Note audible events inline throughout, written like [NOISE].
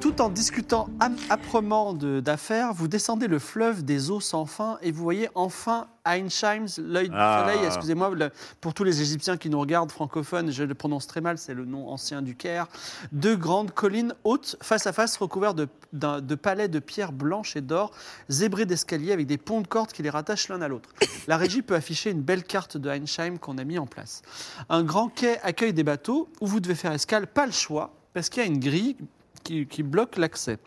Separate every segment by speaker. Speaker 1: Tout en discutant am- âprement de- d'affaires, vous descendez le fleuve des eaux sans fin et vous voyez enfin Einstein, l'œil du
Speaker 2: Ah.
Speaker 1: soleil. Excusez-moi, le- pour tous les Égyptiens qui nous regardent, francophones, je le prononce très mal, c'est le nom ancien du Caire. Deux grandes collines hautes, face à face, recouvertes de, d'un- de palais de pierres blanches et d'or, zébrées d'escaliers avec des ponts de cordes qui les rattachent l'un à l'autre. La régie peut afficher une belle carte de Heinsheim qu'on a mis en place. Un grand quai accueille des bateaux où vous devez faire escale, pas le choix, parce qu'il y a une grille qui, qui bloque l'accès.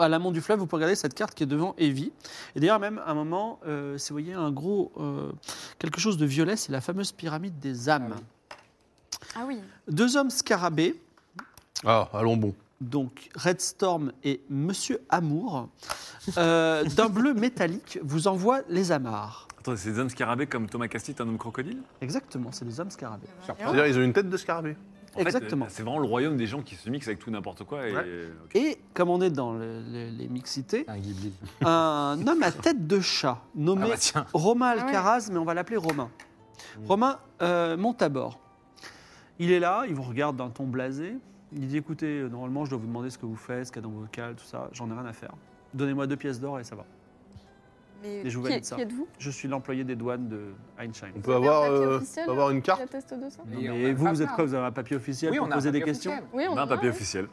Speaker 1: À l'amont du fleuve, vous pouvez regarder cette carte qui est devant Evie. Et d'ailleurs, même à un moment, euh, si vous voyez un gros euh, quelque chose de violet, c'est la fameuse pyramide des âmes.
Speaker 3: Ah oui.
Speaker 1: Deux hommes scarabées,
Speaker 4: Ah, allons bon.
Speaker 1: donc Red Storm et Monsieur Amour, euh, d'un bleu [LAUGHS] métallique, vous envoient les amarres.
Speaker 5: Attends, c'est des hommes scarabées comme Thomas Casti, un homme crocodile
Speaker 1: Exactement, c'est des hommes scarabées.
Speaker 4: C'est-à-dire, ils ont une tête de scarabée.
Speaker 5: En fait,
Speaker 1: Exactement.
Speaker 5: euh, C'est vraiment le royaume des gens qui se mixent avec tout n'importe quoi. Et... ok.
Speaker 1: Et comme on est dans le- le- les mixités, un homme à tête de chat
Speaker 5: Ah
Speaker 1: nommé
Speaker 5: bah tiens,
Speaker 1: Romain
Speaker 3: Ah ouais.
Speaker 1: Alcaraz, mais on va l'appeler Romain.
Speaker 6: Hmm.
Speaker 1: Romain euh, monte à bord. Il est là, il vous regarde d'un ton blasé. Il dit écoutez, euh, normalement, je dois vous demander ce que vous faites, ce qu'il y a dans vos cales, tout ça. J'en ai rien à faire. Donnez-moi deux pièces d'or et ça va.
Speaker 3: Mais
Speaker 1: Et je vous
Speaker 3: qui,
Speaker 1: valide
Speaker 3: qui
Speaker 1: ça.
Speaker 3: êtes-vous
Speaker 1: Je suis l'employé des douanes de Einstein.
Speaker 4: On peut avoir,
Speaker 3: un papier
Speaker 4: euh,
Speaker 3: officiel,
Speaker 4: on peut avoir une
Speaker 3: Qui
Speaker 4: carte.
Speaker 3: atteste de ça
Speaker 1: Non, mais
Speaker 3: Ah,
Speaker 1: vous, vous êtes quoi Vous avez un papier officiel
Speaker 6: Oui,
Speaker 1: pour
Speaker 6: on a un
Speaker 1: poser des
Speaker 6: papier
Speaker 1: questions
Speaker 6: officiel.
Speaker 3: Oui,
Speaker 5: on a un
Speaker 3: en
Speaker 5: papier
Speaker 3: ouais.
Speaker 5: officiel.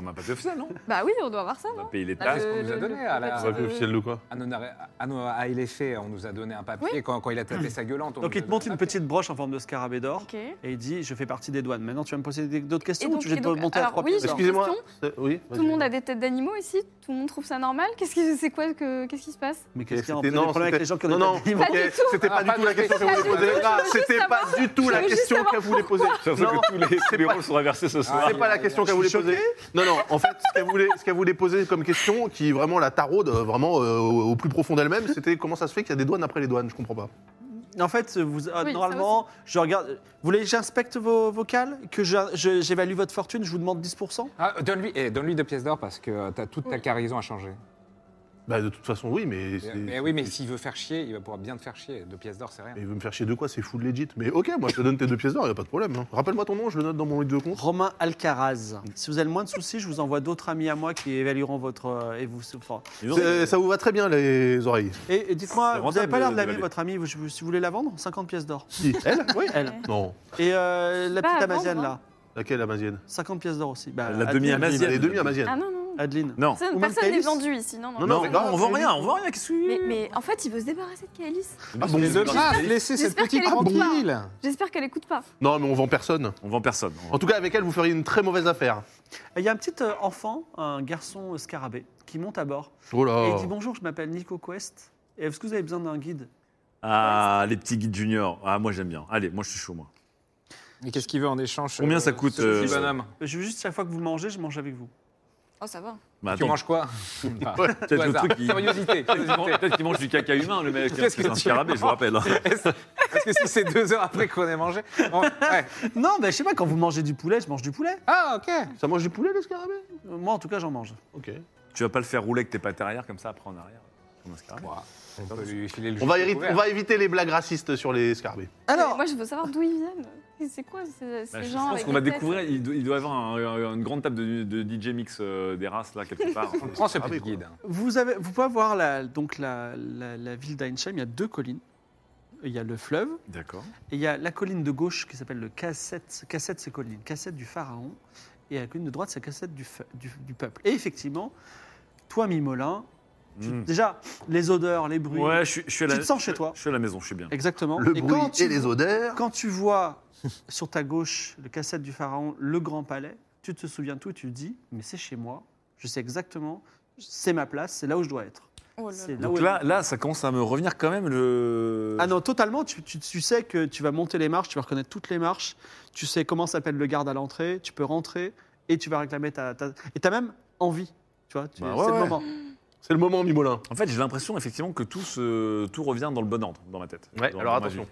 Speaker 5: On a un papier officiel, non
Speaker 3: Bah oui, on doit avoir ça,
Speaker 5: On
Speaker 3: non
Speaker 5: a payé les
Speaker 3: Bah,
Speaker 5: taxes.
Speaker 6: C'est ce qu'on
Speaker 3: le-
Speaker 6: nous a
Speaker 3: le-
Speaker 6: donné à la-
Speaker 3: le-
Speaker 4: Un papier
Speaker 3: Euh,
Speaker 4: officiel de quoi
Speaker 6: À nos, arrêts- à nos- à LFA, on nous a donné un papier
Speaker 3: Oui.
Speaker 6: quand, quand il a tapé sa gueulante. on
Speaker 1: Donc, il
Speaker 6: nous a
Speaker 1: te
Speaker 6: donné
Speaker 1: montre
Speaker 6: un
Speaker 1: une
Speaker 6: papier.
Speaker 1: petite broche en forme de scarabée d'or
Speaker 3: Ok. Et
Speaker 1: et il dit je fais partie des douanes. Maintenant, tu vas me poser des- d'autres questions
Speaker 3: donc-
Speaker 1: ou tu veux
Speaker 3: et
Speaker 1: te
Speaker 3: donc-
Speaker 1: monter à
Speaker 3: alors,
Speaker 1: trois
Speaker 3: oui,
Speaker 1: pièces
Speaker 3: j'ai
Speaker 1: d'or
Speaker 3: une
Speaker 4: Excusez-moi.
Speaker 3: question.
Speaker 4: C'est- Oui.
Speaker 3: Tout le monde a des têtes d'animaux ici Tout le monde trouve ça normal Qu'est-ce que c'est quoi que qu'est-ce qui se passe
Speaker 1: Mais
Speaker 4: C'était-
Speaker 1: qu'est-ce qu'il y a en fait des problèmes avec
Speaker 4: c'était-
Speaker 1: les gens qui ont
Speaker 4: non,
Speaker 1: des
Speaker 4: non,
Speaker 1: têtes d'animaux
Speaker 4: ok, c'était pas
Speaker 6: Ah,
Speaker 4: du tout la
Speaker 6: pas du
Speaker 4: question
Speaker 6: tout.
Speaker 4: que vous voulez
Speaker 3: Pas du
Speaker 4: poser. Ah,
Speaker 3: tout, je veux
Speaker 4: C'était
Speaker 3: juste
Speaker 4: pas
Speaker 3: savoir-
Speaker 4: du tout
Speaker 3: je
Speaker 4: la
Speaker 3: veux juste
Speaker 4: question
Speaker 3: savoir
Speaker 4: qu'elle voulait poser.
Speaker 5: Sauf
Speaker 4: Non,
Speaker 5: que tous les, tous
Speaker 4: c'est
Speaker 5: les
Speaker 4: pas-
Speaker 5: rôles sont inversés ce soir.
Speaker 6: Ah,
Speaker 4: C'est pas la question qu'elle voulait poser. Non, non, en fait, ce qu'elle voulait, ce qu'elle voulait poser comme question, qui vraiment la taraude euh, vraiment euh, au au plus profond d'elle-même, c'était comment ça se fait qu'il y a des douanes après les douanes, je comprends pas.
Speaker 1: En fait, vous, euh,
Speaker 3: Oui,
Speaker 1: normalement, je regarde. Vous voulez que j'inspecte vos vocales Que je- je- j'évalue votre fortune Je vous demande 10%
Speaker 6: Ah, donne-lui, eh, donne-lui deux pièces d'or parce que euh, t'as toute ta cargaison à changer.
Speaker 4: Bah, de toute façon, oui, mais.
Speaker 6: Mais,
Speaker 4: c'est-
Speaker 6: mais oui, mais s'il veut faire chier, il va pouvoir bien te faire chier. Deux pièces d'or, c'est rien.
Speaker 4: Mais il veut me faire chier de quoi C'est full legit. Mais ok, moi je te donne tes deux pièces d'or, y a pas de problème. hein. Rappelle-moi ton nom, je le note dans mon livre de compte.
Speaker 1: Romain Alcaraz. Si vous avez le moins de soucis, je vous envoie d'autres amis à moi qui évalueront votre. euh, et vous. enfin,
Speaker 5: Ils ont-
Speaker 4: C'est- Ça vous va très bien les oreilles.
Speaker 1: Et, et
Speaker 5: C'est
Speaker 1: dites-moi, vous n'avez
Speaker 5: rentable
Speaker 1: pas l'air
Speaker 5: de-
Speaker 1: de
Speaker 5: de
Speaker 1: l'aimer,
Speaker 5: l'aider.
Speaker 1: votre ami. Vous, vous- si vous voulez la vendre, 50 pièces d'or.
Speaker 4: Qui Elle
Speaker 1: Oui, elle.
Speaker 4: Non.
Speaker 1: Et euh, la
Speaker 3: Pas
Speaker 1: petite
Speaker 3: à vendre,
Speaker 1: amazienne,
Speaker 3: hein.
Speaker 1: là.
Speaker 4: Laquelle, Amazienne
Speaker 1: 50 pièces d'or aussi. Bah,
Speaker 5: La
Speaker 1: Adeline.
Speaker 5: demi-amazienne.
Speaker 4: Les
Speaker 3: Ah
Speaker 4: demi-Amaziennes.
Speaker 3: non, non.
Speaker 1: Adeline.
Speaker 5: Non.
Speaker 3: Personne,
Speaker 1: Ou même
Speaker 3: personne n'est
Speaker 1: Caïlis.
Speaker 3: vendu ici, non, non.
Speaker 4: Non,
Speaker 5: Non,
Speaker 4: mais
Speaker 5: non, on vend rien, on vend rien. Qu'est-ce que
Speaker 3: Mais, mais en fait, il veut se débarrasser de Kaelis.
Speaker 4: Ah bon
Speaker 6: Les deux ah, laissez cette
Speaker 3: J'espère
Speaker 6: petite
Speaker 3: qu'elle est contente.
Speaker 6: tranquille.
Speaker 3: J'espère qu'elle écoute pas.
Speaker 4: Non, mais on vend personne.
Speaker 5: On vend personne.
Speaker 4: En tout cas, avec elle, vous feriez une très mauvaise affaire.
Speaker 1: Et Il y a un petit euh, enfant, un garçon euh, scarabée, qui monte à bord.
Speaker 4: Oh
Speaker 1: Et il
Speaker 4: là.
Speaker 1: dit Bonjour, je m'appelle Nico Quest. Et Est-ce que vous avez besoin d'un guide
Speaker 5: Ah, les petits guides juniors. Ah, moi j'aime bien. Allez, moi je suis chaud, moi.
Speaker 6: Et qu'est-ce qu'il veut en échange
Speaker 5: Combien ça
Speaker 6: euh,
Speaker 5: coûte,
Speaker 6: ce
Speaker 5: euh,
Speaker 6: petit bonhomme
Speaker 1: Je veux juste, chaque fois que vous mangez, je mange avec vous.
Speaker 3: Oh, ça va.
Speaker 5: Bah,
Speaker 6: Tu
Speaker 5: attends,
Speaker 6: manges quoi Bah,
Speaker 5: peut-être
Speaker 6: au
Speaker 5: le
Speaker 6: hasard.
Speaker 5: truc. il-
Speaker 6: Curiosité.
Speaker 5: [LAUGHS]
Speaker 6: curiosité.
Speaker 5: Peut-être qu'il mange du caca humain, le mec.
Speaker 6: Qu'est-ce
Speaker 5: C'est
Speaker 6: que
Speaker 5: un
Speaker 6: tu
Speaker 5: scarabée, je vous
Speaker 6: manges
Speaker 5: rappelle. hein.
Speaker 6: Est-ce- Parce que si c'est deux heures après qu'on ait mangé. on- ouais.
Speaker 1: [LAUGHS] Non, mais je sais pas, quand vous mangez du poulet, je mange du poulet.
Speaker 6: Ah, ok.
Speaker 4: Ça mange du poulet, le scarabée
Speaker 1: Euh, Moi, en tout cas, j'en mange.
Speaker 4: Ok.
Speaker 5: Tu vas pas le faire rouler avec tes pattes arrière comme ça après en arrière. Comme un scarabée.
Speaker 6: Bon, on peut lui filer le
Speaker 4: On va,
Speaker 6: jus
Speaker 4: éri-
Speaker 6: couvert.
Speaker 4: on va éviter les blagues racistes sur les scarabées.
Speaker 3: Mais
Speaker 1: Alors,
Speaker 3: Moi, je veux savoir d'où ils viennent. Et C'est quoi ces, ces
Speaker 5: Bah, je
Speaker 3: gens
Speaker 5: pense
Speaker 3: avec
Speaker 5: qu'on va
Speaker 3: des
Speaker 5: découvrir,
Speaker 3: têtes
Speaker 5: il doit, il doit y avoir un- un- une grande table de, de DJ mix euh, des races là
Speaker 1: [LAUGHS]
Speaker 5: quelque part.
Speaker 6: On prend Oh, ce
Speaker 4: Ah oui,
Speaker 6: petit
Speaker 4: quoi.
Speaker 6: guide.
Speaker 1: vous, avez, vous pouvez voir la, donc la, la- la ville d'Ainsheim. Il y a deux collines. Il y a le fleuve
Speaker 5: D'accord.
Speaker 1: et il y a la colline de gauche qui s'appelle le Cassette. Cassette, c'est colline. Cassette du pharaon. Et la colline de droite, c'est Cassette du, fe- du- du peuple. Et effectivement, toi, Mimolin, tu-
Speaker 5: Mm.
Speaker 1: Déjà, les odeurs, les bruits.
Speaker 5: Ouais, je suis- je suis à la
Speaker 1: Tu te sens chez toi.
Speaker 5: Je suis à la maison, je suis bien.
Speaker 1: Exactement.
Speaker 4: Le bruit
Speaker 1: quand tu
Speaker 4: et les odeurs.
Speaker 1: Quand tu vois sur ta gauche le cassette du pharaon, le grand palais, tu te souviens de tout et tu te dis Mais c'est chez moi, je sais exactement, c'est ma place, c'est là où je dois être.
Speaker 3: Oh là
Speaker 1: C'est
Speaker 3: là.
Speaker 1: là où
Speaker 5: Donc
Speaker 1: elle
Speaker 5: là,
Speaker 1: est.
Speaker 5: là, ça commence à me revenir quand même le.
Speaker 1: Ah non, totalement, tu, tu- tu sais que tu vas monter les marches, tu vas reconnaître toutes les marches, tu sais comment s'appelle le garde à l'entrée, tu peux rentrer et tu vas réclamer ta. ta- Et t'as même envie, tu vois, tu-
Speaker 5: Bah
Speaker 1: c'est
Speaker 5: ouais,
Speaker 1: le
Speaker 5: ouais.
Speaker 1: moment.
Speaker 4: C'est le moment, Mimolin.
Speaker 5: En fait, j'ai l'impression effectivement que tout, se- tout revient dans le bon ordre dans ma tête.
Speaker 4: Ouais,
Speaker 5: Dans-
Speaker 4: alors
Speaker 5: dans ma
Speaker 4: attention.
Speaker 5: vie.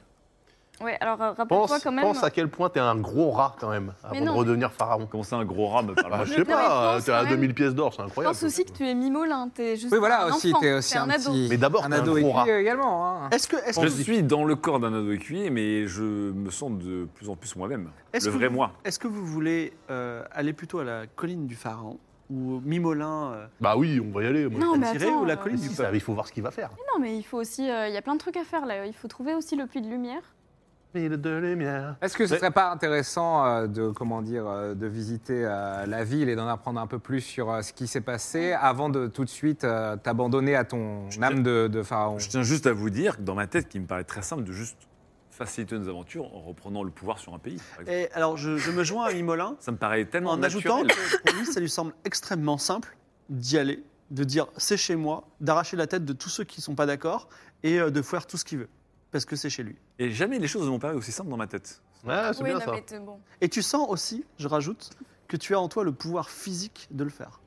Speaker 3: Ouais, alors euh,
Speaker 4: Pense,
Speaker 3: rappelle-toi quand même.
Speaker 4: pense à quel point t'es un gros rat quand même, avant
Speaker 3: non,
Speaker 4: de
Speaker 3: mais-
Speaker 4: redevenir pharaon.
Speaker 5: Comment ça, un gros rat me parle
Speaker 1: Ah,
Speaker 4: Bah, je
Speaker 3: non,
Speaker 4: sais
Speaker 3: mais
Speaker 4: pas,
Speaker 3: pense
Speaker 4: t'es à
Speaker 3: quand même-
Speaker 4: 2000 pièces d'or, c'est
Speaker 3: Je
Speaker 4: incroyable.
Speaker 3: pense aussi que tu es mi-molin, t'es juste.
Speaker 6: Oui, voilà,
Speaker 3: un
Speaker 6: aussi,
Speaker 3: enfant,
Speaker 6: t'es aussi un,
Speaker 3: ado.
Speaker 6: petit.
Speaker 4: Mais d'abord,
Speaker 6: un
Speaker 4: t'es un
Speaker 6: ado
Speaker 4: gros
Speaker 6: écu
Speaker 4: rat.
Speaker 6: également. hein.
Speaker 1: Est-ce que, est-ce
Speaker 5: Je
Speaker 1: que-
Speaker 5: suis dans le corps d'un ado écuyer, mais je me sens de plus en plus moi-même.
Speaker 1: Est-ce
Speaker 5: Le
Speaker 1: que
Speaker 5: vrai
Speaker 1: vous-
Speaker 5: moi.
Speaker 1: est-ce que vous voulez euh, aller plutôt à la colline du pharaon ou Mimolin euh,
Speaker 4: Bah oui, on va y aller. moi.
Speaker 3: Non, mais
Speaker 1: attiré
Speaker 3: attends,
Speaker 1: ou la
Speaker 3: euh,
Speaker 1: colline du
Speaker 4: Si, ça, Il faut voir ce qu'il va faire.
Speaker 3: Non, mais il faut aussi. euh, Il y a plein de trucs à faire là. Il faut trouver aussi le puits de lumière.
Speaker 4: Mille de lumière.
Speaker 6: Est-ce que ce
Speaker 5: Mais-
Speaker 6: serait pas intéressant euh, de comment dire euh, de visiter euh, la ville et d'en apprendre un peu plus sur euh, ce qui s'est passé avant de tout de suite euh, t'abandonner à ton
Speaker 5: Je-
Speaker 6: âme de, de pharaon
Speaker 5: Je tiens juste à vous dire que dans ma tête, qui me paraît très simple de juste faciliter nos aventures en reprenant le pouvoir sur un pays. par exemple.
Speaker 1: Et Eh, alors, je, je me joins à
Speaker 5: [LAUGHS]
Speaker 1: Imolin
Speaker 5: Ça me paraît tellement
Speaker 1: en ajoutant
Speaker 5: naturel.
Speaker 1: que pour lui, ça lui semble extrêmement simple d'y aller, de dire c'est chez moi, d'arracher la tête de tous ceux qui ne sont pas d'accord et euh, de faire tout ce qu'il veut, parce que c'est chez lui.
Speaker 5: Et jamais les choses ne m'ont paru aussi simples dans ma tête.
Speaker 4: Ouais, Ah, c'est
Speaker 3: oui,
Speaker 4: bien
Speaker 3: non,
Speaker 4: ça.
Speaker 3: mais t'es- bon.
Speaker 1: Et tu sens aussi, je rajoute, que tu as en toi le pouvoir physique de le faire.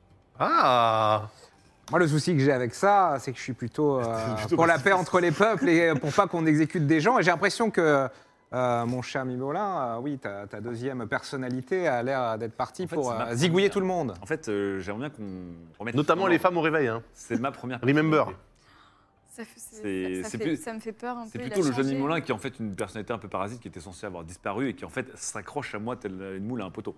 Speaker 4: Ah
Speaker 6: Moi, le souci que j'ai avec ça, c'est que je
Speaker 5: [LAUGHS]
Speaker 6: suis plutôt, euh, pour la paix entre les peuples et euh, pour pas qu'on exécute des gens. Et j'ai l'impression que euh, mon cher Mimolin, euh, oui, ta, ta deuxième personnalité a l'air d'être partie
Speaker 5: En fait,
Speaker 6: pour
Speaker 5: c'est ma
Speaker 6: euh,
Speaker 5: première.
Speaker 6: zigouiller tout le monde.
Speaker 5: En fait, euh, j'aimerais bien qu'on remette.
Speaker 4: Notamment les femmes au réveil. Hein.
Speaker 5: C'est ma première.
Speaker 4: Remember.
Speaker 3: Ça, fait- c'est-
Speaker 5: C'est-
Speaker 3: ça
Speaker 5: c'est
Speaker 3: fait-
Speaker 5: plus-
Speaker 3: ça me fait peur un peu.
Speaker 5: C'est
Speaker 3: il a
Speaker 5: plutôt le jeune
Speaker 3: changé.
Speaker 5: Imolin qui est en fait une personnalité un peu parasite qui était censée avoir disparu et qui en fait s'accroche à moi telle une moule à un poteau.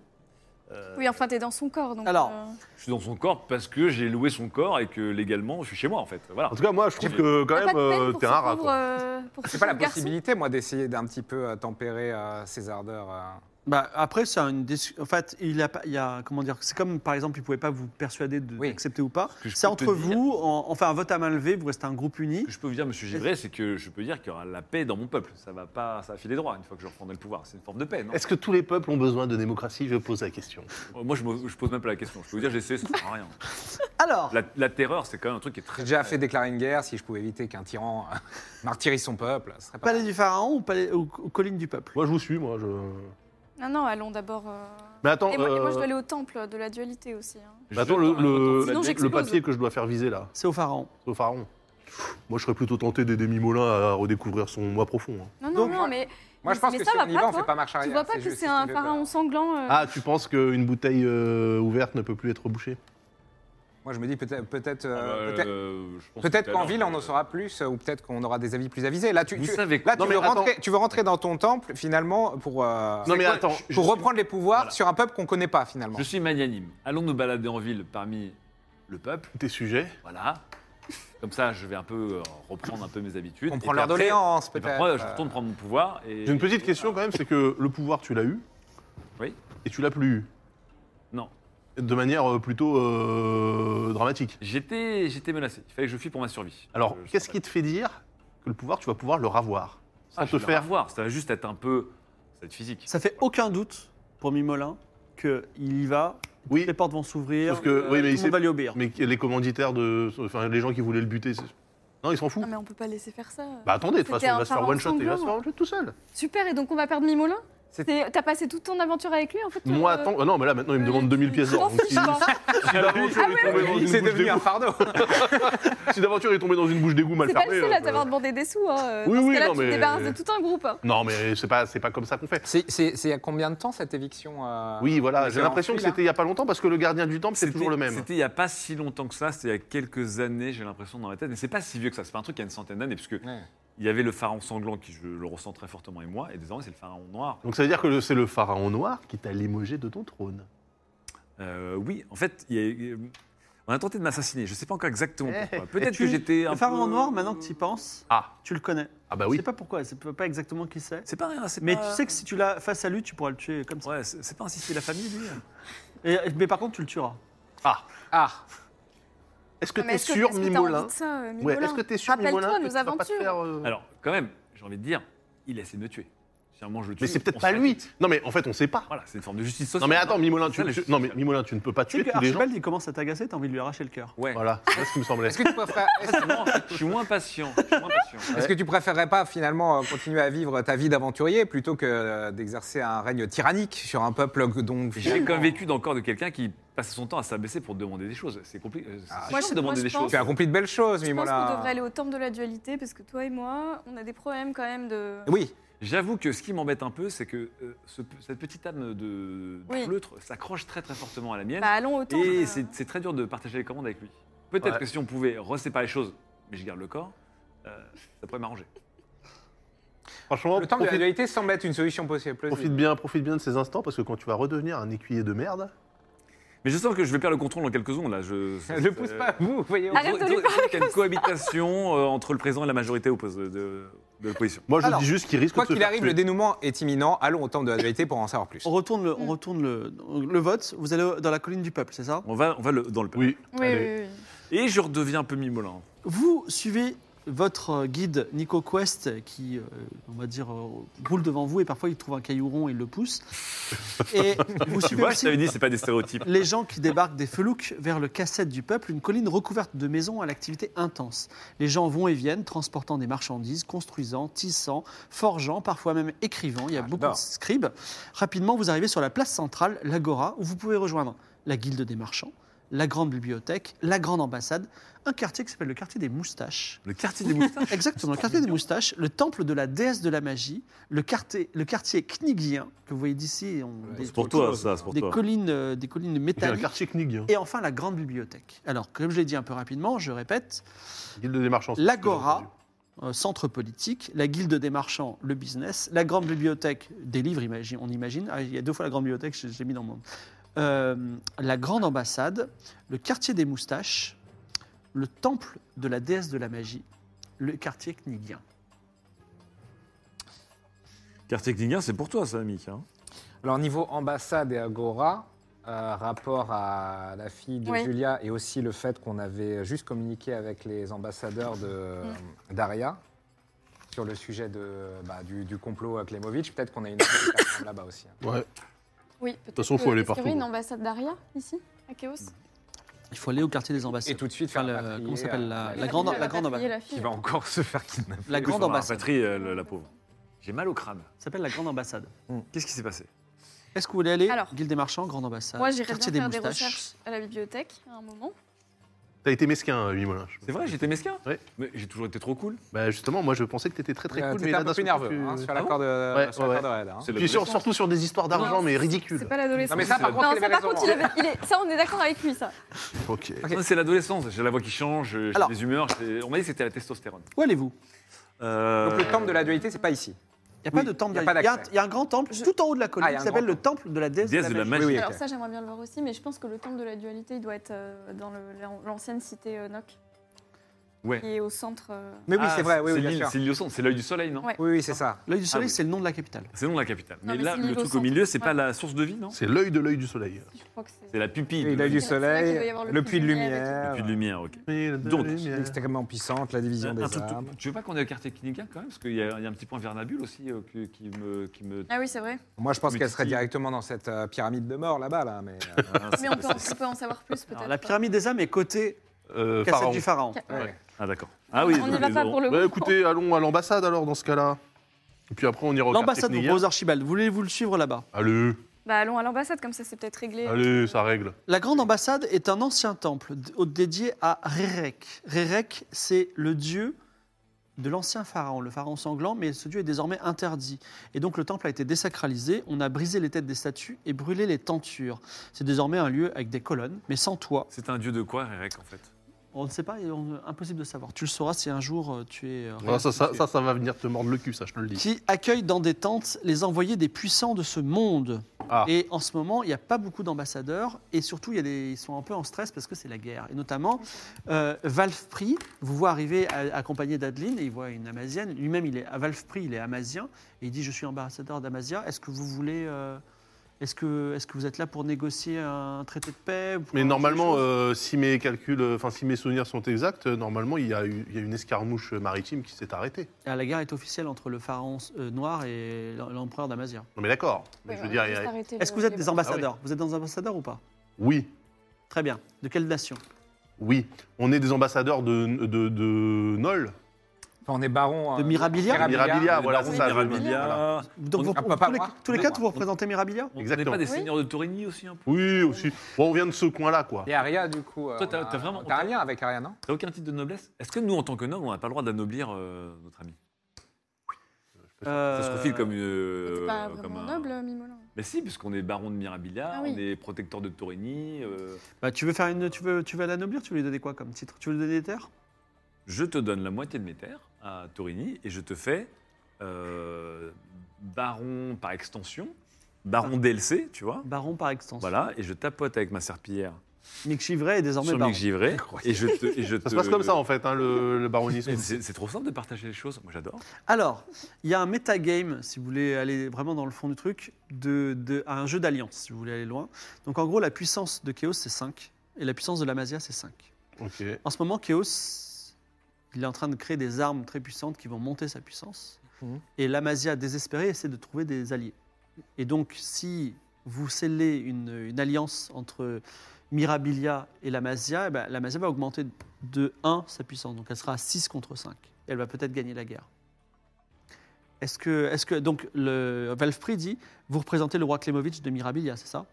Speaker 5: Euh,
Speaker 3: Oui, enfin, t'es dans son corps. Donc,
Speaker 1: Alors,
Speaker 3: euh,
Speaker 5: Je suis dans son corps parce que j'ai loué son corps et que légalement je suis chez moi en fait. Voilà.
Speaker 4: En tout cas, moi, je trouve
Speaker 5: J'ai-
Speaker 4: que
Speaker 3: t'as
Speaker 4: quand
Speaker 3: pas
Speaker 4: même,
Speaker 3: de peine
Speaker 4: euh,
Speaker 3: pour
Speaker 4: t'es
Speaker 3: ce
Speaker 4: un rat.
Speaker 3: pauvre,
Speaker 4: quoi.
Speaker 3: euh, pour ce
Speaker 6: C'est pas la
Speaker 3: pauvre garçon.
Speaker 6: possibilité, moi, d'essayer d'un petit peu euh, tempérer euh, ses ardeurs. euh.
Speaker 1: Bah, après, c'est une déci- En fait, il a, pas- il y a comment dire C'est comme par exemple, il pouvait pas vous persuader de-
Speaker 6: Oui.
Speaker 1: d'accepter ou pas.
Speaker 5: Ce que je
Speaker 1: C'est
Speaker 5: peux te
Speaker 1: entre
Speaker 5: dire-
Speaker 1: vous, on, on fait un vote à main levée, vous restez un groupe uni.
Speaker 5: Ce que je peux vous dire, monsieur Givray, c'est que je peux dire qu'il y aura la paix dans mon peuple. Ça va pas, ça va filer droit une fois que je reprendrai le pouvoir. C'est une forme de paix, non
Speaker 4: Est-ce que tous les peuples ont besoin de démocratie Je pose la question.
Speaker 5: Moi, je, me- je pose même pas la question. Je peux vous dire, j'ai essayé, ça sert à rien.
Speaker 1: Alors,
Speaker 5: La, la terreur, c'est quand même un truc qui est
Speaker 6: J'ai
Speaker 5: très.
Speaker 6: déjà fait déclarer une guerre. Si je pouvais éviter qu'un tyran euh, [LAUGHS] martyrise son peuple, ce serait pas.
Speaker 1: palais du pharaon ou, palais, ou- ou colline du peuple
Speaker 4: Moi, je vous suis, moi. Je...
Speaker 3: Non, non, allons d'abord. euh,
Speaker 4: Mais attends,
Speaker 3: Et moi, et moi,
Speaker 4: euh,
Speaker 3: je dois aller au temple de la dualité aussi. hein.
Speaker 4: mais Bah, attends, le, le-
Speaker 3: Sinon,
Speaker 4: le
Speaker 3: j'explose.
Speaker 4: papier que je dois faire viser là,
Speaker 1: C'est au pharaon.
Speaker 4: au pharaon. Moi, je serais plutôt tenté d'aider Mimolin à redécouvrir son moi profond. hein.
Speaker 3: Non, non,
Speaker 6: Donc,
Speaker 3: non,
Speaker 6: moi-
Speaker 3: mais.
Speaker 6: Moi, je pense
Speaker 3: mais
Speaker 6: que
Speaker 3: ça
Speaker 6: si
Speaker 3: va
Speaker 6: on y va, on
Speaker 3: toi
Speaker 6: fait pas marche arrière.
Speaker 3: Tu vois pas que
Speaker 6: juste
Speaker 3: c'est
Speaker 6: ce qui
Speaker 3: un
Speaker 6: me fait peur.
Speaker 3: pharaon sanglant euh,
Speaker 4: Ah, tu penses qu'une bouteille euh, ouverte ne peut plus être bouchée
Speaker 6: Moi, je me dis peut-être, peut-être, euh,
Speaker 5: Ah bah,
Speaker 6: peut-être- peut-être
Speaker 5: Peut-être
Speaker 6: qu'en ville, on en saura plus, euh, ou peut-être qu'on aura des avis plus avisés. Là, tu,
Speaker 5: Vous
Speaker 6: tu-
Speaker 5: savez quoi
Speaker 6: là, tu
Speaker 4: Non, mais
Speaker 6: veux
Speaker 4: attends.
Speaker 6: rentrer, tu veux rentrer dans ton temple finalement pour euh,
Speaker 4: Non, mais attends.
Speaker 6: pour reprendre les pouvoirs
Speaker 5: Voilà.
Speaker 6: sur un peuple qu'on connaît pas finalement.
Speaker 5: Je suis magnanime. Allons nous balader en ville parmi le peuple.
Speaker 4: Tes sujets
Speaker 5: Voilà. Comme ça, je vais un peu euh, reprendre un peu mes habitudes.
Speaker 6: On
Speaker 5: Et
Speaker 6: prend
Speaker 5: puis
Speaker 6: leur
Speaker 5: après-
Speaker 6: doléance
Speaker 5: et puis
Speaker 6: peut-être.
Speaker 5: après, je
Speaker 6: euh. [LAUGHS]
Speaker 5: retourne prendre mon pouvoir. et-
Speaker 4: J'ai une petite question quand même, c'est que le pouvoir, tu l'as eu.
Speaker 5: Oui.
Speaker 4: Et tu l'as plus eu.
Speaker 5: Non.
Speaker 4: De manière euh, plutôt euh, dramatique.
Speaker 5: J'étais, j'étais menacé. Il fallait que je fuis pour ma survie.
Speaker 4: Alors,
Speaker 5: Je- je
Speaker 4: qu'est-ce
Speaker 5: rappelle.
Speaker 4: qui te fait dire que le pouvoir, tu vas pouvoir le ravoir Sans
Speaker 5: ah,
Speaker 4: te faire.
Speaker 5: voir Ça va juste être un peu. Ça va être physique.
Speaker 1: Ça fait aucun doute pour Mimolin qu'il y va,
Speaker 4: Oui,
Speaker 1: les portes vont s'ouvrir,
Speaker 4: Sauf que-
Speaker 1: tout
Speaker 4: oui, mais il
Speaker 1: le monde
Speaker 4: sait-
Speaker 1: va lui obéir.
Speaker 4: mais les commanditaires de. Enfin, les gens qui voulaient le buter. c'est- Non, ils s'en foutent.
Speaker 3: Non, Ah, mais on peut pas laisser faire ça.
Speaker 4: Bah attendez, de toute façon,
Speaker 3: C'était
Speaker 4: il
Speaker 3: un
Speaker 4: va se faire
Speaker 3: pharaon
Speaker 4: one shot et il va se faire
Speaker 3: sanglant.
Speaker 4: one shot tout seul.
Speaker 3: Super, et donc on va perdre Mimolin
Speaker 6: C'est-
Speaker 3: C'est- T'as passé toute ton aventure avec lui en fait
Speaker 4: Moi,
Speaker 3: euh,
Speaker 4: attends. Ah non, mais là, maintenant, il me
Speaker 3: euh,
Speaker 4: demande
Speaker 3: tu-
Speaker 4: 2000 pièces d'or.
Speaker 3: tu
Speaker 4: Donc,
Speaker 3: t'en
Speaker 4: Si
Speaker 3: fiches, toi.
Speaker 4: si d'aventure, il est tombé dans une
Speaker 6: C'est
Speaker 4: bouche
Speaker 6: devenu un
Speaker 4: d'égout-
Speaker 6: fardeau.
Speaker 4: si d'aventure, il est tombé dans une bouche d'égout mal
Speaker 3: C'est pas le
Speaker 4: fermée.
Speaker 3: seul
Speaker 4: euh,
Speaker 3: à t'avoir demandé des sous. Hein.
Speaker 4: Oui,
Speaker 3: Dans ce
Speaker 4: oui,
Speaker 3: cas-là,
Speaker 4: non,
Speaker 3: tu
Speaker 4: mais-
Speaker 3: te débarrasses de tout un groupe. hein.
Speaker 4: euh, Non, mais c'est pas, c'est pas comme ça qu'on fait.
Speaker 6: C'est- C'est c'est à combien de temps cette éviction
Speaker 3: Ah,
Speaker 6: euh,
Speaker 4: Oui, voilà,
Speaker 6: mais
Speaker 4: j'ai
Speaker 6: c'est
Speaker 4: l'impression
Speaker 6: enfui,
Speaker 4: que
Speaker 6: là
Speaker 4: c'était il y a pas longtemps parce que le gardien du temple, c'est toujours le même.
Speaker 5: C'était il n'y a pas si longtemps que ça, c'était il y a quelques années, j'ai l'impression, dans ma tête. Mais c'est pas si vieux que ça, c'est pas un truc qui a une centaine d'années, puisque
Speaker 6: Ouais.
Speaker 5: il y avait le pharaon sanglant qui, je le ressens très fortement, et moi, et désormais c'est le pharaon noir.
Speaker 4: Donc ça veut dire que le- c'est le pharaon noir qui t'a limogé de ton trône.
Speaker 5: Euh, oui, en fait, il y a- euh, on a tenté de m'assassiner, je sais pas encore exactement
Speaker 4: Eh,
Speaker 5: pourquoi.
Speaker 1: Et
Speaker 5: Peut-être
Speaker 1: tu-
Speaker 5: que j'étais un
Speaker 1: Le pharaon
Speaker 5: peu-
Speaker 1: noir, maintenant que tu y penses,
Speaker 4: Ah,
Speaker 1: tu le connais.
Speaker 4: ah bah
Speaker 1: Je
Speaker 4: oui.
Speaker 1: sais pas pourquoi, je sais pas exactement qui c'est.
Speaker 5: C'est pas rien, c'est
Speaker 1: Mais
Speaker 5: pas-
Speaker 1: tu sais que si tu l'as face à lui, tu pourras le tuer comme ça.
Speaker 5: Ouais, c'est c'est pas insister la famille, lui.
Speaker 1: Et- mais par contre, tu le tueras.
Speaker 6: Ah,
Speaker 4: Est-ce que
Speaker 3: Non, mais
Speaker 4: t'es
Speaker 3: est-ce
Speaker 4: sûr,
Speaker 3: est-ce que t'as
Speaker 4: Mimolin
Speaker 3: envie de ça, euh,
Speaker 4: Ouais,
Speaker 3: Mimolin
Speaker 4: Est-ce que t'es sûr,
Speaker 3: Rappelle-toi
Speaker 4: Mimolin, que
Speaker 3: nos
Speaker 4: tu vas pas te
Speaker 3: aventures.
Speaker 4: faire, euh,
Speaker 5: Alors, quand même, j'ai envie de dire, il essaie de me tuer. Si à un moment je le tue.
Speaker 4: Mais c'est peut-être
Speaker 5: on se
Speaker 4: pas
Speaker 5: fait-
Speaker 4: lui. Non, mais en fait, on sait pas.
Speaker 5: Voilà, c'est une forme de justice sociale.
Speaker 4: Non, mais attends, Mimolin, tu,
Speaker 5: C'est la
Speaker 4: tu-
Speaker 5: justice
Speaker 4: non, mais
Speaker 5: sociale.
Speaker 4: Mimolin, tu ne peux pas
Speaker 1: Tu sais
Speaker 4: tuer
Speaker 1: que
Speaker 4: tous les gens.
Speaker 1: Archibald, il commence à t'agacer, t'as envie de lui arracher le cœur.
Speaker 5: Ouais.
Speaker 4: Voilà, c'est ce qui me semblait.
Speaker 6: Est-ce que tu [LAUGHS] préfères- est-ce-
Speaker 5: Je suis moins patient. Je suis moins patient.
Speaker 6: Est-ce que tu préférerais pas finalement euh, continuer à vivre ta vie d'aventurier plutôt que euh, d'exercer un règne tyrannique sur un peuple que- dont
Speaker 5: J'ai comme vécu dans le corps de quelqu'un qui passe son temps à s'abaisser pour demander des choses. C'est compliqué. euh, c'est
Speaker 6: Ah.
Speaker 5: chiant
Speaker 3: Moi,
Speaker 5: de
Speaker 3: je- moi,
Speaker 5: demander
Speaker 3: je
Speaker 5: des
Speaker 3: pense-
Speaker 5: choses.
Speaker 6: tu as accompli de belles choses,
Speaker 3: Je pense qu'on devrait
Speaker 6: Mimola.
Speaker 3: aller au temple de la dualité parce que toi et moi, on a des problèmes quand même de.
Speaker 6: Oui,
Speaker 5: J'avoue que ce qui m'embête un peu, c'est que euh, ce- cette petite âme de, de
Speaker 3: Oui.
Speaker 5: pleutre s'accroche très très fortement à la mienne.
Speaker 3: Bah, allons au temple.
Speaker 5: et
Speaker 3: euh,
Speaker 5: c'est c'est très dur de partager les commandes avec lui. Peut-être
Speaker 4: Ouais.
Speaker 5: que si on pouvait reséparer les choses, mais je garde le corps, euh, ça pourrait m'arranger.
Speaker 4: Franchement,
Speaker 6: le temps de la
Speaker 4: profite-
Speaker 6: dualité semble être une solution possible.
Speaker 4: Profite
Speaker 6: [LAUGHS]
Speaker 4: bien, profite bien de ces instants parce que quand tu vas redevenir un écuyer de merde,
Speaker 5: Mais je sens que je vais perdre le contrôle dans quelques secondes là. Je, ça-
Speaker 6: Ne
Speaker 5: ça- euh,
Speaker 4: euh,
Speaker 6: pousse pas, vous, voyez.
Speaker 5: Il
Speaker 3: Arrête de lui
Speaker 5: y a une cohabitation euh, entre le présent et la majorité oppose- de, de, de l'opposition.
Speaker 4: moi je
Speaker 6: Alors,
Speaker 4: dis juste qu'il risque
Speaker 6: Quoi
Speaker 4: de se
Speaker 6: qu'il
Speaker 4: faire
Speaker 6: arrive,
Speaker 4: tuer.
Speaker 6: le dénouement est imminent. Allons au temple de la dualité pour en savoir plus.
Speaker 1: On retourne, le, on
Speaker 3: Mm.
Speaker 1: retourne le, le vote. Vous allez dans la colline du peuple, c'est ça
Speaker 5: On va, on va le- dans le peuple.
Speaker 4: Oui.
Speaker 3: Oui,
Speaker 4: Allez.
Speaker 3: oui, oui, oui.
Speaker 5: Et je redeviens un peu mimolin.
Speaker 1: Vous suivez votre guide Nico Quest qui, euh, on va dire, euh, roule devant vous et parfois il trouve un caillou rond et il le pousse. Et vous
Speaker 5: Tu
Speaker 1: suivez
Speaker 5: vois, je
Speaker 1: aussi
Speaker 5: t'avais dit, c'est pas des stéréotypes.
Speaker 1: les gens qui débarquent des felouques vers le cassette du peuple, une colline recouverte de maisons à l'activité intense. Les gens vont et viennent, transportant des marchandises, construisant, tissant, forgeant, parfois même écrivant. Il y a
Speaker 6: Ah,
Speaker 1: beaucoup
Speaker 6: j'adore.
Speaker 1: de scribes. Rapidement, vous arrivez sur la place centrale, l'Agora, où vous pouvez rejoindre la Guilde des marchands, la grande bibliothèque, la grande ambassade, un quartier qui s'appelle le quartier des moustaches.
Speaker 5: Le quartier des moustaches.
Speaker 1: Exactement, le quartier des moustaches, le temple de la déesse de la magie, le quartier, le quartier knigien, que vous voyez d'ici, on- des,
Speaker 5: pour toi, ça, c'est pour
Speaker 1: des
Speaker 5: toi.
Speaker 1: collines, euh, des collines
Speaker 4: J'ai un
Speaker 1: métalliques.
Speaker 4: quartier Knig, hein.
Speaker 1: Et enfin, la grande bibliothèque. Alors, comme je l'ai dit un peu rapidement, je répète,
Speaker 4: guilde des marchands. c'est ce que j'ai entendu.
Speaker 1: l'Agora, euh, centre politique, la guilde des marchands, le business, la grande bibliothèque, des livres, imagine- on imagine. Ah, il y a deux fois la grande bibliothèque, je, je l'ai mis dans le monde. Euh, la grande ambassade, le quartier des moustaches, le temple de la déesse de la magie, le quartier knigien.
Speaker 5: Quartier Klinga, c'est pour toi, ça, Mick.
Speaker 6: Alors, niveau ambassade et agora, euh, rapport à la fille de
Speaker 3: Oui.
Speaker 6: Julia et aussi le fait qu'on avait juste communiqué avec les ambassadeurs de-
Speaker 3: Mm.
Speaker 6: d'Aria sur le sujet de, bah, du, du complot à Klemovic, peut-être qu'on a une autre personne [COUGHS] là-bas aussi. hein.
Speaker 4: Ouais.
Speaker 3: Oui, peut-être. De toute
Speaker 4: façon, faut aller
Speaker 3: Il y
Speaker 4: partout.
Speaker 3: a une ambassade d'Aria ici, à Chaos.
Speaker 1: Il faut aller au quartier des
Speaker 6: Et
Speaker 1: ambassades.
Speaker 6: tout de suite,
Speaker 1: Enfin,
Speaker 6: faire
Speaker 1: le-
Speaker 6: rapatrier,
Speaker 1: comment s'appelle
Speaker 6: euh,
Speaker 1: la-
Speaker 6: la,
Speaker 1: grande-
Speaker 3: Rapatrier,
Speaker 1: la grande
Speaker 3: rapatrier
Speaker 6: qui
Speaker 3: fille.
Speaker 6: va encore se faire kidnapper.
Speaker 1: La grande ambassade.
Speaker 5: Patrie, la pauvre. J'ai mal au crâne.
Speaker 1: Ça s'appelle la grande ambassade.
Speaker 5: Qu'est-ce qui s'est passé
Speaker 1: Est-ce que vous voulez aller
Speaker 3: Alors,
Speaker 1: Guilde des marchands, grande ambassade,
Speaker 3: Moi, j'irais bien
Speaker 1: quartier des
Speaker 3: faire des
Speaker 1: moustaches.
Speaker 3: recherches à la bibliothèque à un moment.
Speaker 4: T'as été mesquin, euh, Mimolin.
Speaker 5: C'est vrai, j'étais mesquin.
Speaker 4: Ouais.
Speaker 5: Mais j'ai toujours été trop cool.
Speaker 4: Bah justement, moi je pensais que t'étais très très
Speaker 6: Euh,
Speaker 4: cool,
Speaker 6: t'étais
Speaker 4: là,
Speaker 6: un peu
Speaker 4: d'un
Speaker 6: plus
Speaker 4: seul coup,
Speaker 6: nerveux
Speaker 4: tu-
Speaker 6: hein, sur la
Speaker 5: Ah bon
Speaker 6: corde
Speaker 4: Ouais,
Speaker 6: sur la
Speaker 4: ouais.
Speaker 6: corde raide, hein.
Speaker 5: C'est
Speaker 4: Puis sur- surtout sur des histoires d'argent,
Speaker 3: Non,
Speaker 4: mais
Speaker 3: C'est
Speaker 4: ridicules.
Speaker 3: pas l'adolescence.
Speaker 6: Non, mais ça, par
Speaker 5: Non,
Speaker 6: contre,
Speaker 3: Non,
Speaker 6: il
Speaker 3: ça,
Speaker 6: avait
Speaker 3: par
Speaker 6: raison.
Speaker 3: contre, il,
Speaker 4: hein.
Speaker 3: avait- il est... ça, on est d'accord avec lui, ça.
Speaker 4: Ok.
Speaker 5: Non, C'est l'adolescence. J'ai la voix qui change, j'ai
Speaker 1: Alors-
Speaker 5: les humeurs. j'ai- On m'a dit que c'était la testostérone.
Speaker 1: Où allez-vous
Speaker 5: Euh,
Speaker 6: Donc, le temple de la dualité, c'est pas ici.
Speaker 1: Il n'y a
Speaker 6: Oui,
Speaker 1: pas de temple.
Speaker 6: y a
Speaker 1: de-
Speaker 6: pas
Speaker 1: Il y, a un-
Speaker 6: d'accès.
Speaker 1: il y a un grand temple tout en haut de la colline
Speaker 6: Ah, il y a
Speaker 1: qui
Speaker 6: un
Speaker 1: s'appelle
Speaker 6: grand
Speaker 1: le temple de la déesse,
Speaker 5: Déesse
Speaker 1: de la, magie.
Speaker 6: Oui, oui,
Speaker 3: Alors
Speaker 6: ok.
Speaker 3: ça, j'aimerais bien le voir aussi, mais je pense que le temple de la dualité, il doit être euh, dans le- l'ancienne cité euh, Noc,
Speaker 5: Ouais.
Speaker 3: qui est au centre. euh,
Speaker 6: Mais oui,
Speaker 5: Ah,
Speaker 6: c'est vrai, oui, oui,
Speaker 5: l'île-
Speaker 6: bien sûr.
Speaker 5: C'est l'île au centre, c'est l'œil du soleil, non
Speaker 3: Ouais.
Speaker 6: Oui, oui, c'est ça.
Speaker 1: L'œil du soleil,
Speaker 5: Ah oui.
Speaker 1: c'est le nom de la capitale.
Speaker 5: C'est le nom de la capitale. Mais,
Speaker 3: mais
Speaker 5: là,
Speaker 3: c'est l'île
Speaker 5: le
Speaker 3: au
Speaker 5: truc au
Speaker 3: centre.
Speaker 5: milieu, c'est pas
Speaker 3: Ouais.
Speaker 5: la source de vie, non
Speaker 4: C'est l'œil de l'œil du soleil.
Speaker 3: Je crois que c'est.
Speaker 5: C'est la pupille.
Speaker 6: Et
Speaker 5: de-
Speaker 6: il a du
Speaker 3: C'est là qu'il doit y
Speaker 6: soleil,
Speaker 3: avoir
Speaker 6: le puits de lumière,
Speaker 5: Pupille de lumière, ok. Donc,
Speaker 4: Donc,
Speaker 6: extrêmement puissante, la division
Speaker 5: Un
Speaker 6: des
Speaker 5: truc tout-
Speaker 6: âmes.
Speaker 5: Tu veux pas qu'on ait le quartier Kiniga quand même Parce qu'il y, a il y a un petit point vernabule aussi euh, que- qui me. Qui me...
Speaker 3: Ah oui, c'est vrai.
Speaker 6: Moi, je pense
Speaker 5: Mais
Speaker 6: qu'elle serait
Speaker 5: qui-
Speaker 6: directement dans cette euh, pyramide de mort là-bas, là. Mais euh,
Speaker 3: Mais on peut, en- on peut en savoir plus,
Speaker 1: Alors,
Speaker 3: peut-être.
Speaker 1: la pyramide des âmes est côté cassette du euh, pharaon.
Speaker 6: ouais.
Speaker 5: Ah, d'accord. Ah oui,
Speaker 3: on n'y
Speaker 5: donc,
Speaker 3: va pas
Speaker 5: on-
Speaker 3: pour le
Speaker 4: Bah
Speaker 3: moment.
Speaker 4: écoutez, allons à l'ambassade alors dans ce cas-là. Et puis après on ira au quartier
Speaker 1: L'ambassade de
Speaker 4: Knig.
Speaker 1: Rose Archibald, voulez-vous le suivre là-bas
Speaker 4: Allez,
Speaker 3: Bah, allons à l'ambassade, comme ça, c'est peut-être réglé.
Speaker 4: allez, ça règle.
Speaker 1: La grande ambassade est un ancien temple d- au- dédié à Rérek. Rérek, c'est le dieu de l'ancien pharaon, le pharaon sanglant, mais ce dieu est désormais interdit. Et donc le temple a été désacralisé, on a brisé les têtes des statues et brûlé les tentures. C'est désormais un lieu avec des colonnes, mais sans toit.
Speaker 5: C'est un dieu de quoi, Rerek, en fait
Speaker 1: On ne sait pas, et on- impossible de savoir. Tu le sauras si un jour euh, tu es. euh,
Speaker 4: Ah, ça, ça, ça, ça va venir te mordre le cul, ça je te le dis.
Speaker 1: Qui accueille dans des tentes les envoyés des puissants de ce monde.
Speaker 4: Ah.
Speaker 1: Et en ce moment, il n'y a pas beaucoup d'ambassadeurs et surtout, il y a des, ils sont un peu en stress parce que c'est la guerre. Et notamment, euh, Valfri vous voit arriver à- accompagné d'Adeline et il voit une Amazienne. Lui-même, il est à Valfri, il est Amazien et il dit Je suis ambassadeur d'Amazia, est-ce que vous voulez. euh, Est-ce que, est que vous êtes là pour négocier un traité de paix pour
Speaker 4: Mais
Speaker 1: avancer
Speaker 4: normalement,
Speaker 1: les choses
Speaker 4: euh, si mes calculs, euh, enfin si mes souvenirs sont exacts, euh, normalement il y, a eu- il y a une escarmouche maritime qui s'est arrêtée.
Speaker 1: Ah, La guerre est officielle entre le pharaon euh, noir et l'em- l'empereur d'Amazia.
Speaker 4: Non mais d'accord. Mais
Speaker 3: Ouais,
Speaker 4: je
Speaker 3: on
Speaker 4: veux
Speaker 3: a
Speaker 4: dire, il y
Speaker 3: juste
Speaker 4: a-
Speaker 3: arrêté
Speaker 1: Est-ce
Speaker 3: le-
Speaker 1: que vous êtes
Speaker 3: les
Speaker 1: des
Speaker 3: bras.
Speaker 4: Ah
Speaker 1: ambassadeurs Vous êtes des ambassadeurs ou pas
Speaker 4: oui,
Speaker 1: Très bien. De quelle nation
Speaker 4: oui, on est des ambassadeurs de de, de Nol.
Speaker 6: Enfin, on est baron.
Speaker 1: De Mirabilia
Speaker 6: Mirabilia,
Speaker 4: Mirabilia,
Speaker 6: de
Speaker 4: voilà,
Speaker 6: baron.
Speaker 4: c'est ça.
Speaker 5: Mirabilia.
Speaker 4: voilà.
Speaker 1: Donc,
Speaker 5: On-
Speaker 1: vous-
Speaker 6: on peut
Speaker 1: tous
Speaker 6: pas
Speaker 1: les-
Speaker 6: voir.
Speaker 1: tous les
Speaker 5: On
Speaker 1: quatre,
Speaker 5: peut
Speaker 1: vous
Speaker 5: voir.
Speaker 1: représentez Mirabilia
Speaker 5: On n'est
Speaker 4: Exactement.
Speaker 5: pas des
Speaker 3: Oui.
Speaker 5: seigneurs de Torigny aussi hein. un peu
Speaker 4: Oui, aussi. Bon, on vient de ce coin-là, quoi.
Speaker 6: Et Aria, du coup. euh,
Speaker 5: Toi, t'as-
Speaker 6: on a-
Speaker 5: t'as vraiment-
Speaker 6: T'as un lien avec Aria, non
Speaker 5: T'as aucun titre de noblesse Est-ce que nous, en tant que nobles, on n'a pas le droit d'anoblir euh, notre ami Ça se refile comme,
Speaker 3: Mais
Speaker 5: euh,
Speaker 3: t'es pas
Speaker 5: comme
Speaker 3: vraiment
Speaker 5: un-
Speaker 3: noble, Mimolin.
Speaker 5: Mais si, puisqu'on est baron de Mirabilia,
Speaker 3: Ah oui.
Speaker 5: on est protecteur de Torigny. euh,
Speaker 1: Bah, tu veux faire une, tu veux, tu veux l'anoblir Tu veux lui donner quoi comme titre Tu veux lui donner des terres
Speaker 5: je te donne la moitié de mes terres à Torigny et je te fais euh, baron par extension, baron DLC, tu vois.
Speaker 1: Baron par extension.
Speaker 5: Voilà, et je tapote avec ma serpillière
Speaker 1: Nick Chivray est désormais
Speaker 5: sur
Speaker 1: baron.
Speaker 5: Mick Givray. Et je te, et je
Speaker 4: Ça se
Speaker 5: te-
Speaker 4: passe comme ça, en fait, hein, le, le baronisme.
Speaker 5: Mais Euh, [LAUGHS] C'est c'est trop simple de partager les choses, moi j'adore.
Speaker 1: Alors, il y a un metagame, si vous voulez aller vraiment dans le fond du truc, de, de- à un jeu d'alliance, si vous voulez aller loin. Donc en gros, la puissance de Chaos, c'est 5, et la puissance de l'Amazia, c'est 5.
Speaker 4: Ok.
Speaker 1: En ce moment, Chaos, il est en train de créer des armes très puissantes qui vont monter sa puissance.
Speaker 6: Mhm.
Speaker 1: Et l'Amazia, désespérée, essaie de trouver des alliés. Et donc, si vous scellez une, une alliance entre Mirabilia et l'Amazia, eh ben, l'Amazia va augmenter de 1 sa puissance. Donc, elle sera à 6 contre 5. Et elle va peut-être gagner la guerre. Est-ce que, est que. Donc, le, Valfrid dit Vous représentez le roi Klemovic de Mirabilia, c'est ça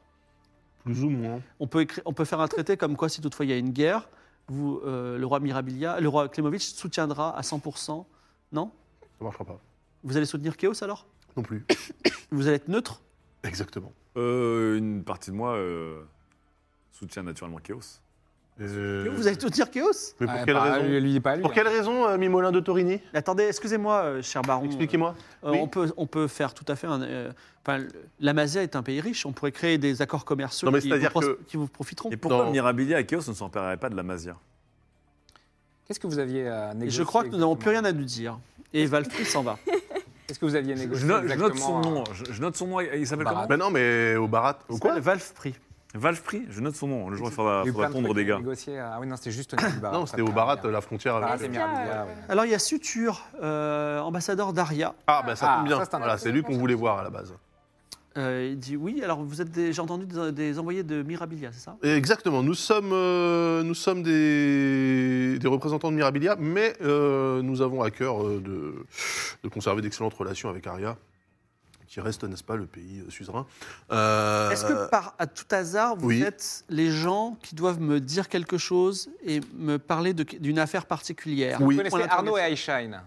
Speaker 4: Plus ou moins.
Speaker 1: on peut, écrire- on peut faire un traité comme quoi, si toutefois il y a une guerre, vous, euh, le roi Mirabilia, le roi Klemovic soutiendra à 100%. Non
Speaker 4: Ça marchera pas.
Speaker 1: Vous allez soutenir Chaos alors
Speaker 4: Non plus.
Speaker 1: Vous allez être neutre
Speaker 4: Exactement.
Speaker 5: Euh, une partie de moi euh, soutient naturellement Chaos.
Speaker 4: Euh,
Speaker 1: Vous allez soutenir Chaos
Speaker 4: Mais pour
Speaker 6: Ouais,
Speaker 4: quelle
Speaker 6: pas-
Speaker 4: raison
Speaker 6: Ah, lui, lui, pas lui.
Speaker 4: Pour
Speaker 6: hein.
Speaker 4: quelle raison, euh, Mimolin de Torigny
Speaker 1: Attendez, excusez-moi, euh, cher
Speaker 6: Hmm.
Speaker 1: baron.
Speaker 4: Expliquez-moi.
Speaker 6: Ah,
Speaker 1: Euh,
Speaker 4: Oui.
Speaker 1: on, peut, on peut faire tout à fait un. euh, enfin, le- L'Amazia est un pays riche, on pourrait créer des accords commerciaux
Speaker 4: Non, mais
Speaker 1: qui, vous
Speaker 4: c'est-à-dire
Speaker 1: pros-
Speaker 4: que-
Speaker 1: qui vous profiteront.
Speaker 5: Et pourquoi
Speaker 4: Non.
Speaker 5: Mirabilia et Chaos ne s'empareraient pas de la Mazia
Speaker 6: Qu'est-ce que vous aviez euh,
Speaker 1: Et
Speaker 6: négocié
Speaker 1: je crois que nous n'avons plus
Speaker 6: exactement
Speaker 1: rien à nous dire. Et Valfrid s'en va.
Speaker 6: Qu'est-ce que vous aviez
Speaker 5: je,
Speaker 6: négocié
Speaker 5: note- je note son
Speaker 6: exactement, Bah,
Speaker 5: nom,
Speaker 6: euh,
Speaker 5: je, je note son nom, il s'appelle
Speaker 6: Barat.
Speaker 5: comment
Speaker 4: Ben non, mais au barat. Au quoi
Speaker 1: Valfrid.
Speaker 5: Valfri, je note son nom, le jour où il faudra,
Speaker 6: Il y a eu
Speaker 5: faudra
Speaker 6: plein de
Speaker 5: pondre
Speaker 6: trucs
Speaker 5: des gars.
Speaker 6: négociés. Ah oui, non, c'était juste Tony Barat.
Speaker 4: Non, c'était au barat, la frontière. euh,
Speaker 6: Barat
Speaker 4: avec-
Speaker 6: et
Speaker 3: c'est
Speaker 6: Mirabilia.
Speaker 3: bien,
Speaker 6: ouais.
Speaker 1: Alors il y a Suture, euh, ambassadeur d'Aria.
Speaker 4: Ah, ben ça
Speaker 6: Ah,
Speaker 4: tombe bien.
Speaker 6: ça, c'est un
Speaker 4: Voilà,
Speaker 6: autre
Speaker 4: c'est lui qu'on voulait voir à la base.
Speaker 1: Euh, il dit oui, alors vous êtes des- j'ai entendu des, des envoyés de Mirabilia, c'est ça
Speaker 4: Exactement, nous sommes, euh, nous sommes des, des représentants de Mirabilia, mais euh, nous avons à cœur euh, de, de conserver d'excellentes relations avec Aria, qui reste, n'est-ce pas, le pays euh, suzerain. Euh,
Speaker 1: Est-ce que par à tout hasard, vous
Speaker 4: oui.
Speaker 1: êtes les gens qui doivent me dire quelque chose et me parler de- d'une affaire particulière
Speaker 6: Vous
Speaker 4: Oui.
Speaker 6: connaissez
Speaker 1: Point
Speaker 6: Arnaud et
Speaker 1: d'interrogation.
Speaker 6: Aishine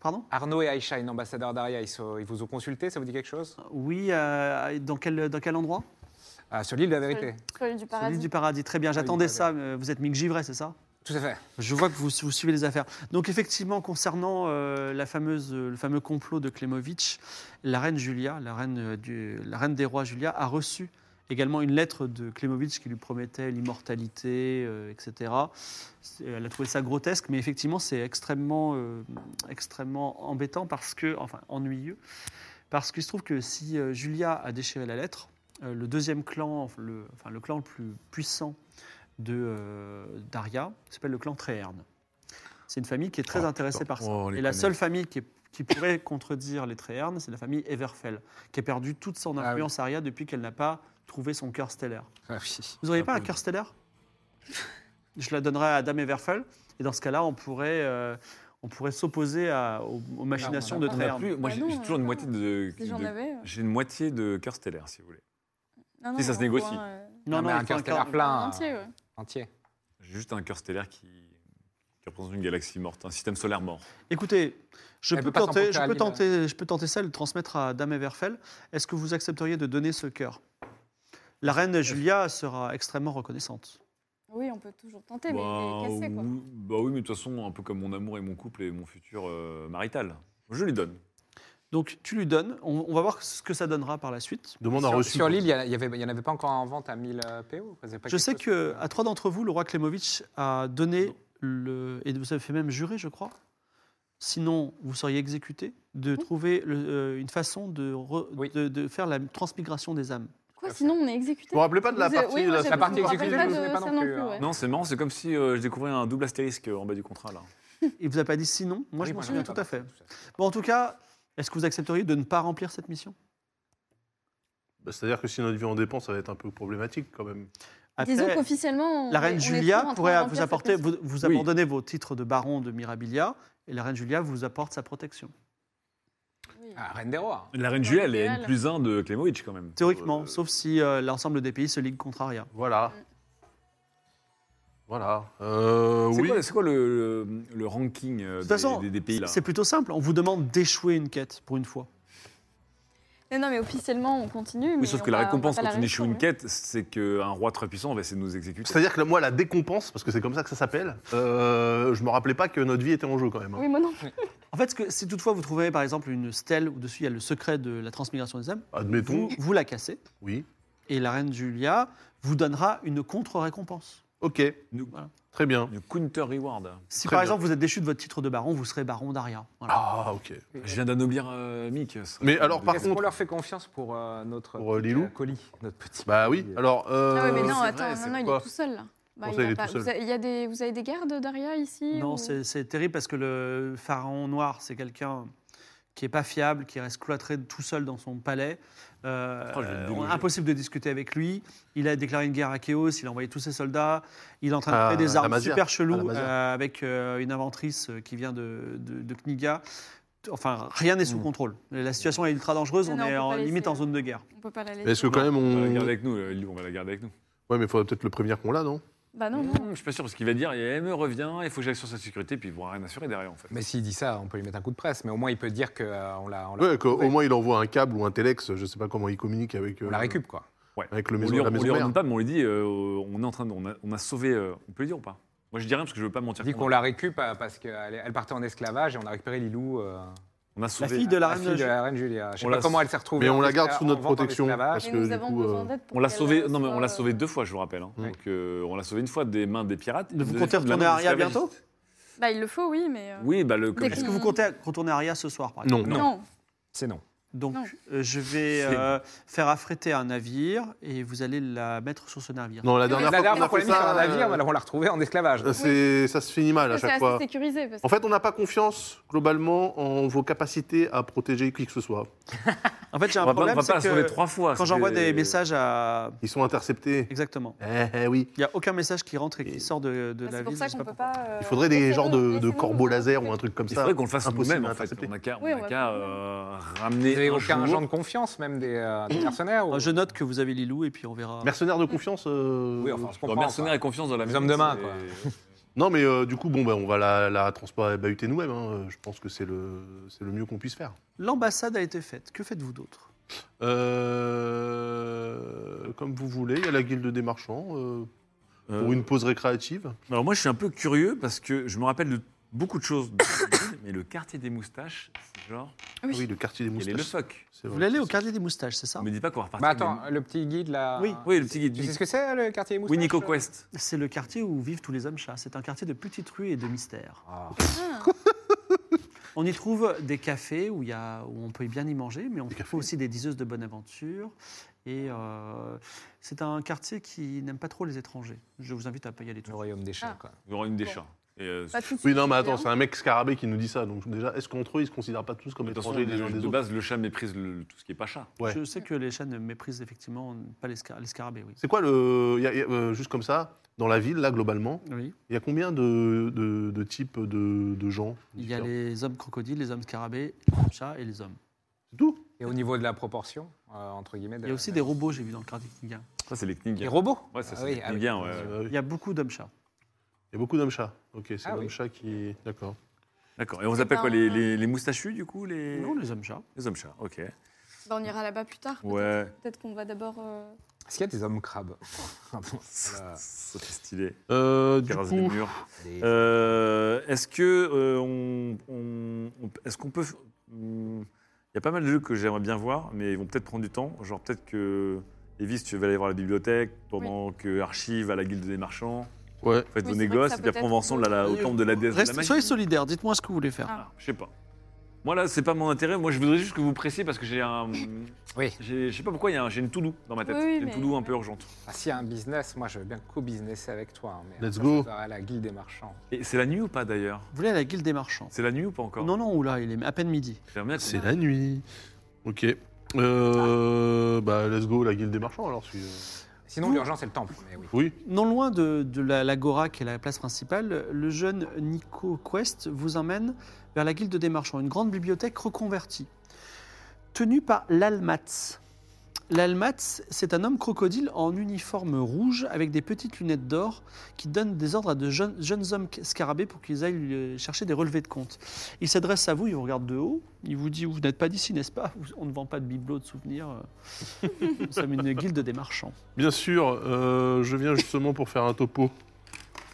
Speaker 1: Pardon
Speaker 6: Arnaud et Aishine, ambassadeurs d'Aria, ils, sont- ils vous ont consulté, ça vous dit quelque chose
Speaker 1: Oui, euh, dans, quel, dans quel endroit
Speaker 6: Ah, Sur l'île de la vérité.
Speaker 3: Celui du
Speaker 1: Celui
Speaker 3: paradis.
Speaker 1: du paradis. Très bien,
Speaker 6: Celui du
Speaker 1: j'attendais
Speaker 6: paradis.
Speaker 1: ça. euh, Vous êtes Mick Givray, c'est ça
Speaker 6: Tout
Speaker 1: [LAUGHS]
Speaker 6: à fait.
Speaker 1: Je vois que vous, vous suivez les affaires. Donc effectivement, concernant euh, la fameuse, euh, le fameux complot de Klemovic, la reine Julia, la reine, euh, du- la reine des rois Julia, a reçu également une lettre de Klemovic qui lui promettait l'immortalité, euh, etc. C'est- Elle a trouvé ça grotesque, mais effectivement, c'est extrêmement, euh, extrêmement embêtant parce que, enfin, ennuyeux, parce qu'il se trouve que si euh, Julia a déchiré la lettre, euh, le deuxième clan, le, enfin, le clan le plus puissant de euh, Daria s'appelle le clan Tréherne. C'est une famille qui est très
Speaker 5: Oh,
Speaker 1: intéressée par ça.
Speaker 5: Oh, on les
Speaker 1: Et la
Speaker 5: connaît.
Speaker 1: seule famille qui, est- qui pourrait [LAUGHS] contredire les Tréherne, c'est la famille Everfell, qui a perdu toute son
Speaker 6: Ah oui.
Speaker 1: influence Arya depuis qu'elle n'a pas trouvé son cœur stellaire.
Speaker 6: Ah oui.
Speaker 1: Vous n'auriez pas un
Speaker 5: Impossible.
Speaker 1: cœur stellaire Je la donnerais à Adam Everfell, et dans ce cas-là, on pourrait, euh, on pourrait s'opposer à- aux, aux machinations
Speaker 6: on
Speaker 1: de
Speaker 5: On n'a
Speaker 1: Tréherne.
Speaker 5: plus- moi
Speaker 3: Bah
Speaker 5: j'ai
Speaker 3: non,
Speaker 5: j'ai toujours une
Speaker 3: non.
Speaker 5: moitié de.
Speaker 3: [LAUGHS] Si j'en
Speaker 5: de-
Speaker 3: avais. euh,
Speaker 5: J'ai une moitié de cœur stellaire, si vous voulez.
Speaker 3: non, non,
Speaker 5: Si, ça se
Speaker 3: on
Speaker 5: négocie.
Speaker 3: voit, euh,
Speaker 6: Non, mais
Speaker 1: il
Speaker 6: un
Speaker 1: faut
Speaker 6: cœur stellaire
Speaker 3: un
Speaker 6: plein.
Speaker 3: entier, ouais.
Speaker 6: Entier.
Speaker 5: J'ai juste un cœur stellaire qui, qui représente une galaxie morte, un système solaire mort.
Speaker 1: Écoutez, je
Speaker 6: Elle
Speaker 1: peux,
Speaker 6: peut pas
Speaker 1: tenter,
Speaker 6: s'emporter
Speaker 1: je,
Speaker 6: à
Speaker 1: peux
Speaker 6: l'île.
Speaker 1: tenter, je peux tenter ça, le transmettre à Dame Everfell. Est-ce que vous accepteriez de donner ce cœur La reine Julia sera extrêmement reconnaissante.
Speaker 3: Oui, on peut toujours tenter, [LAUGHS] mais
Speaker 5: bah,
Speaker 3: il est cassé, quoi.
Speaker 5: oui, bah oui, mais de toute façon, un peu comme mon amour et mon couple et mon futur euh, marital. Je lui donne.
Speaker 1: Donc tu lui donnes, on, on va voir ce que ça donnera par la suite.
Speaker 4: Demande un
Speaker 6: Sur,
Speaker 4: reçu.
Speaker 6: sur l'île, il n'y en avait pas encore en vente à 1000 PO Vous avez pas
Speaker 1: Je
Speaker 6: quelque
Speaker 1: sais
Speaker 6: chose
Speaker 1: que à trois d'entre vous, le roi Klemovic a donné le et vous avez fait même jurer, je crois, Sinon, vous seriez exécuté de trouver le- euh, une façon de, re-
Speaker 6: Oui.
Speaker 1: de, de faire la transmigration des âmes.
Speaker 3: Quoi, sinon on est exécuté
Speaker 4: Vous vous rappelez pas de la
Speaker 3: Vous avez-
Speaker 4: partie
Speaker 3: oui,
Speaker 4: de
Speaker 3: moi,
Speaker 4: la
Speaker 3: j'ai-
Speaker 6: La partie
Speaker 3: je me rappelle
Speaker 6: exécutée,
Speaker 3: pas
Speaker 6: je ne
Speaker 3: de
Speaker 6: l'ai pas
Speaker 3: ça
Speaker 6: non
Speaker 3: non
Speaker 6: plus,
Speaker 3: plus,
Speaker 6: hein.
Speaker 3: ouais.
Speaker 5: Non, c'est marrant, c'est comme si euh, je découvrais un double astérisque euh, en bas du contrat, là.
Speaker 1: Il vous a pas dit sinon Moi, je
Speaker 6: Oui,
Speaker 1: m'en
Speaker 6: moi,
Speaker 1: souviens
Speaker 6: l'ai
Speaker 1: tout
Speaker 6: pas
Speaker 1: à fait.
Speaker 6: compris, tout
Speaker 1: Bon, en tout cas, est-ce que vous accepteriez de ne pas remplir cette mission
Speaker 4: Bah, C'est-à-dire que si notre vie en dépend, ça va être un peu problématique quand même.
Speaker 3: Disons qu'officiellement, on
Speaker 1: la
Speaker 3: est- on
Speaker 1: reine
Speaker 3: est
Speaker 1: Julia
Speaker 3: toujours en train de
Speaker 1: pourrait
Speaker 3: remplir
Speaker 1: vous
Speaker 3: cette
Speaker 1: apporter,
Speaker 3: mission.
Speaker 1: vous, vous
Speaker 5: Oui.
Speaker 1: abandonnez vos titres de baron de Mirabilia, et la reine Julia vous apporte sa protection.
Speaker 3: Oui.
Speaker 6: Ah, Reine des Rois.
Speaker 5: La reine Julia, elle est
Speaker 3: Génial.
Speaker 5: N plus 1 de Klemovic, quand même.
Speaker 1: Théoriquement,
Speaker 4: Euh,
Speaker 1: sauf si euh, l'ensemble des pays se ligue contraria.
Speaker 4: Voilà. Voilà. Euh,
Speaker 5: C'est
Speaker 4: oui.
Speaker 5: quoi, c'est quoi le, le- le ranking euh,
Speaker 1: De
Speaker 5: des,
Speaker 1: toute façon,
Speaker 5: des- des pays, là
Speaker 1: c'est plutôt simple. On vous demande d'échouer une quête pour une fois.
Speaker 3: Mais non, mais officiellement, on continue. mais
Speaker 5: Oui, sauf
Speaker 3: on
Speaker 5: que la
Speaker 3: va- on va
Speaker 5: récompense
Speaker 3: pas
Speaker 5: quand
Speaker 3: la
Speaker 5: on échoue une
Speaker 3: réussir,
Speaker 5: quête, c'est qu'un roi très puissant va essayer de nous exécuter.
Speaker 4: C'est-à-dire que moi, la décompense, parce que c'est comme ça que ça s'appelle, euh, je me rappelais pas que notre vie était en jeu quand même.
Speaker 3: oui.
Speaker 4: hein.
Speaker 3: Oui, moi non.
Speaker 1: En fait, ce que- si toutefois vous trouvez par exemple une stèle où dessus il y a le secret de la transmigration des âmes,
Speaker 4: Admettons.
Speaker 1: vous, vous la cassez
Speaker 4: Oui.
Speaker 1: et la reine Julia vous donnera une contre-récompense.
Speaker 4: Ok.
Speaker 5: Nous-
Speaker 1: Voilà.
Speaker 4: Très bien.
Speaker 5: Le counter reward.
Speaker 1: Si
Speaker 4: Très
Speaker 1: par
Speaker 4: bien.
Speaker 1: exemple vous êtes déchu de votre titre de baron, vous serez baron d'Aria. Voilà.
Speaker 4: Ah, ok.
Speaker 5: Je viens d'anoblir euh, Mick. ça serait
Speaker 4: Mais
Speaker 5: cool
Speaker 4: alors,
Speaker 5: de-
Speaker 4: par
Speaker 5: Est-ce
Speaker 6: Est-ce qu'on
Speaker 4: contre-
Speaker 5: qu'on
Speaker 6: leur fait confiance pour euh, notre
Speaker 4: Pour, euh,
Speaker 6: petit,
Speaker 4: Lilou
Speaker 6: euh, colis, notre petit
Speaker 4: Bah oui.
Speaker 6: colis, euh,
Speaker 4: Alors. euh,
Speaker 3: Ah oui, mais non,
Speaker 5: c'est
Speaker 3: attends,
Speaker 5: vrai,
Speaker 3: non,
Speaker 5: c'est
Speaker 3: non, il
Speaker 4: quoi
Speaker 3: est tout seul là. Bah,
Speaker 4: Comment
Speaker 3: il
Speaker 4: ça,
Speaker 3: a
Speaker 4: il est
Speaker 3: pas-
Speaker 4: tout seul
Speaker 3: vous, avez- il y a des, vous avez des gardes derrière ici
Speaker 1: Non,
Speaker 3: ou-
Speaker 1: c'est c'est terrible parce que le pharaon noir, c'est quelqu'un qui est pas fiable, qui reste cloîtré tout seul dans son palais. Euh,
Speaker 5: Oh, je vais le
Speaker 1: on-
Speaker 5: déloger.
Speaker 1: impossible de discuter avec lui. Il a déclaré une guerre à Chaos, il a envoyé tous ses soldats. Il est en train
Speaker 4: À
Speaker 1: de créer des
Speaker 4: la
Speaker 1: armes
Speaker 4: Mazia,
Speaker 1: super
Speaker 4: à la
Speaker 1: cheloues
Speaker 4: Mazia.
Speaker 1: euh, avec euh, une inventrice euh, qui vient de, de, de Kniga. Enfin, rien n'est sous
Speaker 5: Mm.
Speaker 1: contrôle. La situation est ultra dangereuse,
Speaker 3: Non,
Speaker 1: on
Speaker 3: non, on
Speaker 1: est
Speaker 3: peut
Speaker 1: en,
Speaker 3: pas
Speaker 1: limite
Speaker 3: laisser.
Speaker 1: en zone de guerre.
Speaker 3: On peut pas la laisser.
Speaker 4: Est-ce que quand même
Speaker 5: On va la
Speaker 4: on.
Speaker 5: garder avec nous, euh, Lilou, on va la garder avec nous.
Speaker 4: Ouais, mais il faudrait peut-être le prévenir qu'on l'a, non
Speaker 3: Bah non, non.
Speaker 5: Hmm, je suis pas sûr, parce qu'il va dire elle me revient, il faut que j'aille sur sa sécurité, puis ils vont rien assurer derrière, en fait.
Speaker 6: Mais s'il dit ça, on peut lui mettre un coup de presse, mais au moins il peut dire qu'on l'a. on l'a
Speaker 4: Ouais, qu'au
Speaker 6: retrouvée.
Speaker 4: au moins il envoie un câble ou un téléx, je sais pas comment il communique avec. euh,
Speaker 6: On la récup, quoi.
Speaker 4: Avec le
Speaker 5: On
Speaker 4: maison,
Speaker 5: lui,
Speaker 4: la
Speaker 5: on lui
Speaker 4: maison mère.
Speaker 5: redonne pas, mais on lui dit euh, on est en train de. On a, on a sauvé. euh, on peut le dire ou pas Moi, je dis rien parce que je veux pas mentir.
Speaker 6: dit qu'on la récup euh, parce qu'elle est- elle partait en esclavage et on a récupéré Lilou, euh,
Speaker 5: On a
Speaker 1: La
Speaker 5: sauvé.
Speaker 1: fille de la
Speaker 6: la
Speaker 1: reine
Speaker 6: fille de la reine Julia. Je sais
Speaker 5: On
Speaker 6: pas
Speaker 5: la-
Speaker 6: comment elle s'est retrouvée.
Speaker 4: Mais on
Speaker 6: en
Speaker 4: la garde
Speaker 6: escla-
Speaker 4: sous
Speaker 6: en
Speaker 4: notre
Speaker 6: vente en
Speaker 4: protection,
Speaker 6: esclavage.
Speaker 3: Mais
Speaker 4: que,
Speaker 3: nous
Speaker 4: du
Speaker 3: avons
Speaker 4: coup,
Speaker 3: besoin
Speaker 4: euh,
Speaker 3: d'aide pour
Speaker 5: On l'a
Speaker 3: qu'elle,
Speaker 5: sauvée.
Speaker 3: euh,
Speaker 5: Non, mais on
Speaker 3: soit-
Speaker 5: l'a sauvée deux fois, je vous rappelle. hein. Donc, euh, on l'a sauvée une fois des mains des pirates.
Speaker 1: Vous
Speaker 5: Une
Speaker 1: comptez
Speaker 5: deuxième fois de
Speaker 1: retourner
Speaker 5: la
Speaker 1: à
Speaker 5: main
Speaker 1: Aria
Speaker 5: des esclavagistes.
Speaker 1: bientôt
Speaker 3: Bah, il le faut, oui, mais. euh,
Speaker 5: Oui, bah le. comme-
Speaker 3: Dès
Speaker 1: Est-ce que
Speaker 3: Mm.
Speaker 1: vous comptez retourner à Aria ce soir, par exemple
Speaker 4: Non.
Speaker 5: Non.
Speaker 3: Non.
Speaker 6: C'est non.
Speaker 1: Donc,
Speaker 3: Non.
Speaker 1: euh, je vais
Speaker 5: C'est-
Speaker 1: euh, faire affréter un navire et vous allez la mettre sur ce navire.
Speaker 4: Non, la
Speaker 3: Mais
Speaker 4: dernière
Speaker 6: La
Speaker 3: la
Speaker 4: fois
Speaker 6: dernière
Speaker 4: qu'on a
Speaker 6: fois qu'on
Speaker 4: fait
Speaker 6: l'a mis sur un
Speaker 4: ça,
Speaker 6: navire,
Speaker 4: euh,
Speaker 6: voilà, on l'a retrouvée en esclavage.
Speaker 4: euh, c'est- ça se finit mal à
Speaker 3: Ça, C'est
Speaker 4: chaque
Speaker 3: assez
Speaker 4: fois.
Speaker 3: sécurisé. Parce que
Speaker 4: En fait, on n'a pas confiance globalement en vos capacités à protéger qui que ce soit.
Speaker 1: En fait, j'ai
Speaker 5: On
Speaker 1: un
Speaker 5: va pas- on
Speaker 1: problème,
Speaker 5: va pas la
Speaker 1: c'est
Speaker 5: sauver
Speaker 1: que
Speaker 5: trois fois.
Speaker 1: quand
Speaker 5: c'est
Speaker 1: j'envoie
Speaker 5: que-
Speaker 1: des messages à...
Speaker 4: Ils sont interceptés.
Speaker 1: Exactement.
Speaker 4: Eh, eh oui.
Speaker 1: Il n'y a aucun message qui rentre et qui
Speaker 4: Et-
Speaker 1: sort de, de
Speaker 3: bah,
Speaker 1: la
Speaker 3: c'est pour
Speaker 1: ville.
Speaker 3: ça
Speaker 1: je sais
Speaker 3: qu'on
Speaker 1: pas
Speaker 3: peut pas. euh,
Speaker 4: Il faudrait des
Speaker 3: laissez-nous-
Speaker 4: genres de, de
Speaker 3: laissez-nous
Speaker 4: corbeaux
Speaker 3: nous
Speaker 4: laser ou
Speaker 3: occuper.
Speaker 4: un truc comme
Speaker 5: Il
Speaker 4: ça.
Speaker 5: faudrait qu'on le fasse
Speaker 4: Impossible
Speaker 5: nous-mêmes,
Speaker 4: à
Speaker 5: en fait.
Speaker 4: intercepter.
Speaker 5: On n'a qu'à
Speaker 3: Oui,
Speaker 5: on
Speaker 3: on
Speaker 5: n'a
Speaker 3: va
Speaker 5: qu'à,
Speaker 3: faire
Speaker 5: euh,
Speaker 6: hein, Vous n'avez
Speaker 5: ramener un
Speaker 6: aucun
Speaker 5: jour.
Speaker 6: agent de confiance, même des, euh,
Speaker 4: Ah,
Speaker 6: des mercenaires
Speaker 1: pourquoi.
Speaker 6: ou...
Speaker 1: Je note que vous avez Lilou et puis on verra.
Speaker 4: Mercenaires de confiance. euh,
Speaker 6: Oui, enfin,
Speaker 5: Dans
Speaker 6: je comprends.
Speaker 5: mercenaires
Speaker 6: quoi.
Speaker 5: et confiance dans la
Speaker 6: Les
Speaker 5: maison,
Speaker 6: hommes de main,
Speaker 5: c'est-
Speaker 6: quoi.
Speaker 4: Non, mais euh, du coup, bon, bah, on va la, la transbahuter nous-mêmes. hein. Je pense que c'est le, c'est le mieux qu'on puisse faire.
Speaker 1: L'ambassade a été faite. Que faites-vous d'autre
Speaker 4: Euh, comme vous voulez, il y a la guilde des marchands euh, pour
Speaker 5: Euh,
Speaker 4: une pause récréative.
Speaker 5: Alors moi, je suis un peu curieux parce que je me rappelle de beaucoup de choses, [COUGHS] de cette ville, mais le quartier des moustaches, c'est genre,
Speaker 4: Ah Oui, le quartier des
Speaker 5: il est le
Speaker 4: moustaches.
Speaker 5: soc.
Speaker 4: C'est
Speaker 1: Vous
Speaker 4: vrai.
Speaker 1: voulez aller au quartier des moustaches, c'est ça
Speaker 5: Ne me dis pas qu'on va repartir.
Speaker 6: Bah attends, le petit guide là.
Speaker 1: Oui.
Speaker 5: des- Oui, le petit guide.
Speaker 6: Tu sais ce que c'est le quartier moustache
Speaker 5: Winico Quest.
Speaker 1: C'est le quartier où vivent tous les hommes chats. C'est un quartier de petites rues et de mystères.
Speaker 6: Ah.
Speaker 1: [LAUGHS] On y trouve des cafés où, il y a, où on peut bien y manger, mais on trouve
Speaker 4: cafés.
Speaker 1: aussi des diseuses de bonne aventure. Et euh, c'est un quartier qui n'aime pas trop les étrangers. Je vous invite à pas y aller tout
Speaker 6: Le royaume des
Speaker 3: Ah.
Speaker 6: chats, quoi.
Speaker 5: Il y aura une des
Speaker 3: Bon.
Speaker 5: chats. Et, euh,
Speaker 3: Pas tout de
Speaker 4: Oui,
Speaker 3: suite,
Speaker 4: non, mais
Speaker 3: c'est
Speaker 4: attends,
Speaker 3: bien.
Speaker 4: c'est un mec scarabée qui nous dit ça. Donc déjà, est-ce qu'entre eux, ils se considèrent pas tous comme
Speaker 5: de toute façon,
Speaker 4: étrangers les uns
Speaker 5: de
Speaker 4: des autres
Speaker 5: base, le chat méprise le- tout ce qui est pas chat.
Speaker 4: Ouais.
Speaker 1: Je sais que les chats ne méprisent effectivement pas les, sca- les scarabées, oui.
Speaker 4: C'est quoi le. il y a- il y a, euh, juste comme ça, dans la ville, là, globalement,
Speaker 1: Oui.
Speaker 4: il y a combien de, de- de types de, de gens
Speaker 1: Il y a
Speaker 4: différents
Speaker 1: les hommes crocodiles, les hommes scarabées, les hommes chats et les hommes.
Speaker 4: C'est tout
Speaker 6: Et au niveau de la proportion, euh, entre guillemets. de-
Speaker 1: Il y a aussi des robots, j'ai vu dans le quartier Kinga.
Speaker 5: Ça, c'est les Kniga.
Speaker 6: Des robots
Speaker 5: Ouais, ça,
Speaker 6: Ah
Speaker 5: c'est
Speaker 6: oui,
Speaker 5: les
Speaker 6: avec-
Speaker 5: Kniga, ouais.
Speaker 4: Euh,
Speaker 1: Il
Speaker 4: oui.
Speaker 1: y a beaucoup d'hommes chats.
Speaker 4: Il y a beaucoup d'hommes chats. Ok, c'est
Speaker 6: Ah
Speaker 4: l'homme
Speaker 6: oui.
Speaker 4: chat qui. D'accord.
Speaker 5: D'accord. Et on s'appelle quoi
Speaker 3: pas
Speaker 5: les,
Speaker 3: un-
Speaker 5: les, les moustachus, du coup les...
Speaker 1: Non, les hommes chats.
Speaker 5: les hommes chats, ok.
Speaker 3: Bah, on ira là-bas plus tard. peut-être.
Speaker 5: Ouais.
Speaker 3: Peut-être qu'on va d'abord. euh,
Speaker 6: Est-ce qu'il y a des hommes crabes [LAUGHS]
Speaker 5: Ça, c'est stylé.
Speaker 4: Euh,
Speaker 5: Qui
Speaker 4: du
Speaker 5: rase les
Speaker 4: coup,
Speaker 5: murs.
Speaker 6: Des-
Speaker 5: Euh, est-ce que euh, on, on- on- est-ce qu'on peut f- hmm, il y a pas mal de jeux que j'aimerais bien voir, mais ils vont peut-être prendre du temps. Genre peut-être que Evis, tu vas aller voir la bibliothèque pendant que Archie va à la guilde des marchands.
Speaker 4: Ouais.
Speaker 5: Faites
Speaker 3: Oui,
Speaker 5: vos
Speaker 3: c'est vrai que
Speaker 5: négoces, et
Speaker 3: ça peut
Speaker 5: puis après
Speaker 3: être
Speaker 5: on va ensemble à la- au temple de la déesse de la
Speaker 1: Restez-
Speaker 5: magie.
Speaker 1: soyez solidaires, dites-moi ce que vous voulez faire.
Speaker 5: Ah, je sais pas. Moi là, c'est pas mon intérêt. Moi, je voudrais juste que vous pressiez parce que
Speaker 4: [COUGHS]
Speaker 5: j'ai un.
Speaker 6: Oui.
Speaker 5: J'ai- Je sais pas pourquoi, il y a un- j'ai une to-do dans ma tête.
Speaker 3: Oui, oui,
Speaker 5: une
Speaker 3: mais-
Speaker 5: to-do un peu urgente.
Speaker 6: Ah, S'il y a un business, moi je veux bien co-businesser avec toi. hein, mais
Speaker 4: Let's
Speaker 6: ça,
Speaker 4: go.
Speaker 6: ça sera à la guilde des marchands.
Speaker 5: Et c'est la nuit ou pas d'ailleurs
Speaker 1: Vous voulez aller à la guilde des marchands
Speaker 5: C'est la nuit ou pas encore
Speaker 1: Non, non, oula, il est à peine midi.
Speaker 5: J'aimerais bien qu'on-
Speaker 4: C'est la nuit. Ok. Euh, bah, let's go, la guilde des marchands alors. si- euh,
Speaker 6: Sinon, l'urgence, c'est le temple. Mais oui.
Speaker 4: Oui.
Speaker 1: Non loin de, de la- l'agora, qui est la place principale, le jeune Nico Quest vous emmène vers la Guilde des Marchands, une grande bibliothèque reconvertie, tenue par l'Almatz. L'Almatz, c'est un homme crocodile en uniforme rouge avec des petites lunettes d'or qui donne des ordres à de jeunes, jeunes hommes scarabées pour qu'ils aillent euh, chercher des relevés de compte. Il s'adresse à vous, il vous regarde de haut, il vous dit Vous n'êtes pas d'ici, n'est-ce pas Vous- On ne vend pas de bibelots de souvenirs. euh. Nous sommes une guilde des marchands.
Speaker 4: Bien sûr, euh, je viens justement pour faire un topo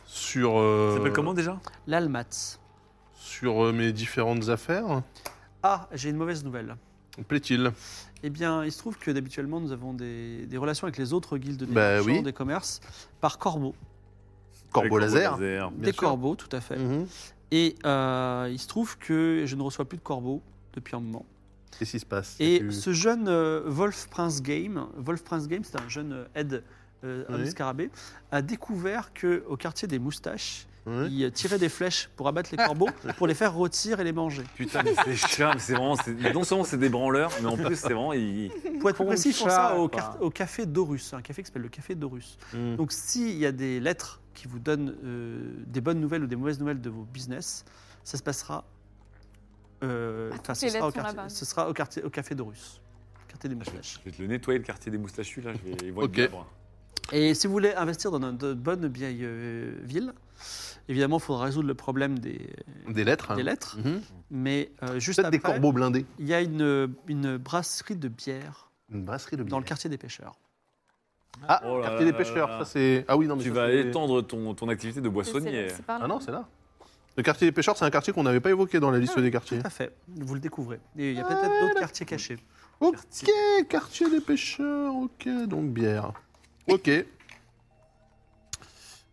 Speaker 4: sur, euh,
Speaker 5: Ça s'appelle comment déjà
Speaker 1: L'Almatz.
Speaker 4: sur euh, mes différentes affaires.
Speaker 1: Ah, j'ai une mauvaise nouvelle.
Speaker 4: Plaît-il
Speaker 1: Eh bien, il se trouve que d'habituellement, nous avons des, des relations avec les autres guildes des
Speaker 4: Bah
Speaker 1: marchands,
Speaker 4: oui.
Speaker 1: des commerces, par corbeaux.
Speaker 5: Avec
Speaker 4: Corbeau laser Mhm.
Speaker 1: des corbeaux, tout à
Speaker 4: Mm.
Speaker 1: fait. Et euh, il se trouve que je ne reçois plus de corbeaux depuis un moment.
Speaker 4: Qu'est-ce qui se passe
Speaker 1: Et
Speaker 4: Tu-
Speaker 1: ce jeune euh, Wolf Prince Game, Wolf Prince Game, c'est un jeune euh, aide euh, homme
Speaker 4: Oui.
Speaker 1: scarabée, a découvert que au quartier des moustaches,
Speaker 4: Ouais.
Speaker 1: il tirait des flèches pour abattre les
Speaker 4: [LAUGHS]
Speaker 1: corbeaux, pour les faire rôtir et les manger.
Speaker 5: Putain, mais c'est chiant, mais c'est vraiment. c'est- Non seulement c'est des branleurs, mais en plus, c'est vraiment. ils-
Speaker 1: Pour être plus
Speaker 6: Pour
Speaker 1: précis, ils
Speaker 6: le
Speaker 1: font ça
Speaker 6: chat,
Speaker 1: au,
Speaker 6: quoi.
Speaker 1: car- au café Dorus, un café qui s'appelle le café Dorus.
Speaker 4: Mhm.
Speaker 1: Donc s'il y a des lettres qui vous donnent euh, des bonnes nouvelles ou des mauvaises nouvelles de vos business, ça se passera. euh,
Speaker 3: Ah,
Speaker 1: enfin,
Speaker 3: toutes
Speaker 1: ce
Speaker 3: les
Speaker 1: sera, au
Speaker 3: lettres sont
Speaker 1: quartier,
Speaker 3: là-bas.
Speaker 1: ce sera au quartier, au café Dorus, quartier des
Speaker 4: Ah,
Speaker 1: moustaches.
Speaker 5: Je vais te le nettoyer, le quartier des moustachus, là. Je vais y voir
Speaker 4: Ok.
Speaker 5: une bière.
Speaker 1: Et si vous voulez investir dans notre bonne vieille euh, ville, évidemment, il faudra résoudre le problème des,
Speaker 4: Des lettres.
Speaker 1: des lettres.
Speaker 4: Mhm.
Speaker 1: Mais euh, juste
Speaker 4: Peut-être
Speaker 1: après,
Speaker 4: des corbeaux blindés.
Speaker 1: il y a une, une brasserie de bière
Speaker 4: Une brasserie de bière.
Speaker 1: dans le quartier des pêcheurs.
Speaker 4: Ah,
Speaker 5: Oh là
Speaker 4: quartier
Speaker 5: là
Speaker 4: des
Speaker 5: là
Speaker 4: pêcheurs.
Speaker 5: là.
Speaker 4: Ça, c'est... Ah oui, non, mais
Speaker 5: Tu
Speaker 4: ça,
Speaker 5: vas
Speaker 4: c'est-
Speaker 5: étendre ton, ton activité de boissonnier.
Speaker 3: C'est par là.
Speaker 4: Ah non, c'est là. Le quartier des pêcheurs, c'est un quartier qu'on n'avait pas évoqué dans la liste des quartiers.
Speaker 1: Ah, Tout à fait, vous le découvrez. Et il y a peut-être d'autres quartiers cachés.
Speaker 4: Ok, quartier des pêcheurs, ok, donc bière. Ok.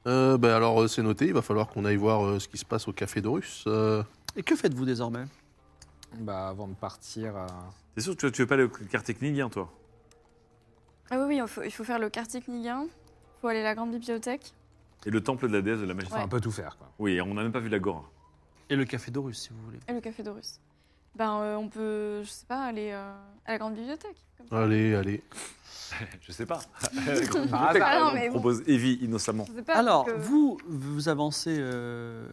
Speaker 4: Euh, bah alors euh, c'est noté, il va falloir qu'on aille voir euh, ce qui se passe au Café Dorus. Euh,
Speaker 1: Et que faites-vous désormais
Speaker 6: Bah, avant de partir. euh,
Speaker 5: T'es sûr que tu- tu veux pas le quartier Knigien, toi
Speaker 3: Ah oui, oui, il faut, il faut faire le quartier Kniguin. Il faut aller à la grande bibliothèque.
Speaker 5: Et le temple de la déesse de la magie.
Speaker 6: Enfin, un peu tout faire.
Speaker 3: [LAUGHS]
Speaker 6: Quoi.
Speaker 5: Oui, et on n'a même pas vu la Gora. [LAUGHS]
Speaker 1: Et le café Dorus, si vous voulez.
Speaker 3: Et le café Dorus. Ben, euh, on peut, je sais pas, aller euh, à la grande bibliothèque. comme ça.
Speaker 4: allez, allez.
Speaker 5: Je sais
Speaker 3: [LAUGHS]
Speaker 5: pas. [LAUGHS]
Speaker 6: Par hasard.
Speaker 3: Ah non,
Speaker 5: On
Speaker 3: mais bon.
Speaker 5: propose Evie innocemment.
Speaker 3: Je sais pas,
Speaker 1: Alors,
Speaker 3: donc, euh,
Speaker 1: vous, vous avancez, euh,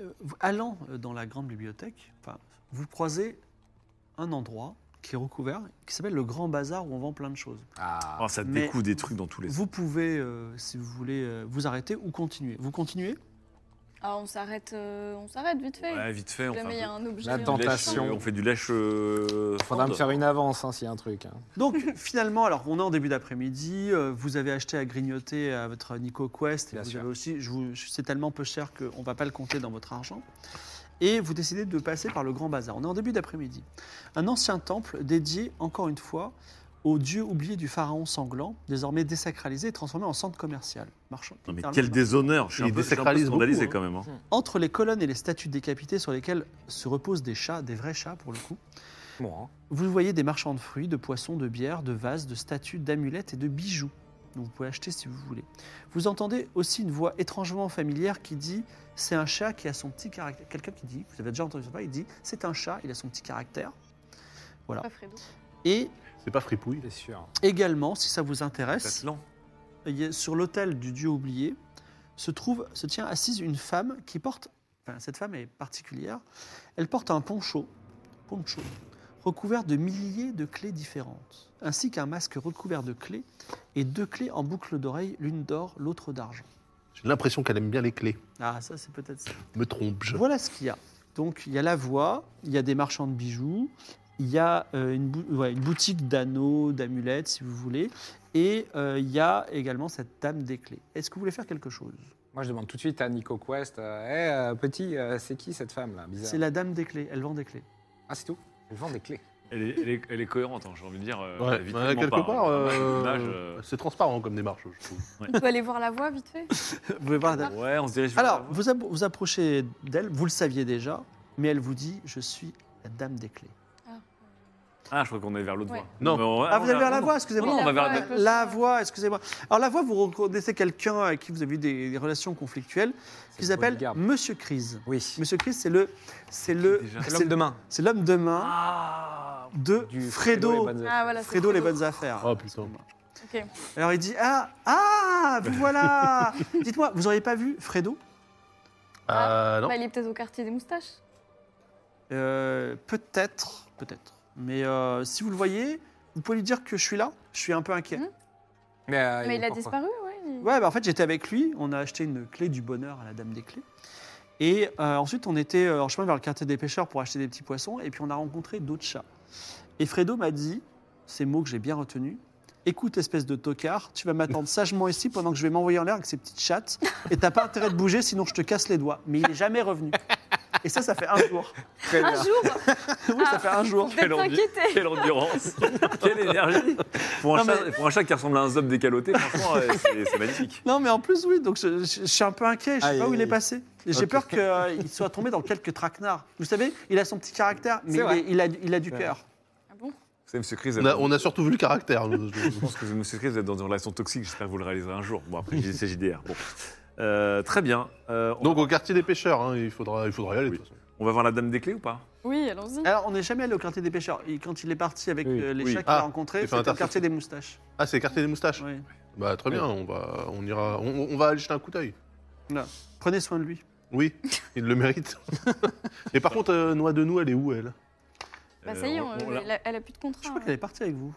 Speaker 1: euh, vous- allant dans la grande bibliothèque, enfin, vous croisez un endroit qui est recouvert, qui s'appelle le Grand Bazar, où on vend plein de choses.
Speaker 6: Ah.
Speaker 5: Oh, ça
Speaker 1: Mais-
Speaker 5: découle des trucs dans tous les sens.
Speaker 1: Vous pouvez, euh, si vous voulez, euh, vous arrêter ou continuer. Vous continuez
Speaker 3: ah, on s'arrête, euh, on s'arrête vite fait.
Speaker 5: Ouais, vite fait, on fait un
Speaker 3: Jamais il y a un objet.
Speaker 6: La
Speaker 3: euh,
Speaker 5: peu de lèche,
Speaker 6: tentation.
Speaker 5: euh, on fait du lèche. euh,
Speaker 6: Faudra me
Speaker 5: stand.
Speaker 6: faire une avance hein, s'il y a un truc. hein.
Speaker 1: Donc, finalement, alors, on est en début d'après-midi, euh, vous avez acheté à grignoter à votre Nico Quest, et
Speaker 6: Bien
Speaker 1: vous
Speaker 6: sûr.
Speaker 1: avez aussi, je vous- c'est tellement peu cher qu'on ne va pas le compter dans votre argent. Et vous décidez de passer par le Grand Bazar. On est en début d'après-midi. Un ancien temple dédié, encore une fois, au dieu oublié du pharaon sanglant, désormais désacralisé et transformé en centre commercial. Marchand.
Speaker 5: Non mais
Speaker 1: littéralement
Speaker 5: quel
Speaker 1: marchand.
Speaker 5: déshonneur Je suis
Speaker 4: Il
Speaker 5: un peu, je suis un peu
Speaker 4: désacralise
Speaker 5: scandalisé
Speaker 4: beaucoup, hein.
Speaker 5: quand même. hein.
Speaker 1: Entre les colonnes et les statues décapitées sur lesquelles se reposent des chats, des vrais chats pour le coup,
Speaker 6: Bon, hein.
Speaker 1: Vous voyez des marchands de fruits, de poissons, de bières, de vases, de statues, d'amulettes et de bijoux. Donc vous pouvez acheter si vous voulez. Vous entendez aussi une voix étrangement familière qui dit C'est un chat qui a son petit caractère. Quelqu'un qui dit Vous avez déjà entendu ça Il dit C'est un chat, il a son petit caractère.
Speaker 3: pas Fredo.
Speaker 1: Et
Speaker 4: C'est pas fripouille.
Speaker 6: c'est sûr.
Speaker 1: également, si ça vous intéresse,
Speaker 5: Atlan.
Speaker 1: il y a- sur l'autel du dieu oublié, se trouve, se tient assise une femme qui porte, enfin, cette femme est particulière, elle porte un poncho, poncho, recouvert de milliers de clés différentes, ainsi qu'un masque recouvert de clés et deux clés en boucle d'oreille, l'une d'or, l'autre d'argent.
Speaker 4: J'ai l'impression qu'elle aime bien les clés.
Speaker 1: Ah, ça c'est peut-être ça.
Speaker 4: Me trompe-je
Speaker 1: Voilà ce qu'il y a. Donc il y a la voix, il y a des marchands de bijoux, il y a euh, une, bou- ouais, une boutique d'anneaux, d'amulettes si vous voulez, et euh, il y a également cette dame des clés. Est-ce que vous voulez faire quelque chose
Speaker 6: Moi, je demande tout de suite à Nico Quest euh, Hey, euh, petit, euh, c'est qui cette femme là Bizarre.
Speaker 1: C'est la dame des clés, elle vend des clés.
Speaker 6: Ah, c'est tout Elle vend des clés.
Speaker 5: elle est, elle est- elle est cohérente, hein, j'ai envie de dire. euh,
Speaker 4: Ouais,
Speaker 5: elle vit
Speaker 4: bah,
Speaker 5: tellement
Speaker 4: quelque
Speaker 5: pas,
Speaker 4: part,
Speaker 5: hein.
Speaker 4: euh,
Speaker 5: Un âge, euh,
Speaker 4: c'est transparent comme démarche, je trouve.
Speaker 3: On peut aller voir la voie vite fait.
Speaker 1: Vous pouvez voir la-
Speaker 5: Ouais, on se dirige vers la
Speaker 1: Alors,
Speaker 5: voie.
Speaker 1: vous, appro- vous approchez d'elle, vous le saviez déjà, mais elle vous dit Je suis la dame des clés.
Speaker 5: Ah, je crois qu'on est vers l'autre
Speaker 3: Ouais.
Speaker 5: voie.
Speaker 4: Non.
Speaker 5: Mais on-
Speaker 1: Ah, vous allez vers la
Speaker 5: non.
Speaker 1: voix, excusez-moi.
Speaker 5: Non, non, on va vers la-
Speaker 3: voix,
Speaker 1: La voix, excusez-moi. Alors, la voix, vous reconnaissez quelqu'un avec qui vous avez eu des, des relations conflictuelles, qu'ils
Speaker 6: le
Speaker 1: appellent
Speaker 6: bodyguard.
Speaker 1: Monsieur Crise.
Speaker 6: Oui.
Speaker 1: Monsieur Crise, c'est le, c'est le,
Speaker 5: Déjà.
Speaker 1: c'est-
Speaker 6: C'est l'homme de main.
Speaker 1: c'est l'homme de main
Speaker 5: Ah
Speaker 1: de Fredo.
Speaker 6: et Banzai.
Speaker 3: Ah, voilà, c'est
Speaker 1: Fredo les
Speaker 3: Fredo.
Speaker 1: bonnes affaires.
Speaker 4: Oh putain.
Speaker 3: Ok.
Speaker 1: Alors il dit ah ah vous voilà. Dites-moi, vous auriez pas vu Fredo
Speaker 4: Ah non
Speaker 3: Bah, il est peut-être au quartier des moustaches.
Speaker 1: Euh, Peut-être, peut-être. Mais euh, si vous le voyez, vous pouvez lui dire que je suis là. Je suis un peu inquiet.
Speaker 3: Mhm.
Speaker 6: Mais, euh,
Speaker 3: Mais il a
Speaker 6: pourquoi
Speaker 3: disparu, ouais. il-
Speaker 1: Ouais, bah en fait, j'étais avec lui. On a acheté une clé du bonheur à la Dame des Clés. Et euh, ensuite, on était euh, en chemin vers le quartier des pêcheurs pour acheter des petits poissons. Et puis, on a rencontré d'autres chats. Et Fredo m'a dit, ces mots que j'ai bien retenus, écoute, espèce de tocard, tu vas m'attendre sagement ici pendant que je vais m'envoyer en l'air avec ces petites chattes. Et t'as pas intérêt de bouger, sinon je te casse les doigts. Mais il n'est jamais revenu. Et ça, ça fait un jour.
Speaker 6: Très bien.
Speaker 3: Un jour,
Speaker 1: Oui, ça fait un jour.
Speaker 3: vous êtes
Speaker 5: envie. [LAUGHS]
Speaker 3: inquiété.
Speaker 5: Quelle
Speaker 3: [LAUGHS]
Speaker 5: endurance Quelle énergie pour
Speaker 1: Non,
Speaker 5: un, chat, pour un chat qui ressemble à un zob décaloté, franchement, euh, c'est c'est magnifique.
Speaker 1: Non, mais en plus, oui, donc je, je- je suis un peu inquiet, je sais
Speaker 6: Aïe,
Speaker 1: pas où
Speaker 6: aïe,
Speaker 1: il est
Speaker 6: aïe.
Speaker 1: passé. Et J'ai peur qu'il euh, soit tombé dans quelques traquenards. Vous savez, il a son petit caractère, mais
Speaker 6: C'est
Speaker 1: il,
Speaker 6: vrai.
Speaker 1: est- il a, du- il a du
Speaker 6: Ouais.
Speaker 1: cœur.
Speaker 3: Ah bon
Speaker 5: Vous savez, monsieur Chris,
Speaker 4: Bah, on a, on a surtout vu le caractère. nous.
Speaker 5: je [LAUGHS] pense que monsieur Chris, vous êtes dans une relation toxique, j'espère que vous le réaliserez un jour. Bon, après, c'est JDR. Bon. Euh, très bien. Euh, on,
Speaker 4: Donc au quartier des pêcheurs, hein, il, faudra, il faudra y aller de toute façon.
Speaker 5: on va voir la dame des clés ou pas
Speaker 3: Oui, allons-y.
Speaker 1: Alors, on n'est jamais allé au quartier des pêcheurs. Il- quand il est parti avec
Speaker 6: Oui.
Speaker 1: euh, les
Speaker 5: Oui.
Speaker 1: chats qu'il
Speaker 4: Ah,
Speaker 1: a
Speaker 4: il
Speaker 1: rencontrés,
Speaker 4: fait
Speaker 1: c'était au
Speaker 4: intercepter.
Speaker 1: quartier des moustaches.
Speaker 4: Ah, c'est le quartier des moustaches
Speaker 1: Oui.
Speaker 4: Bah très bien, on va, on ira, on, on va aller jeter un coup d'œil.
Speaker 1: Prenez soin de lui.
Speaker 4: [LAUGHS] Oui, il le [LAUGHS] mérite. Et par contre, euh, Noix de Nous, elle est où elle
Speaker 3: Bah, ça y est,
Speaker 5: Euh,
Speaker 3: on-
Speaker 5: on- on l'a-
Speaker 3: elle, a, elle a plus de
Speaker 1: Je
Speaker 3: contrat.
Speaker 1: crois
Speaker 3: hein.
Speaker 1: qu'elle est partie avec vous.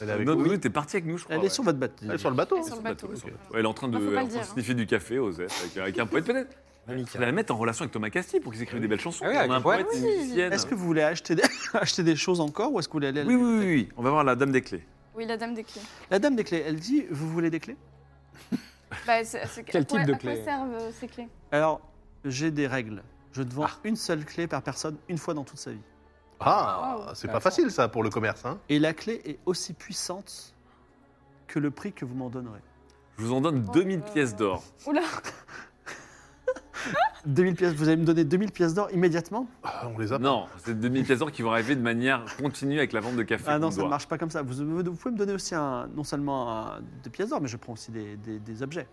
Speaker 4: Elle est avec
Speaker 5: Non,
Speaker 4: nous
Speaker 5: nous, t'es parti avec nous, je crois.
Speaker 1: Elle
Speaker 5: Ah ouais.
Speaker 1: est sur votre bateau.
Speaker 4: Elle est sur le bateau.
Speaker 3: Elle est sur le bateau.
Speaker 4: Ok.
Speaker 5: Ouais, elle est en train de,
Speaker 3: Ah, faut pas
Speaker 5: elle est en
Speaker 3: le
Speaker 5: train de
Speaker 3: dire,
Speaker 5: sniffer du café aux F avec, avec un poète, peut-être. Faudrait la mettre en relation avec Thomas Casti pour qu'ils écrivent des belles chansons.
Speaker 6: Ah oui,
Speaker 5: On a
Speaker 6: avec
Speaker 5: un
Speaker 6: le poète.
Speaker 5: poète, une
Speaker 3: Oui.
Speaker 5: musicienne.
Speaker 1: Est-ce que vous voulez acheter des, [LAUGHS] acheter des choses encore ou est-ce que vous voulez aller à la
Speaker 5: Oui, oui, oui, oui. On va voir la dame des clés.
Speaker 3: Oui, la dame des clés.
Speaker 1: La dame des clés, elle dit Vous voulez des clés
Speaker 3: Bah, c'est- c'est-
Speaker 6: Quel
Speaker 3: à quoi-
Speaker 6: type de
Speaker 3: À quoi
Speaker 6: clé
Speaker 3: servent euh, ces clés
Speaker 1: Alors, j'ai des règles. Je te vends une seule clé par personne, une fois dans toute sa vie.
Speaker 4: Ah,
Speaker 3: Wow.
Speaker 4: c'est pas facile ça pour le commerce. Hein.
Speaker 1: Et la clé est aussi puissante que le prix que vous m'en donnerez.
Speaker 5: Je vous en donne
Speaker 3: Oh,
Speaker 5: 2000
Speaker 3: euh,
Speaker 5: pièces d'or.
Speaker 3: Oula
Speaker 1: 2000 pièces, vous allez me donner 2000 pièces d'or immédiatement
Speaker 4: Ah, on les a. pas.
Speaker 5: Non, c'est 2000 pièces d'or qui vont arriver de manière continue avec la vente de café.
Speaker 1: Ah non,
Speaker 5: qu'on
Speaker 1: ça ne
Speaker 5: doit.
Speaker 1: marche pas comme ça. Vous, vous pouvez me donner aussi un, non seulement un- des pièces d'or, mais je prends aussi des, des- des objets.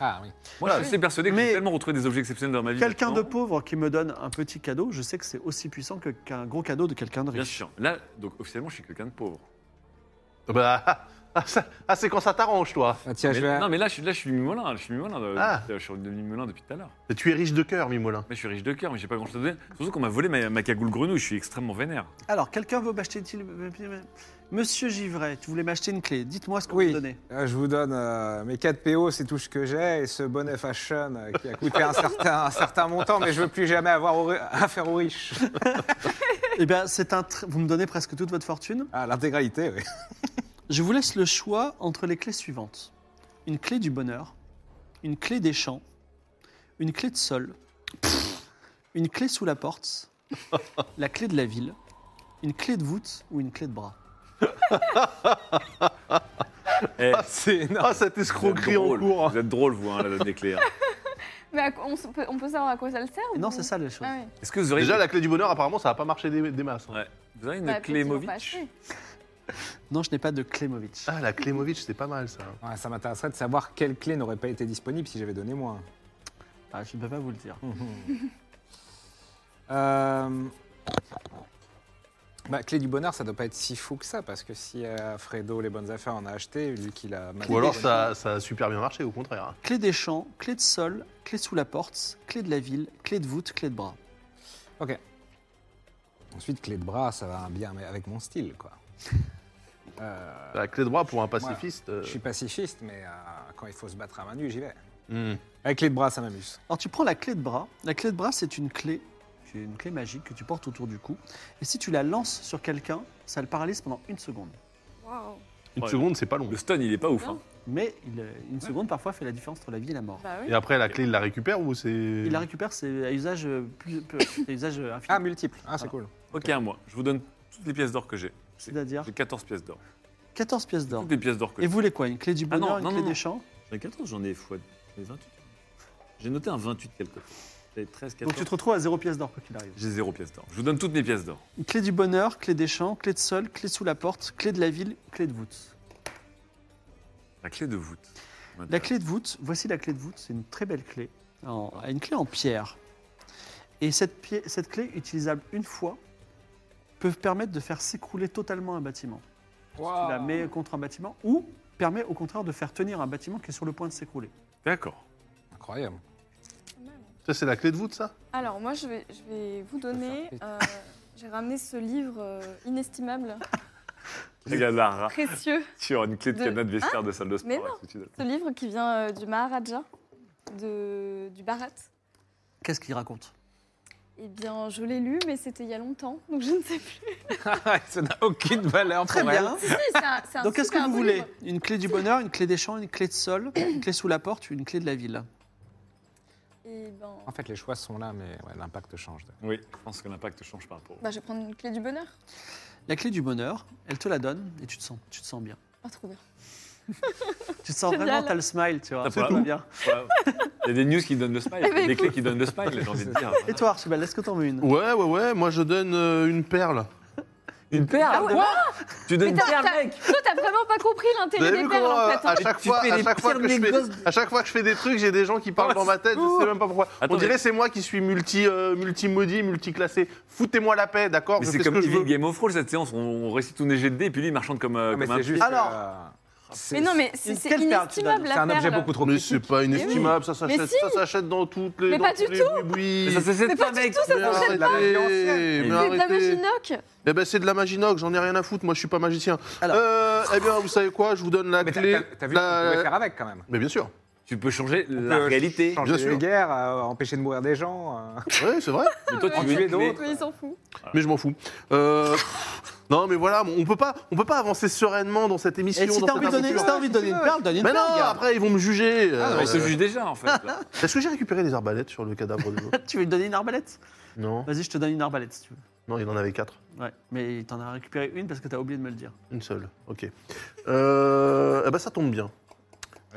Speaker 6: Ah oui.
Speaker 5: Moi, je suis persuadé que
Speaker 1: Mais-
Speaker 5: j'ai tellement retrouvé des objets exceptionnels dans ma vie.
Speaker 1: Quelqu'un de
Speaker 5: maintenant.
Speaker 1: pauvre qui me donne un petit cadeau, je sais que c'est aussi puissant que- qu'un gros cadeau de quelqu'un de
Speaker 5: Bien
Speaker 1: riche.
Speaker 5: sûr. Là, donc officiellement, je suis quelqu'un de pauvre.
Speaker 4: Bah, ah, ah, ça- ah, c'est quand ça t'arrange, toi.
Speaker 6: Ah, tiens,
Speaker 5: Mais-
Speaker 6: je vais.
Speaker 5: Non, mais là, je suis, là, je suis mimolin. Je suis mimolin. de-
Speaker 4: Ah.
Speaker 5: Je suis devenu mimolin depuis tout à l'heure.
Speaker 4: Et tu es riche de cœur, Mimolin.
Speaker 5: Mais je suis riche de cœur, mais j'ai pas grand-chose à donner. Surtout qu'on m'a volé ma, ma cagoule grenouille. Je suis extrêmement vénère.
Speaker 1: Alors, quelqu'un veut m'acheter une Monsieur Givray, tu voulais m'acheter une clé. Dites-moi ce que
Speaker 6: Oui.
Speaker 1: vous me donnez.
Speaker 6: Euh, je vous donne euh, mes 4 PO, c'est tout ce que j'ai, et ce bonnet fashion euh, qui a coûté un certain, un certain montant, mais je veux plus jamais avoir au ri- affaire aux riches.
Speaker 1: Eh bien, c'est un tr- vous me donnez presque toute votre fortune.
Speaker 6: Ah, l'intégralité, oui.
Speaker 1: Je vous laisse le choix entre les clés suivantes. Une clé du bonheur, une clé des champs, une clé de sol, une clé sous la [LAUGHS] porte, la clé de la ville, une clé de voûte ou une clé de bras.
Speaker 5: Eh,
Speaker 6: C'est énorme.
Speaker 4: Ah, cette
Speaker 5: vous êtes
Speaker 4: escroquerie en
Speaker 5: drôle.
Speaker 4: cours.
Speaker 5: Vous êtes drôle, vous, hein, la dame des clés. hein.
Speaker 3: Mais à quoi- on, se- peut, on peut savoir à quoi ça le sert
Speaker 1: Et non,
Speaker 3: ou-
Speaker 1: c'est ça les choses.
Speaker 3: Ah oui.
Speaker 5: Est-ce que vous auriez,
Speaker 4: Déjà, la clé du bonheur, apparemment, ça n'a pas marché des, des masses. hein.
Speaker 5: Ouais. vous auriez une
Speaker 3: Bah, peut-être
Speaker 5: clé
Speaker 3: qu'ils l'ont
Speaker 5: Movitch
Speaker 3: pas acheté.
Speaker 1: Non, je n'ai pas de clé Movitch.
Speaker 4: Ah, la Klemovic, c'est pas mal ça.
Speaker 6: Ouais, ça m'intéresserait de savoir quelle clé n'aurait pas été disponible si j'avais donné moins.
Speaker 1: Ah, je ne peux pas vous le dire.
Speaker 6: Euh, bah, clé du bonheur, ça doit pas être si fou que ça, parce que si euh, Fredo les bonnes affaires en a acheté, vu qu'il a. mal-
Speaker 4: Ou alors, ça, ça a super bien marché, au contraire. hein.
Speaker 1: Clé des champs, clé de sol, clé sous la porte, clé de la ville, clé de voûte, clé de bras.
Speaker 6: Ensuite, clé de bras, ça va bien mais avec mon style, quoi. Euh,
Speaker 4: La clé de bras pour un pacifiste. euh,
Speaker 6: Je suis pacifiste, mais euh, quand il faut se battre à main nue, j'y vais.
Speaker 4: hmm.
Speaker 6: Avec les bras, ça m'amuse.
Speaker 1: Alors tu prends la clé de bras. La clé de bras, c'est une clé, c'est une clé magique que tu portes autour du cou. Et si tu la lances sur quelqu'un, ça le paralyse pendant une seconde.
Speaker 3: Waouh.
Speaker 4: Une
Speaker 5: Ouais.
Speaker 4: seconde, c'est pas long.
Speaker 5: Le stun, il est pas ouf. hein.
Speaker 1: Mais il, euh, une seconde parfois fait la différence entre la vie et la mort.
Speaker 3: Bah oui.
Speaker 4: Et après, la clé, il la récupère ou c'est.
Speaker 1: Il la récupère, c'est à usage euh, plus, plus- à usage euh, infini.
Speaker 6: Ah, multiple. Ah, c'est
Speaker 1: Voilà.
Speaker 6: cool.
Speaker 5: Ok, à moi. Je vous donne toutes les pièces d'or que j'ai.
Speaker 1: C'est-à-dire
Speaker 5: J'ai 14 pièces d'or.
Speaker 1: 14 pièces d'or.
Speaker 5: Toutes les pièces d'or que
Speaker 1: Et
Speaker 5: j'ai.
Speaker 1: vous voulez quoi Une clé du
Speaker 5: Ah non,
Speaker 1: bonheur, une
Speaker 5: non,
Speaker 1: clé
Speaker 5: non, non.
Speaker 1: des champs
Speaker 5: J'en ai 14, j'en ai fois j'en ai 28. J'ai noté un 28 quelque part. J'ai 13, 14.
Speaker 1: Donc tu te retrouves à zéro pièce d'or, quoi qu'il arrive.
Speaker 5: J'ai zéro pièce d'or. Je vous donne toutes mes pièces d'or.
Speaker 1: Clé du bonheur, clé des champs, clé de sol, clé sous la porte, clé de la ville, clé de voûte.
Speaker 5: La clé de voûte.
Speaker 1: La clé de voûte, voici la clé de voûte, c'est une très belle clé, en- une clé en pierre. Et cette, pi- cette clé, utilisable une fois, peut permettre de faire s'écrouler totalement un bâtiment. Tu la mets contre un bâtiment ou permet au contraire de faire tenir un bâtiment qui est sur le point de s'écrouler.
Speaker 5: D'accord.
Speaker 6: Incroyable. [LAUGHS]
Speaker 4: Ça, c'est la clé de voûte, ça
Speaker 3: Alors, moi, je vais, je vais vous donner.
Speaker 6: péter.
Speaker 3: euh, J'ai ramené ce livre euh, inestimable,
Speaker 5: Regarde
Speaker 3: [LAUGHS] précieux.
Speaker 5: sur une clé de
Speaker 3: De-
Speaker 5: canard de vestiaire de salle de sport.
Speaker 3: Mais
Speaker 5: est-ce que tu donnes
Speaker 3: Ce livre qui vient euh, du Maharaja, de, du Bharat.
Speaker 1: Qu'est-ce qu'il raconte
Speaker 3: Eh bien, je l'ai lu, mais c'était il y a longtemps, donc je ne sais plus.
Speaker 6: ça n'a aucune valeur.
Speaker 1: Très
Speaker 6: pour
Speaker 1: bien.
Speaker 6: elle.
Speaker 3: Si, si, c'est un- c'est un
Speaker 1: Donc qu'est-ce que
Speaker 3: super
Speaker 1: vous
Speaker 3: beau
Speaker 1: voulez
Speaker 3: livre.
Speaker 1: Une clé du bonheur, une clé des champs, une clé de [COUGHS] sol, une clé sous la porte, une clé de la ville.
Speaker 3: Eh ben,
Speaker 6: En fait, les choix sont là, mais ouais, l'impact change. Ah,
Speaker 5: Oui, je pense que l'impact change par rapport.
Speaker 3: bah, je vais prendre une clé du bonheur.
Speaker 1: La clé du bonheur, elle te la donne et tu te sens, tu te sens bien.
Speaker 3: Pas trop bien.
Speaker 1: Tu te sens
Speaker 3: Génial.
Speaker 1: vraiment, t'as le smile, tu vois.
Speaker 5: T'as
Speaker 1: c'est
Speaker 5: pas-
Speaker 1: tout bien.
Speaker 5: Ouais. Il y a des news qui donnent le smile,
Speaker 3: Eh
Speaker 5: il y a
Speaker 3: ben,
Speaker 5: des
Speaker 3: écoute.
Speaker 5: clés qui donnent le smile, j'ai envie de dire.
Speaker 1: Et toi, Archibald, est-ce que t'en veux une
Speaker 4: Ouais, ouais, ouais, moi je donne euh, une perle.
Speaker 5: Une perle
Speaker 3: Ah ouais.
Speaker 5: Quoi Tu donnes
Speaker 3: Mais
Speaker 5: une
Speaker 3: t'as-
Speaker 5: perle,
Speaker 3: t'as-
Speaker 5: mec
Speaker 3: Toi, t'as vraiment pas compris l'intérêt des perles, en
Speaker 4: euh,
Speaker 3: fait. hein.
Speaker 4: à, chaque
Speaker 5: Tu
Speaker 4: fois,
Speaker 5: fais
Speaker 4: à,
Speaker 5: les
Speaker 4: chaque fois
Speaker 5: pires
Speaker 4: que je fais,
Speaker 5: négos de-
Speaker 4: à chaque fois que je fais des trucs, j'ai des gens qui parlent
Speaker 5: Oh,
Speaker 4: dans ma tête, je sais même pas pourquoi.
Speaker 5: Attends,
Speaker 4: On dirait
Speaker 5: mais-
Speaker 4: c'est moi qui suis multi, euh, multi-maudit, multi-classé. Foutez-moi la paix, d'accord
Speaker 5: Mais
Speaker 4: Je
Speaker 5: c'est
Speaker 4: fais ce
Speaker 5: comme
Speaker 4: que je
Speaker 5: Evil
Speaker 4: veux.
Speaker 5: Game of Thrones, cette séance, on, on récite tous les jets de dés, et puis lui, il marchande comme, euh,
Speaker 6: Ah, mais
Speaker 5: comme un
Speaker 6: c'est juste.
Speaker 1: Alors,
Speaker 6: euh, c'est-
Speaker 3: Mais non, mais c'est
Speaker 1: Une-
Speaker 3: c'est
Speaker 1: quelle perle tu donnes
Speaker 3: inestimable, la
Speaker 6: C'est un objet
Speaker 3: perle.
Speaker 6: beaucoup trop
Speaker 4: Mais
Speaker 6: petit.
Speaker 4: c'est pas inestimable, ça
Speaker 3: Mais
Speaker 4: s'achète
Speaker 3: si.
Speaker 4: ça s'achète dans toutes les.
Speaker 3: Mais
Speaker 4: dans
Speaker 3: pas du
Speaker 4: tous les
Speaker 5: Mais
Speaker 4: boui-boui.
Speaker 5: ça s'achète
Speaker 3: Mais
Speaker 5: pas,
Speaker 3: pas du
Speaker 5: mec
Speaker 3: tout, ça
Speaker 4: Mais
Speaker 3: s'achète
Speaker 6: de la
Speaker 4: arrêtez,
Speaker 6: magie ancienne.
Speaker 4: mais
Speaker 3: C'est de la
Speaker 4: arrêtez.
Speaker 3: magie noc.
Speaker 4: Eh ben c'est de la maginoc, j'en ai rien à foutre, moi je suis pas magicien.
Speaker 1: Alors.
Speaker 4: Euh, eh bien vous savez quoi, je vous donne la
Speaker 6: Mais t'as-
Speaker 4: clé.
Speaker 6: t'as t'as vu
Speaker 4: la-
Speaker 6: qu'on pouvait faire avec quand même.
Speaker 4: Mais bien sûr,
Speaker 5: Tu peux changer
Speaker 6: On
Speaker 5: la
Speaker 6: peut
Speaker 5: réalité.
Speaker 6: Changer
Speaker 4: Bien
Speaker 6: les
Speaker 4: sûr.
Speaker 6: guerres, euh, empêcher de mourir des gens. euh.
Speaker 4: oui c'est vrai.
Speaker 5: Mais toi, tu
Speaker 6: En
Speaker 5: veux une
Speaker 6: tuer
Speaker 5: clé.
Speaker 6: d'autres.
Speaker 3: Oui, il s'en fout.
Speaker 4: mais je m'en fous. Euh, non, mais voilà, on peut pas, on peut pas avancer sereinement dans cette émission.
Speaker 1: Et si
Speaker 4: dans
Speaker 1: t'as
Speaker 4: cette
Speaker 1: envie, de donner-
Speaker 4: aventure.
Speaker 1: si t'as envie de donner une perle, donne une
Speaker 4: Mais
Speaker 1: perle.
Speaker 4: non,
Speaker 1: gars.
Speaker 4: après ils vont me juger.
Speaker 5: Ah,
Speaker 4: Euh,
Speaker 5: on se juge déjà, en fait. là.
Speaker 4: Est-ce que j'ai récupéré les arbalètes sur le cadavre de l'autre
Speaker 1: Tu veux lui donner une arbalète
Speaker 4: Non,
Speaker 1: Vas-y, je te donne une arbalète si tu veux.
Speaker 4: non, il en avait quatre,
Speaker 1: Ouais, mais t'en as récupéré une parce que t'as oublié de me le dire.
Speaker 4: une seule. Ok. Euh, eh ben ça tombe bien.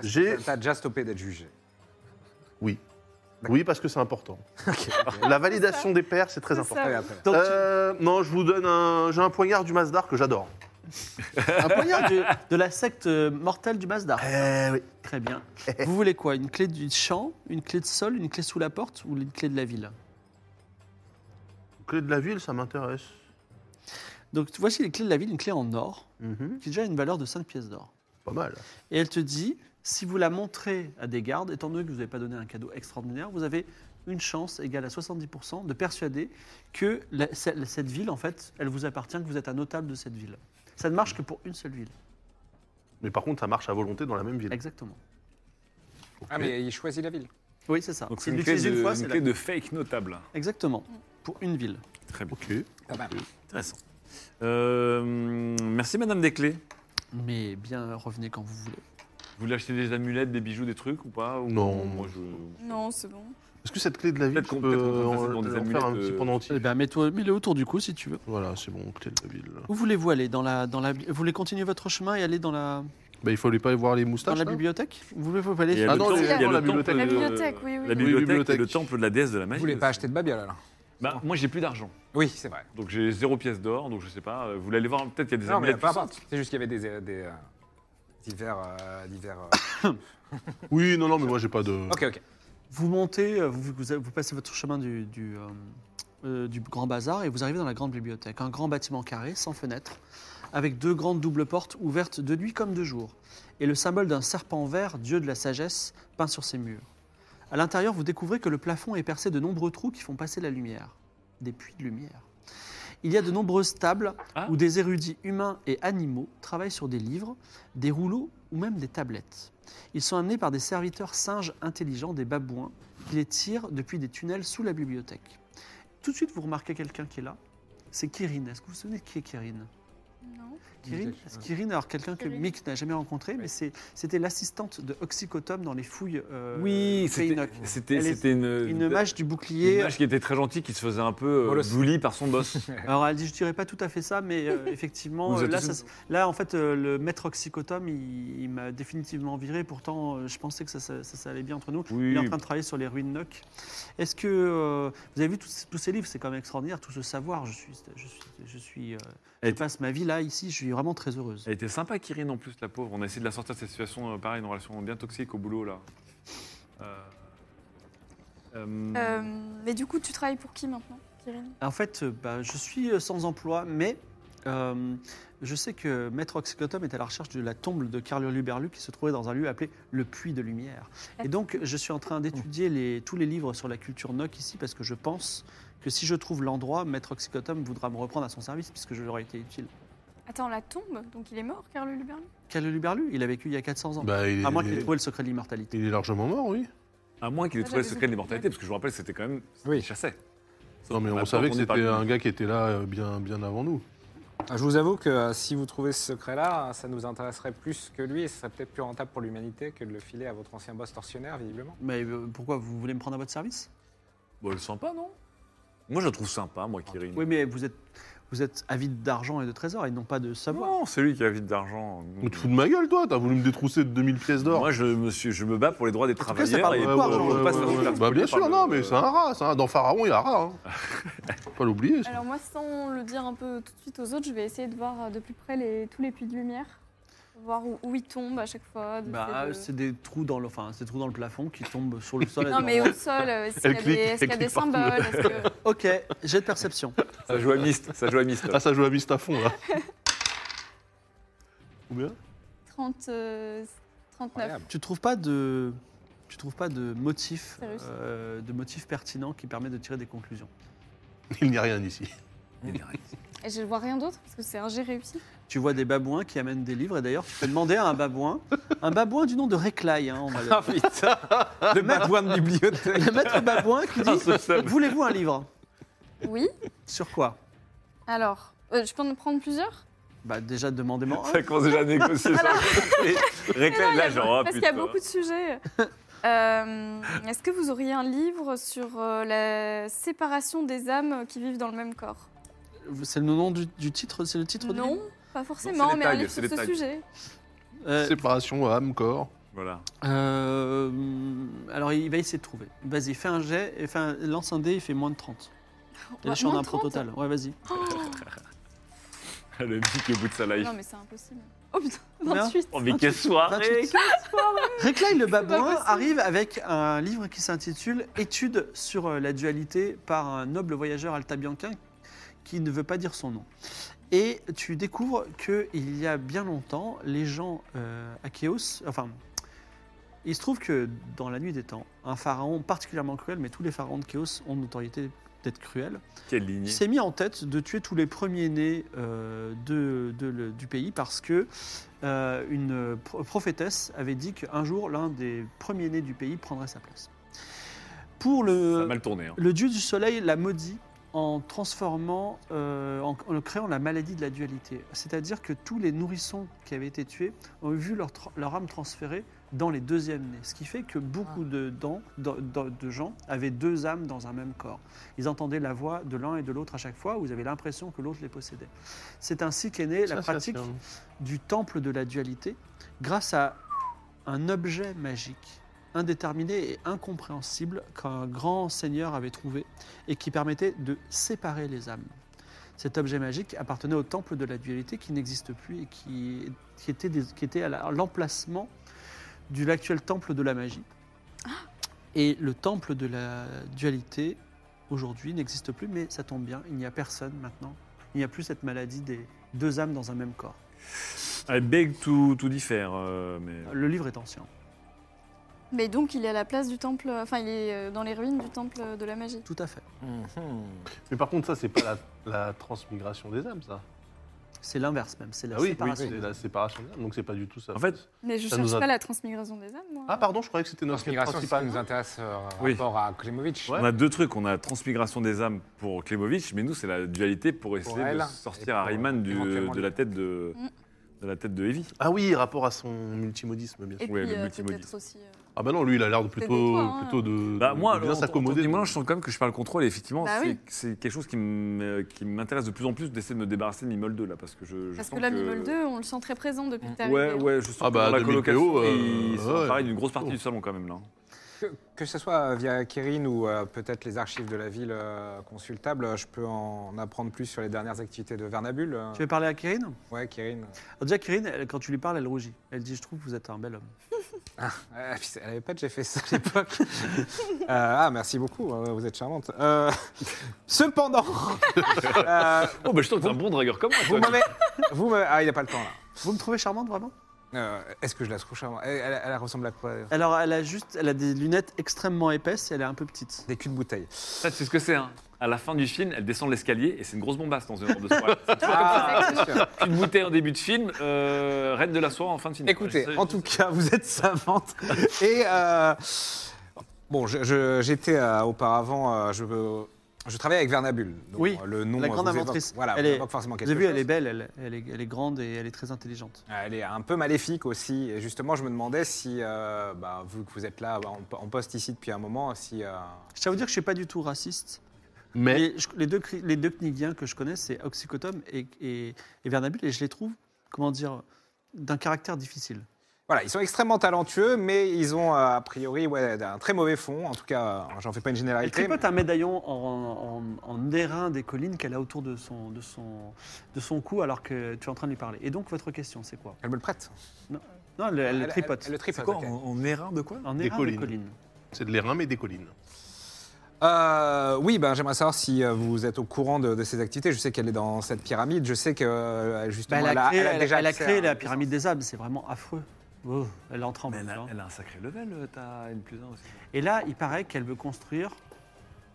Speaker 4: J'ai-
Speaker 6: T'as déjà stoppé d'être jugé.
Speaker 4: Oui, parce que c'est
Speaker 5: [LAUGHS]
Speaker 4: important. La validation des pairs, c'est très
Speaker 3: C'est
Speaker 4: important.
Speaker 3: ça.
Speaker 6: Très bien, très bien.
Speaker 1: Donc, tu-
Speaker 4: Euh, non, je vous donne un, j'ai un poignard du Masdar que j'adore.
Speaker 1: [LAUGHS] un poignard de, de la secte euh, mortelle du Masdar.
Speaker 4: Eh oui.
Speaker 1: Très
Speaker 5: [LAUGHS]
Speaker 1: bien. Vous voulez quoi Une clé du champ, une clé de sol, une clé sous la porte ou une clé de la ville
Speaker 4: Clé de la ville, ça m'intéresse.
Speaker 1: Donc voici les clés de la ville, une clé en or,
Speaker 4: Mhm.
Speaker 1: qui a déjà une valeur de 5 pièces d'or.
Speaker 4: Pas mal.
Speaker 1: Et elle te dit, si vous la montrez à des gardes, étant donné que vous n'avez pas donné un cadeau extraordinaire, vous avez une chance égale à 70% de persuader que la- ce- cette ville, en fait, elle vous appartient, que vous êtes un notable de cette ville. Ça ne marche que pour une seule ville.
Speaker 4: Mais par contre, ça marche à volonté dans la même ville.
Speaker 1: Exactement.
Speaker 6: Ah, mais il choisit la ville.
Speaker 1: Oui, c'est ça.
Speaker 5: Donc, c'est
Speaker 1: Si
Speaker 5: une
Speaker 1: tu
Speaker 5: clé,
Speaker 1: l'utilises
Speaker 5: de,
Speaker 1: une fois,
Speaker 5: une
Speaker 1: c'est
Speaker 5: clé
Speaker 1: la-
Speaker 5: de fake notable.
Speaker 1: Exactement. Pour une ville.
Speaker 5: Très bien.
Speaker 4: Ok.
Speaker 5: Intéressant. Euh, merci, Madame des Clés.
Speaker 1: Mais bien, revenez quand vous voulez.
Speaker 5: Vous voulez acheter des amulettes, des bijoux, des trucs ou pas Ou-
Speaker 4: Non.
Speaker 5: Moi, je.
Speaker 3: Non, c'est bon.
Speaker 4: Est-ce que cette clé de la ville,
Speaker 5: Peut-être
Speaker 4: tu
Speaker 5: qu'on-
Speaker 4: peux
Speaker 5: peut-être qu'on peut
Speaker 4: en,
Speaker 5: faire dans des
Speaker 4: en faire un
Speaker 5: amulettes,
Speaker 4: petit
Speaker 5: euh,
Speaker 4: pendentif
Speaker 1: Eh bien, mets-toi- mets-le autour du cou si tu veux.
Speaker 4: Voilà, c'est bon, clé de la ville.
Speaker 1: Où voulez-vous aller dans la, dans la, Vous voulez continuer votre chemin et aller dans la,
Speaker 4: Bah, il fallait pas aller voir les
Speaker 1: dans
Speaker 4: moustaches. hein.
Speaker 1: la
Speaker 4: là
Speaker 1: bibliothèque Vous voulez-vous aller
Speaker 5: Il y a
Speaker 4: Ah
Speaker 5: le
Speaker 4: non,
Speaker 5: temple-
Speaker 3: les-
Speaker 5: il y a le
Speaker 3: non,
Speaker 4: la
Speaker 5: temple- euh,
Speaker 4: bibliothèque.
Speaker 3: La bibliothèque, oui, oui.
Speaker 5: La
Speaker 4: Oui,
Speaker 5: bibliothèque, et
Speaker 4: bibliothèque.
Speaker 5: le temple de la déesse de la
Speaker 6: Vous
Speaker 5: magie.
Speaker 6: voulez pas
Speaker 5: aussi.
Speaker 6: acheter de babiole alors
Speaker 5: Bah, moi, j'ai plus d'argent.
Speaker 6: Oui, c'est vrai.
Speaker 5: Donc, j'ai zéro pièce d'or, donc je sais pas. euh, Vous voulez aller voir Peut-être qu'il y a des
Speaker 6: Non, mais
Speaker 5: amulettes.
Speaker 6: peu
Speaker 5: puissantes.
Speaker 6: importe. C'est juste qu'il y avait des. euh, des euh, divers. euh, divers euh,
Speaker 4: Oui, non, non, mais moi j'ai pas
Speaker 5: Ah,
Speaker 4: de.
Speaker 6: Ok, ok.
Speaker 1: Vous montez, euh, vous, vous- vous passez votre chemin du, du, euh, euh, du grand bazar et vous arrivez dans la grande bibliothèque. Un grand bâtiment carré, sans fenêtre, avec deux grandes doubles portes ouvertes de nuit comme de jour, et le symbole d'un serpent vert, dieu de la sagesse, peint sur ses murs. À l'intérieur, vous découvrez que le plafond est percé de nombreux trous qui font passer la lumière, des puits de lumière. Il y a de nombreuses tables
Speaker 5: Ah.
Speaker 1: où des érudits humains et animaux travaillent sur des livres, des rouleaux ou même des tablettes. Ils sont amenés par des serviteurs singes intelligents, des babouins, qui les tirent depuis des tunnels sous la bibliothèque. Tout de suite, vous remarquez quelqu'un qui est là. C'est Kirin. Est-ce que vous vous souvenez de qui est Kirin
Speaker 3: Non.
Speaker 1: Kirin, Kirin, alors quelqu'un que
Speaker 3: Kirin.
Speaker 1: Mick n'a jamais rencontré, mais c'est- c'était l'assistante de Oxycotome dans les fouilles euh,
Speaker 5: Oui, c'était
Speaker 1: Feyenoch.
Speaker 5: c'était-
Speaker 1: Elle est-
Speaker 5: c'était une,
Speaker 1: Une mage du
Speaker 5: une
Speaker 1: bouclier.
Speaker 5: mage qui était très gentille, qui se faisait un peu euh,
Speaker 6: Bolos.
Speaker 5: bully par son boss.
Speaker 1: Alors elle dit, je dirais pas tout à fait ça, mais
Speaker 5: [LAUGHS]
Speaker 1: euh, effectivement,
Speaker 5: Vous
Speaker 1: euh,
Speaker 5: êtes
Speaker 1: là,
Speaker 5: tous-
Speaker 1: ça se- là, en fait, euh, le maître Oxycotome, il, il m'a définitivement viré. Pourtant, euh, je pensais que ça, ça- ça- ça allait bien entre nous.
Speaker 5: Oui.
Speaker 1: Il est en train de travailler sur les ruines Nock. Est-ce que euh, vous avez vu tous, tous ces livres C'est quand même extraordinaire, tout ce savoir. Je suis, je suis, je suis, euh, je
Speaker 5: Et-
Speaker 1: passe ma vie là, ici. Je suis vraiment très heureuse.
Speaker 5: Elle était sympa, Kirin, en plus, la pauvre. On a essayé de la sortir de cette situation, euh, pareil, une relation bien toxique au boulot, là. Euh, euh,
Speaker 3: Euh, mais du coup, tu travailles pour qui maintenant, Kirin
Speaker 1: En fait, euh, bah, je suis euh, sans emploi, mais euh, je sais que Maître Oxycotome est à la recherche de la tombe de Carl Luberlu qui se trouvait dans un lieu appelé le Puits de Lumière. Et donc, je suis en train
Speaker 5: Mmh.
Speaker 1: d'étudier les- tous les livres sur la culture Noc ici parce que je pense que si je trouve l'endroit, Maître Oxycotome voudra me reprendre à son service puisque je leur ai été utile.
Speaker 3: Attends, la tombe Donc il est mort, Carl Luberlu
Speaker 1: Carl Luberlu, il a vécu il y a 400 ans.
Speaker 4: Bah,
Speaker 5: Ah,
Speaker 4: il, est,
Speaker 1: à moins qu'il ait trouvé le secret de l'immortalité.
Speaker 4: il est largement mort, oui.
Speaker 5: À moins qu'il ait
Speaker 3: Ah,
Speaker 5: trouvé le
Speaker 3: j'avais
Speaker 5: secret de
Speaker 3: oublié.
Speaker 5: l'immortalité, parce que je vous rappelle, c'était quand même.
Speaker 6: Oui.
Speaker 5: Il chassait.
Speaker 4: Non, mais
Speaker 5: Bah,
Speaker 4: on savait
Speaker 5: on
Speaker 4: que
Speaker 5: est pas
Speaker 4: c'était
Speaker 5: venu.
Speaker 4: un gars qui était là euh, bien, bien avant nous.
Speaker 6: Ah, Je vous avoue que euh, si vous trouvez ce secret-là, ça nous intéresserait plus que lui et ce serait peut-être plus rentable pour l'humanité que de le filer à votre ancien boss tortionnaire, visiblement.
Speaker 1: Mais euh, pourquoi vous voulez me prendre à votre service
Speaker 5: Bon, elle le sympa, non Moi, je la trouve sympa, moi, Kirin.
Speaker 1: Oui, mais vous êtes, vous êtes avide d'argent et de trésors et non pas de savoir.
Speaker 5: Non, c'est lui qui a vite d'argent.
Speaker 4: Mais tu te fous de ma gueule, toi T'as voulu me détrousser de 2000 pièces d'or
Speaker 5: Moi, je me, suis, je me bats pour les droits des
Speaker 1: tout cas, c'est
Speaker 5: travailleurs.
Speaker 1: pas
Speaker 5: et
Speaker 1: mon
Speaker 5: pour-
Speaker 1: corps, genre,
Speaker 5: je veux pas se
Speaker 1: ouais,
Speaker 5: faire
Speaker 1: ouais,
Speaker 5: spoiler
Speaker 4: Bah, bien
Speaker 5: par
Speaker 4: sûr,
Speaker 5: le-
Speaker 4: non,
Speaker 1: euh.
Speaker 4: mais c'est un rat, c'est un- Dans Pharaon, il y a un rat.
Speaker 1: [LAUGHS]
Speaker 4: Hein. Faut pas l'oublier. ça.
Speaker 3: Alors moi, sans le dire un peu tout de suite aux autres, je vais essayer de voir euh, de plus près les, tous les puits de lumière, voir où, où ils tombent à chaque fois. de-
Speaker 1: Bah,
Speaker 3: de-
Speaker 1: c'est des trous dans le, enfin, c'est des trous dans le plafond qui tombent
Speaker 3: [LAUGHS]
Speaker 1: sur le sol. à
Speaker 3: Non
Speaker 1: des
Speaker 3: mais
Speaker 1: endroits.
Speaker 3: au sol, euh, est-ce qu'il y a
Speaker 4: Elle
Speaker 3: des,
Speaker 4: clique,
Speaker 3: est-ce qu'il y a
Speaker 4: elle
Speaker 3: des
Speaker 4: clique partout.
Speaker 3: symboles est-ce que-
Speaker 1: Ok, j'ai de perception.
Speaker 5: Ça joue à Myst. Ça joue à Myst.
Speaker 4: Ah, ça joue à Mist à fond,
Speaker 1: [LAUGHS]
Speaker 4: là. Combien
Speaker 3: 30, euh, 39.
Speaker 6: Incroyable.
Speaker 1: Tu trouves pas de, tu trouves pas de motif,
Speaker 3: C'est réussi.
Speaker 1: euh, de motif pertinent qui permet de tirer des conclusions.
Speaker 4: Il n'y a rien ici.
Speaker 3: Et je ne vois rien d'autre parce que c'est un G réussi.
Speaker 1: Tu vois des babouins qui amènent des livres et d'ailleurs tu peux demander à un babouin, un babouin du nom de Réclaille, hein, on va le,
Speaker 5: [LAUGHS]
Speaker 6: Ah putain Le babouin de
Speaker 1: [LAUGHS]
Speaker 6: bibliothèque
Speaker 1: le maître babouin qui dit,
Speaker 5: ce seum.
Speaker 1: voulez-vous un livre
Speaker 3: Oui.
Speaker 1: Sur quoi
Speaker 3: Alors, euh, je peux en prendre plusieurs
Speaker 1: Bah déjà demandez-moi. un.
Speaker 5: Ça commence déjà à négocier ça. [LAUGHS] Réclame là, genre, oh,
Speaker 3: Parce qu'il y a
Speaker 5: putain.
Speaker 3: beaucoup de sujets. Euh, Est-ce que vous auriez un livre sur euh, la séparation des âmes qui vivent dans le même corps
Speaker 1: C'est le nom du, du titre, c'est le titre du
Speaker 3: Non,
Speaker 1: livre
Speaker 3: pas forcément,
Speaker 5: les
Speaker 3: mais un
Speaker 5: tags,
Speaker 3: livre
Speaker 5: c'est
Speaker 3: sur
Speaker 5: les
Speaker 3: ce
Speaker 5: tags.
Speaker 3: sujet.
Speaker 1: Euh,
Speaker 4: Séparation, âme, corps.
Speaker 5: Voilà.
Speaker 1: euh, alors il va essayer de trouver. Vas-y, fais un jet, et fais un- lance un dé, il fait moins de 30. Et là, je suis en
Speaker 3: Moins
Speaker 1: impro
Speaker 3: 30.
Speaker 1: total. Ouais, vas-y.
Speaker 5: Le mythe le bout de sa life.
Speaker 3: Non, mais c'est impossible. Oh putain, [LAUGHS]
Speaker 1: Non.
Speaker 3: 28.
Speaker 5: Oh, mais quelle soirée
Speaker 1: 28. Reclay le babouin
Speaker 3: possible.
Speaker 1: arrive avec un livre qui s'intitule Études sur euh, la dualité par un noble voyageur altabianquin qui ne veut pas dire son nom. Et tu découvres que il y a bien longtemps, les gens euh, à Chaos, enfin, il se trouve que dans la nuit des temps, un pharaon particulièrement cruel, mais tous les pharaons de Chaos ont notoriété d'être cruels,
Speaker 5: Quelle lignée.
Speaker 1: s'est mis en tête de tuer tous les premiers-nés euh, de- de le- du pays parce que euh, une pro- prophétesse avait dit qu'un jour, l'un des premiers-nés du pays prendrait sa place. Pour
Speaker 5: Ça a
Speaker 1: le,
Speaker 5: mal tourné. Hein.
Speaker 1: le dieu du soleil l'a maudit en transformant, euh, en, en créant la maladie de la dualité. C'est-à-dire que tous les nourrissons qui avaient été tués ont vu leur, tra- leur âme transférée dans les deuxièmes nés. Ce qui fait que beaucoup
Speaker 4: Ah.
Speaker 1: de, dents- de- de- de gens avaient deux âmes dans un même corps. Ils entendaient la voix de l'un et de l'autre à chaque fois, où ils avaient l'impression que l'autre les possédait. C'est ainsi qu'est née la
Speaker 4: Ça, ça,
Speaker 1: pratique
Speaker 4: c'est un-
Speaker 1: du temple de la dualité grâce à un objet magique indéterminé et incompréhensible qu'un grand seigneur avait trouvé et qui permettait de séparer les âmes. Cet objet magique appartenait au temple de la dualité qui n'existe plus et qui, qui était, des- qui était à la- à l'emplacement de l'actuel temple de la magie. Et le temple de la dualité aujourd'hui n'existe plus, mais ça tombe bien, il n'y a personne maintenant. Il n'y a plus cette maladie des deux âmes dans un même corps.
Speaker 5: I beg to, to differ, euh, mais...
Speaker 1: Le livre est ancien.
Speaker 3: Mais donc, il est à la place du temple, enfin, il est euh, dans les ruines du temple de la magie.
Speaker 1: Tout à fait.
Speaker 6: Mhm.
Speaker 4: Mais par contre, ça, c'est pas la, la transmigration des âmes, ça.
Speaker 1: C'est l'inverse même, c'est la
Speaker 4: Ah oui, oui,
Speaker 1: séparation.
Speaker 4: c'est la séparation des âmes, donc c'est pas du tout ça.
Speaker 5: En fait-
Speaker 3: Mais je
Speaker 4: Ça
Speaker 3: cherche
Speaker 4: nous a-
Speaker 3: pas la transmigration des âmes, moi.
Speaker 4: Ah, pardon, je croyais que c'était notre quête
Speaker 6: Transmigration, c'est ce qui
Speaker 4: principale.
Speaker 6: nous intéresse euh,
Speaker 5: Oui.
Speaker 6: rapport à Klimovic.
Speaker 4: Ouais.
Speaker 5: On a deux trucs. On a transmigration des âmes pour Klemovic, mais nous, c'est la dualité pour essayer
Speaker 6: Pour elle,
Speaker 5: de
Speaker 6: et
Speaker 5: sortir
Speaker 6: pour,
Speaker 5: Harryman du-
Speaker 6: éventuellement,
Speaker 5: de la tête de,
Speaker 3: Mm.
Speaker 5: de la tête de Evie.
Speaker 4: Ah oui, rapport à son multimodisme, bien sûr.
Speaker 3: Et
Speaker 5: Ouais,
Speaker 3: puis
Speaker 5: le
Speaker 3: euh,
Speaker 5: multimodisme.
Speaker 3: peut-être aussi. euh,
Speaker 4: Ah bah non, lui, il a l'air de
Speaker 3: C'était
Speaker 4: plutôt,
Speaker 3: des toits, hein.
Speaker 4: plutôt de,
Speaker 5: Bah,
Speaker 4: de
Speaker 5: moi,
Speaker 4: bien s'accommoder.
Speaker 5: Moi, je sens quand même que je parle contrôle. Et effectivement,
Speaker 3: Bah
Speaker 5: c'est,
Speaker 3: oui.
Speaker 5: c'est quelque chose qui, me- qui m'intéresse de plus en plus d'essayer de me débarrasser de Mimol 2 là, parce que je, je
Speaker 3: Parce que
Speaker 5: sens
Speaker 3: là,
Speaker 5: que-
Speaker 3: Mimol 2, on le sent très présent depuis que t'es
Speaker 5: Ouais,
Speaker 3: arrivé. hein.
Speaker 5: ouais, je sens
Speaker 4: Ah
Speaker 5: que
Speaker 4: bah,
Speaker 5: dans la
Speaker 4: 2000
Speaker 5: colocation,
Speaker 4: PO, euh,
Speaker 5: ils sont
Speaker 4: ouais.
Speaker 5: pareil d'une grosse partie
Speaker 4: Oh.
Speaker 5: du salon quand même là.
Speaker 6: Que, que ce soit via Kérin ou euh, peut-être les archives de la ville euh, consultables, euh, je peux en apprendre plus sur les dernières activités de Vernabule. euh.
Speaker 1: Tu veux parler à Kérine
Speaker 6: Ouais, Kérin.
Speaker 1: Alors Déjà, Kérine, elle- quand tu lui parles, elle rougit. Elle dit Je trouve que vous êtes un bel homme.
Speaker 6: Euh, puis elle avait pas déjà fait ça à
Speaker 1: [LAUGHS]
Speaker 6: l'époque. Euh, ah, merci beaucoup, euh, vous êtes charmante. Euh,
Speaker 1: [LAUGHS]
Speaker 6: cependant, euh,
Speaker 5: Oh, bah, je sens que t'es un bon dragueur comme moi.
Speaker 6: vous m'avez. vous m'avez- Ah, il n'a pas le temps là.
Speaker 1: Vous me trouvez charmante, vraiment
Speaker 6: Euh, Est-ce que je la trouve charmante elle, elle- elle ressemble à quoi euh, d'ailleurs
Speaker 1: Alors, elle a juste elle a des lunettes extrêmement épaisses et elle est un peu petite.
Speaker 6: Des culs de bouteille.
Speaker 5: Ça, tu sais ce que c'est. Hein. À la fin du film, elle descend de l'escalier et c'est une grosse bombasse dans une heure de [LAUGHS] soirée.
Speaker 6: Ah, bien sûr.
Speaker 5: Une bouteille en début de film, euh, reine de la soirée en fin de film.
Speaker 6: Écoutez,
Speaker 5: Ouais, je-
Speaker 6: en tout cas, vous
Speaker 1: [LAUGHS]
Speaker 6: êtes savante. Et euh, bon, je- je- j'étais euh, auparavant, euh, je, je travaillais avec Vernabule. Donc,
Speaker 1: Oui,
Speaker 6: euh, le nom
Speaker 1: la
Speaker 6: euh,
Speaker 1: grande
Speaker 6: vous évoque-
Speaker 1: inventrice.
Speaker 6: voilà,
Speaker 1: Elle
Speaker 6: vous
Speaker 1: est-
Speaker 6: évoque forcément
Speaker 1: Vous
Speaker 6: quelque
Speaker 1: avez vu,
Speaker 6: chose. Ah,
Speaker 1: elle est belle, elle, elle est, elle est grande et elle est très intelligente.
Speaker 6: Elle est un peu maléfique aussi. Et justement, je me demandais si, euh, bah, vu que vous êtes là, bah, en, en poste ici depuis un moment, si. euh,
Speaker 1: Je tiens à vous dire que je ne suis pas du tout raciste.
Speaker 4: Mais
Speaker 1: Mais je- les, deux, cri- les deux Knigiens que je connais, c'est Oxycotome et, et, et Vernabule, et je les trouve, comment dire, d'un caractère difficile.
Speaker 6: Voilà, ils sont extrêmement talentueux, mais ils ont euh, a priori ouais, un très mauvais fond. En tout cas, euh, j'en fais pas une
Speaker 1: Elle
Speaker 6: généralité.
Speaker 1: tripote un médaillon en, en- en airain des collines qu'elle a autour de son, de, son, de son cou alors que tu es en train de lui parler. Et donc, votre question, c'est quoi
Speaker 6: Elle me le prête.
Speaker 1: Non, elle, elle le tripote.
Speaker 6: Elle le tripote. ok.
Speaker 5: en airain de quoi
Speaker 1: En
Speaker 4: Des
Speaker 1: airain des
Speaker 4: collines.
Speaker 1: collines.
Speaker 4: c'est de l'airain, mais des collines.
Speaker 6: Euh, oui, ben, j'aimerais savoir si euh, vous êtes au courant de, de ces activités. Je sais qu'elle est dans cette pyramide. Je sais que euh,
Speaker 1: Bah,
Speaker 6: justement,
Speaker 1: elle, a créé,
Speaker 6: elle a
Speaker 1: elle-
Speaker 6: déjà
Speaker 1: elle a
Speaker 6: accès
Speaker 1: créé
Speaker 6: à-
Speaker 1: la pyramide des âmes, c'est vraiment affreux. Oh, elle en tremble.
Speaker 5: Mais elle
Speaker 1: tu
Speaker 5: a,
Speaker 1: vois.
Speaker 5: elle a un sacré level, euh, ta N plus 1 aussi.
Speaker 1: Et là, il paraît qu'elle veut construire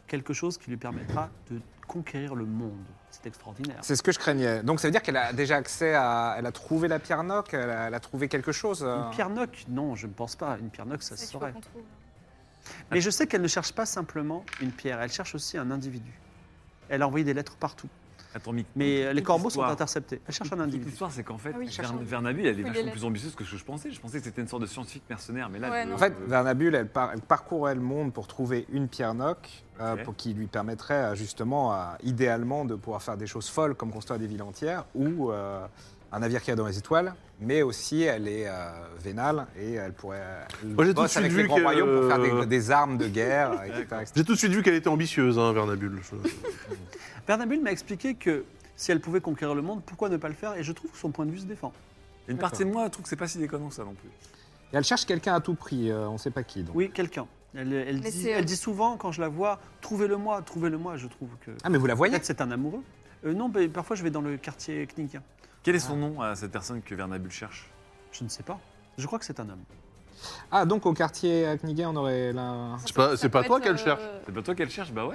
Speaker 1: quelque chose qui lui permettra de conquérir le monde. C'est extraordinaire.
Speaker 6: C'est ce que je craignais. Donc ça veut dire qu'elle a déjà accès à. Elle a trouvé la pierre noc. Elle a, elle a trouvé quelque chose. euh.
Speaker 1: Une pierre noc Non, je ne pense pas. Une pierre noc, ça se
Speaker 3: C'est qu'il faut
Speaker 1: saurait.
Speaker 3: qu'on trouve.
Speaker 1: Mais je sais qu'elle ne cherche pas simplement une pierre, elle cherche aussi un individu. Elle a envoyé des lettres partout.
Speaker 5: Attends, mais
Speaker 1: Mais euh, les
Speaker 5: toute
Speaker 1: corbeaux sont
Speaker 5: l'histoire-
Speaker 1: interceptés. Elle cherche un
Speaker 5: toute
Speaker 1: individu.
Speaker 5: L'histoire, c'est qu'en fait,
Speaker 3: Ah oui,
Speaker 5: Vern-
Speaker 3: cherche un-
Speaker 5: Vernabule, elle est
Speaker 3: Oui, les
Speaker 5: vachement
Speaker 3: lettres.
Speaker 5: plus ambitieuse que ce que je pensais. Je pensais que c'était une sorte de scientifique mercenaire, mais là.
Speaker 3: Ouais,
Speaker 5: je-
Speaker 3: non.
Speaker 6: En fait,
Speaker 5: euh,
Speaker 6: Vernabule, elle, par- elle parcourait le monde pour trouver une pierre noc euh,
Speaker 5: Ok.
Speaker 6: pour qui lui permettrait euh, justement, euh, idéalement, de pouvoir faire des choses folles comme construire des villes entières ou euh, un navire qui a dans les étoiles. Mais aussi, elle est euh, vénale et elle pourrait. Elle
Speaker 4: Moi, j'ai tout de
Speaker 6: bosse
Speaker 4: suite
Speaker 6: avec
Speaker 4: vu
Speaker 6: les grands
Speaker 4: que-
Speaker 6: royaumes pour faire des, des armes de guerre, etc. etc.
Speaker 4: J'ai tout de suite vu qu'elle était ambitieuse, hein, Vernabule. Je-
Speaker 1: Bernabule m'a expliqué que si elle pouvait conquérir le monde, pourquoi ne pas le faire Et je trouve que son point de vue se défend.
Speaker 5: Une partie de moi trouve que c'est pas si déconnant ça non plus.
Speaker 6: Et elle cherche quelqu'un à tout prix, euh, on ne sait pas qui. donc.
Speaker 1: Oui, quelqu'un. Elle, elle
Speaker 3: Mais
Speaker 1: dit,
Speaker 3: c'est- euh,
Speaker 1: elle dit souvent, quand je la vois, trouvez-le-moi, trouvez-le-moi. Je trouve que.
Speaker 6: Ah, mais vous la voyez
Speaker 1: Peut-être c'est un amoureux. Euh, non, mais parfois je vais dans le quartier knighien.
Speaker 5: Quel est
Speaker 6: Ah.
Speaker 5: son nom à cette personne que Vernabule cherche
Speaker 1: Je ne sais pas. Je crois que c'est un homme.
Speaker 6: Ah, donc au quartier à Knigge, on aurait là.
Speaker 3: Ça, ça-
Speaker 4: pas-
Speaker 3: ça
Speaker 4: c'est
Speaker 3: peut
Speaker 4: pas toi
Speaker 3: être,
Speaker 4: qu'elle cherche.
Speaker 3: euh,
Speaker 5: C'est pas toi qu'elle cherche Bah ouais.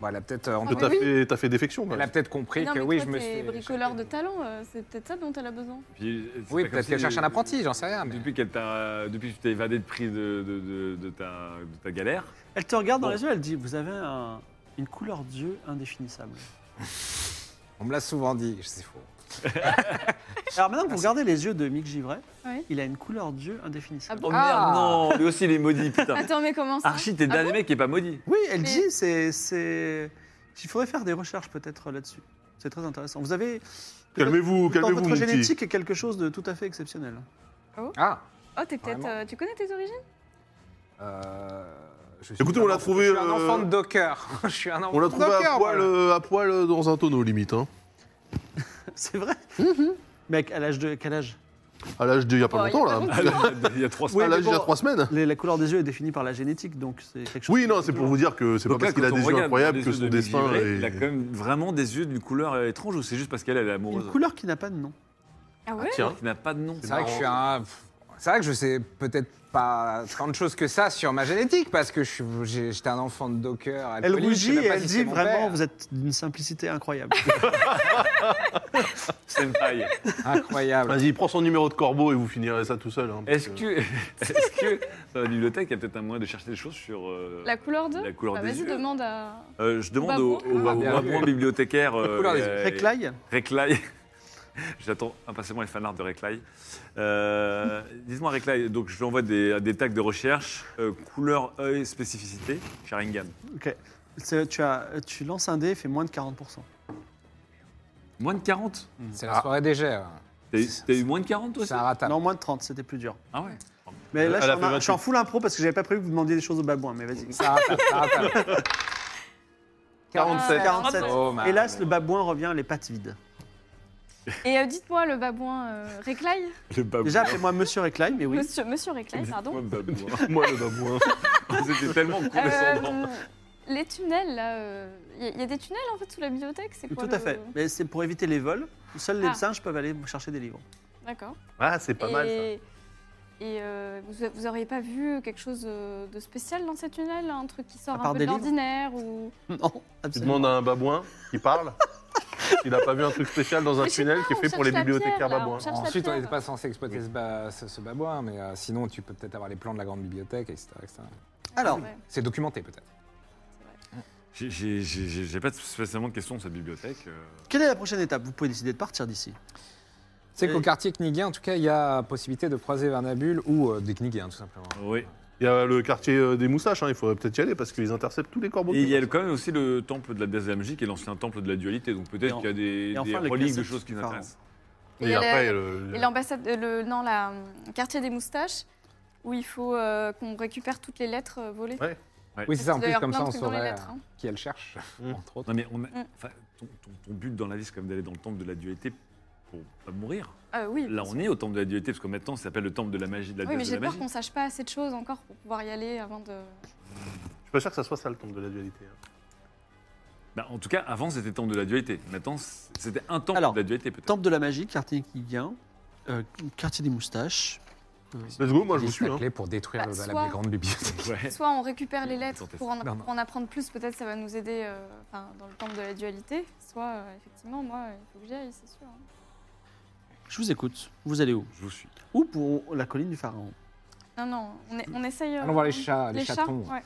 Speaker 6: Bon, elle a peut-être euh, en
Speaker 3: Ah,
Speaker 6: tout
Speaker 3: oui,
Speaker 4: T'as
Speaker 3: oui.
Speaker 4: fait, t'as fait défection, quoi.
Speaker 6: Elle a peut-être compris
Speaker 3: Non,
Speaker 6: que
Speaker 3: mais
Speaker 6: oui,
Speaker 3: toi,
Speaker 6: je me
Speaker 3: t'es
Speaker 6: suis.
Speaker 3: bricoleur de talent, euh, c'est peut-être ça dont elle a besoin.
Speaker 5: Puis, euh, c'est
Speaker 6: Oui,
Speaker 5: pas comme
Speaker 6: peut-être
Speaker 5: si-
Speaker 6: qu'elle cherche un apprenti, j'en sais rien. mais-
Speaker 5: Depuis, qu'elle t'a- depuis que tu t'es évadé de prix de, de- de- de ta, de ta galère,
Speaker 1: Elle te regarde dans
Speaker 5: Bon.
Speaker 1: les yeux, elle dit Vous avez un- une couleur d'yeux
Speaker 6: [LAUGHS]
Speaker 1: indéfinissable.
Speaker 6: On me l'a souvent dit, c'est faux.
Speaker 1: Alors maintenant que vous regardez les yeux de Mick Givray,
Speaker 3: Ouais.
Speaker 1: il a une couleur d'yeux indéfinissable.
Speaker 5: Oh
Speaker 6: Ah.
Speaker 5: merde, non Lui aussi, il est maudit, putain.
Speaker 3: [LAUGHS] Attends, mais comment ça
Speaker 5: Archie, t'es le
Speaker 3: Ah
Speaker 5: dernier mec qui est pas maudit.
Speaker 1: Oui, elle
Speaker 3: Mais-
Speaker 1: dit c'est, c'est. Il faudrait faire des recherches peut-être là-dessus. C'est très intéressant. Vous avez.
Speaker 4: Calmez-vous,
Speaker 1: Dans
Speaker 4: calmez-vous,
Speaker 1: votre
Speaker 4: mon petit.
Speaker 1: génétique est quelque chose de tout à fait exceptionnel. [LAUGHS]
Speaker 6: Ah
Speaker 3: Oh, t'es peut-être.
Speaker 6: Vraiment.
Speaker 3: euh, tu connais tes origines
Speaker 6: euh, je suis
Speaker 4: Écoutez,
Speaker 6: un
Speaker 4: on l'a
Speaker 6: enfant-
Speaker 4: trouvé,
Speaker 6: Je suis un
Speaker 4: euh,
Speaker 6: enfant de Docker. [LAUGHS] je suis un enfant
Speaker 4: On l'a
Speaker 6: de
Speaker 4: trouvé
Speaker 6: Docker,
Speaker 4: à poil,
Speaker 6: voilà.
Speaker 4: euh, à poil euh, dans un tonneau, limite. hein.
Speaker 1: c'est vrai Mais à l'âge de. Quel âge
Speaker 4: À l'âge de, il y a pas
Speaker 3: Oh, il y a
Speaker 4: longtemps,
Speaker 3: pas
Speaker 4: là.
Speaker 5: Ah, Il y a trois
Speaker 1: Oui,
Speaker 4: à
Speaker 1: mais
Speaker 5: semaines.
Speaker 4: l'âge d'il y a
Speaker 1: bon.
Speaker 4: trois semaines.
Speaker 1: Les- La couleur des yeux est définie par la génétique, donc c'est quelque chose.
Speaker 4: Oui,
Speaker 1: qui-
Speaker 4: non, c'est pour vous dire que c'est pas
Speaker 5: Donc là,
Speaker 4: parce qu'il a
Speaker 5: quand
Speaker 4: des
Speaker 5: on
Speaker 4: yeux
Speaker 5: regarde
Speaker 4: incroyables
Speaker 5: les
Speaker 4: que
Speaker 5: yeux
Speaker 4: son
Speaker 5: de
Speaker 4: destin
Speaker 5: Mick Givray, Il a
Speaker 4: est...
Speaker 5: quand même vraiment des yeux d'une couleur euh, étrange ou c'est juste parce qu'elle elle est amoureuse
Speaker 1: Une couleur qui n'a pas de nom.
Speaker 3: Ah ouais
Speaker 4: Tiens,
Speaker 5: Qui n'a pas de nom.
Speaker 6: C'est vrai que je suis un. pff, C'est vrai que je sais peut-être pas tant de choses que ça sur ma génétique parce que je suis- j'ai- j'étais un enfant de Docker.
Speaker 1: Elle
Speaker 6: alcoolique, je sais
Speaker 1: rougit
Speaker 6: même
Speaker 1: et
Speaker 6: pas
Speaker 1: elle
Speaker 6: si
Speaker 1: dit
Speaker 6: c'est mon
Speaker 1: vraiment
Speaker 6: père. [LAUGHS]
Speaker 1: Vous êtes d'une simplicité incroyable.
Speaker 5: Senpai.
Speaker 6: Incroyable.
Speaker 4: Vas-y, prends son numéro de corbeau et vous finirez ça tout seul. hein, parce
Speaker 5: Est-ce que, [LAUGHS] est-ce que dans la bibliothèque, il y a peut-être un moyen de chercher des choses sur euh,
Speaker 3: La couleur de
Speaker 5: la couleur
Speaker 3: Bah,
Speaker 5: des
Speaker 3: Vas-y,
Speaker 5: yeux
Speaker 3: demande à.
Speaker 5: Euh, Je demande
Speaker 3: Bah,
Speaker 5: au,
Speaker 3: bon.
Speaker 5: au-
Speaker 6: Ah,
Speaker 5: au
Speaker 6: bien vu.
Speaker 5: rapport bibliothécaire. euh,
Speaker 6: couleur des yeux.
Speaker 5: euh,
Speaker 1: Réclaille
Speaker 5: Reclay. [LAUGHS] J'attends impatiemment les fanarts de Reclay. Euh, Dites-moi Reclay, donc je lui envoie des, des tags de recherche, euh, couleur, œil, spécificité, Sharingan.
Speaker 1: Ok. C'est- Tu, as, tu lances un dé et fait moins de 40%.
Speaker 5: Moins de 40
Speaker 6: C'est la soirée des jets.
Speaker 5: T'as eu- t'as eu moins de 40 toi aussi
Speaker 6: C'est un ratat.
Speaker 1: Non, moins de 30, c'était plus dur.
Speaker 5: Ah ouais
Speaker 1: Mais là,
Speaker 4: Elle
Speaker 1: je suis,
Speaker 4: a
Speaker 1: en,
Speaker 4: fait
Speaker 1: je suis en full impro parce que j'avais pas prévu que vous demandiez des choses au babouin, mais vas-y.
Speaker 6: C'est un ratat, c'est un
Speaker 1: [LAUGHS]
Speaker 6: ratat.
Speaker 4: 47.
Speaker 1: 47.
Speaker 6: Oh,
Speaker 5: Ah,
Speaker 6: ma-
Speaker 1: Hélas, le babouin revient les pattes vides.
Speaker 3: [LAUGHS] Et euh, dites-moi, le babouin euh, Réclaille
Speaker 5: Le babouin.
Speaker 1: Déjà, appelez-moi Monsieur Réclaille, mais oui.
Speaker 3: Monsieur, Monsieur Réclaille,
Speaker 5: [LAUGHS]
Speaker 3: Eh, pardon.
Speaker 5: Moi, babouin.
Speaker 4: que- Moi, le babouin.
Speaker 5: [LAUGHS] C'était tellement cool, Sandra.
Speaker 3: Euh, les tunnels, là. Il y, a des tunnels en fait sous la bibliothèque C'est quoi
Speaker 1: Tout à
Speaker 3: le-
Speaker 1: fait. Mais c'est pour éviter les vols. Seuls les
Speaker 3: Ah.
Speaker 1: singes peuvent aller chercher des livres.
Speaker 3: D'accord.
Speaker 4: Ah, c'est pas
Speaker 3: et
Speaker 4: mal, ça.
Speaker 3: et euh, vous, vous auriez pas vu quelque chose euh, de spécial dans ces tunnels Un truc qui
Speaker 1: À
Speaker 3: sort
Speaker 1: part
Speaker 3: un peu
Speaker 1: des
Speaker 3: de
Speaker 1: livres
Speaker 3: l'ordinaire ou...
Speaker 1: Non,
Speaker 4: Tu
Speaker 1: absolument.
Speaker 4: demandes à un babouin qui parle s'il n'a pas vu un truc spécial dans un
Speaker 3: Mais je sais
Speaker 4: tunnel
Speaker 3: pas,
Speaker 4: qui est
Speaker 3: on
Speaker 4: fait pour les
Speaker 3: cherche la
Speaker 4: bibliothécaires
Speaker 3: pierre, là,
Speaker 4: babouins.
Speaker 3: on cherche-
Speaker 6: Ensuite, on
Speaker 3: pierre.
Speaker 6: n'était pas censé exploiter ce, ba- ce- ce babouin, mais euh, sinon, tu peux peut-être avoir les plans de la grande bibliothèque, etc. etc.
Speaker 1: Alors,
Speaker 3: Ouais.
Speaker 6: C'est documenté, peut-être.
Speaker 5: J'ai- j'ai- J'ai j'ai- j'ai pas spécialement de questions de cette bibliothèque. euh.
Speaker 1: quelle est la prochaine étape Vous pouvez décider de partir d'ici.
Speaker 6: C'est qu'au
Speaker 1: Et-
Speaker 6: quartier Kniguien, en tout cas, il y a possibilité de croiser Vernabule ou euh, des Kniguiens, tout simplement.
Speaker 5: Oui.
Speaker 4: Il y a le quartier euh, des moustaches, hein, il faudrait peut-être y aller parce qu'ils interceptent tous les corbeaux.
Speaker 5: Et
Speaker 4: qui
Speaker 5: il y a
Speaker 4: passent.
Speaker 5: quand même aussi le temple de la désamgie qui est l'ancien temple de la dualité, donc
Speaker 1: Et
Speaker 5: peut-être
Speaker 1: en-
Speaker 5: qu'il y a des,
Speaker 1: et enfin,
Speaker 5: des
Speaker 1: le
Speaker 5: reliques de
Speaker 1: classique
Speaker 5: choses qui nous
Speaker 1: pharaon.
Speaker 5: intéressent.
Speaker 3: Et
Speaker 4: Et
Speaker 3: la-
Speaker 4: après, le-
Speaker 3: Et l'ambassade, euh, le, non, la euh, quartier des moustaches, où il faut euh, qu'on récupère toutes les lettres euh, volées.
Speaker 4: Ouais.
Speaker 6: Oui, c'est ça, en
Speaker 3: Parce qu'il doit y
Speaker 6: plus,
Speaker 3: avoir
Speaker 6: comme
Speaker 3: plein
Speaker 6: ça,
Speaker 3: de
Speaker 6: on
Speaker 3: trucs dans les
Speaker 6: saurait
Speaker 3: lettres,
Speaker 6: euh,
Speaker 3: hein.
Speaker 6: qui elle cherche, entre autres.
Speaker 5: Non, mais on a-
Speaker 3: Mm.
Speaker 5: enfin, ton, ton- ton but dans la vie, c'est quand même d'aller dans le temple de la dualité pour pas mourir.
Speaker 3: Euh, oui,
Speaker 5: Là,
Speaker 3: parce-
Speaker 5: on est au temple de la dualité, parce que maintenant, ça s'appelle le temple de la magie, de la
Speaker 3: oui, mais
Speaker 5: déesse de
Speaker 3: j'ai
Speaker 5: la
Speaker 3: peur
Speaker 5: magie.
Speaker 3: qu'on sache pas assez de choses encore pour pouvoir y aller
Speaker 5: [LAUGHS]
Speaker 3: avant de.
Speaker 4: Je suis pas sûr que ça soit ça le temple de la dualité. hein.
Speaker 5: Bah, en tout cas, avant, c'était temple de la dualité. Maintenant, c- c'était un temple
Speaker 1: Alors,
Speaker 5: de la dualité, peut-être.
Speaker 1: Temple de la magie, quartier qui vient, euh, quartier des moustaches.
Speaker 4: Let's go, moi je
Speaker 6: Ils
Speaker 4: vous
Speaker 6: disent la
Speaker 4: suis. hein.
Speaker 6: clé pour détruire
Speaker 3: Bah,
Speaker 6: le- la,
Speaker 3: soit-
Speaker 6: grande bibliothèque.
Speaker 5: Ouais.
Speaker 3: Soit on récupère
Speaker 5: Oui,
Speaker 3: les
Speaker 5: on
Speaker 3: lettres
Speaker 5: peut tenter
Speaker 3: pour en,
Speaker 6: Non, non.
Speaker 3: pour en apprendre plus, peut-être ça va nous aider euh, enfin, dans le temple de la dualité. Soit, euh, effectivement, moi, il faut que j'y aille, c'est sûr. hein.
Speaker 1: Je vous écoute. Vous allez où
Speaker 5: Je vous suis.
Speaker 1: Ou pour la colline du pharaon.
Speaker 3: Non, non, on, est- on essaye. euh,
Speaker 6: Allons voir les chats, les, chatons.
Speaker 3: ouais.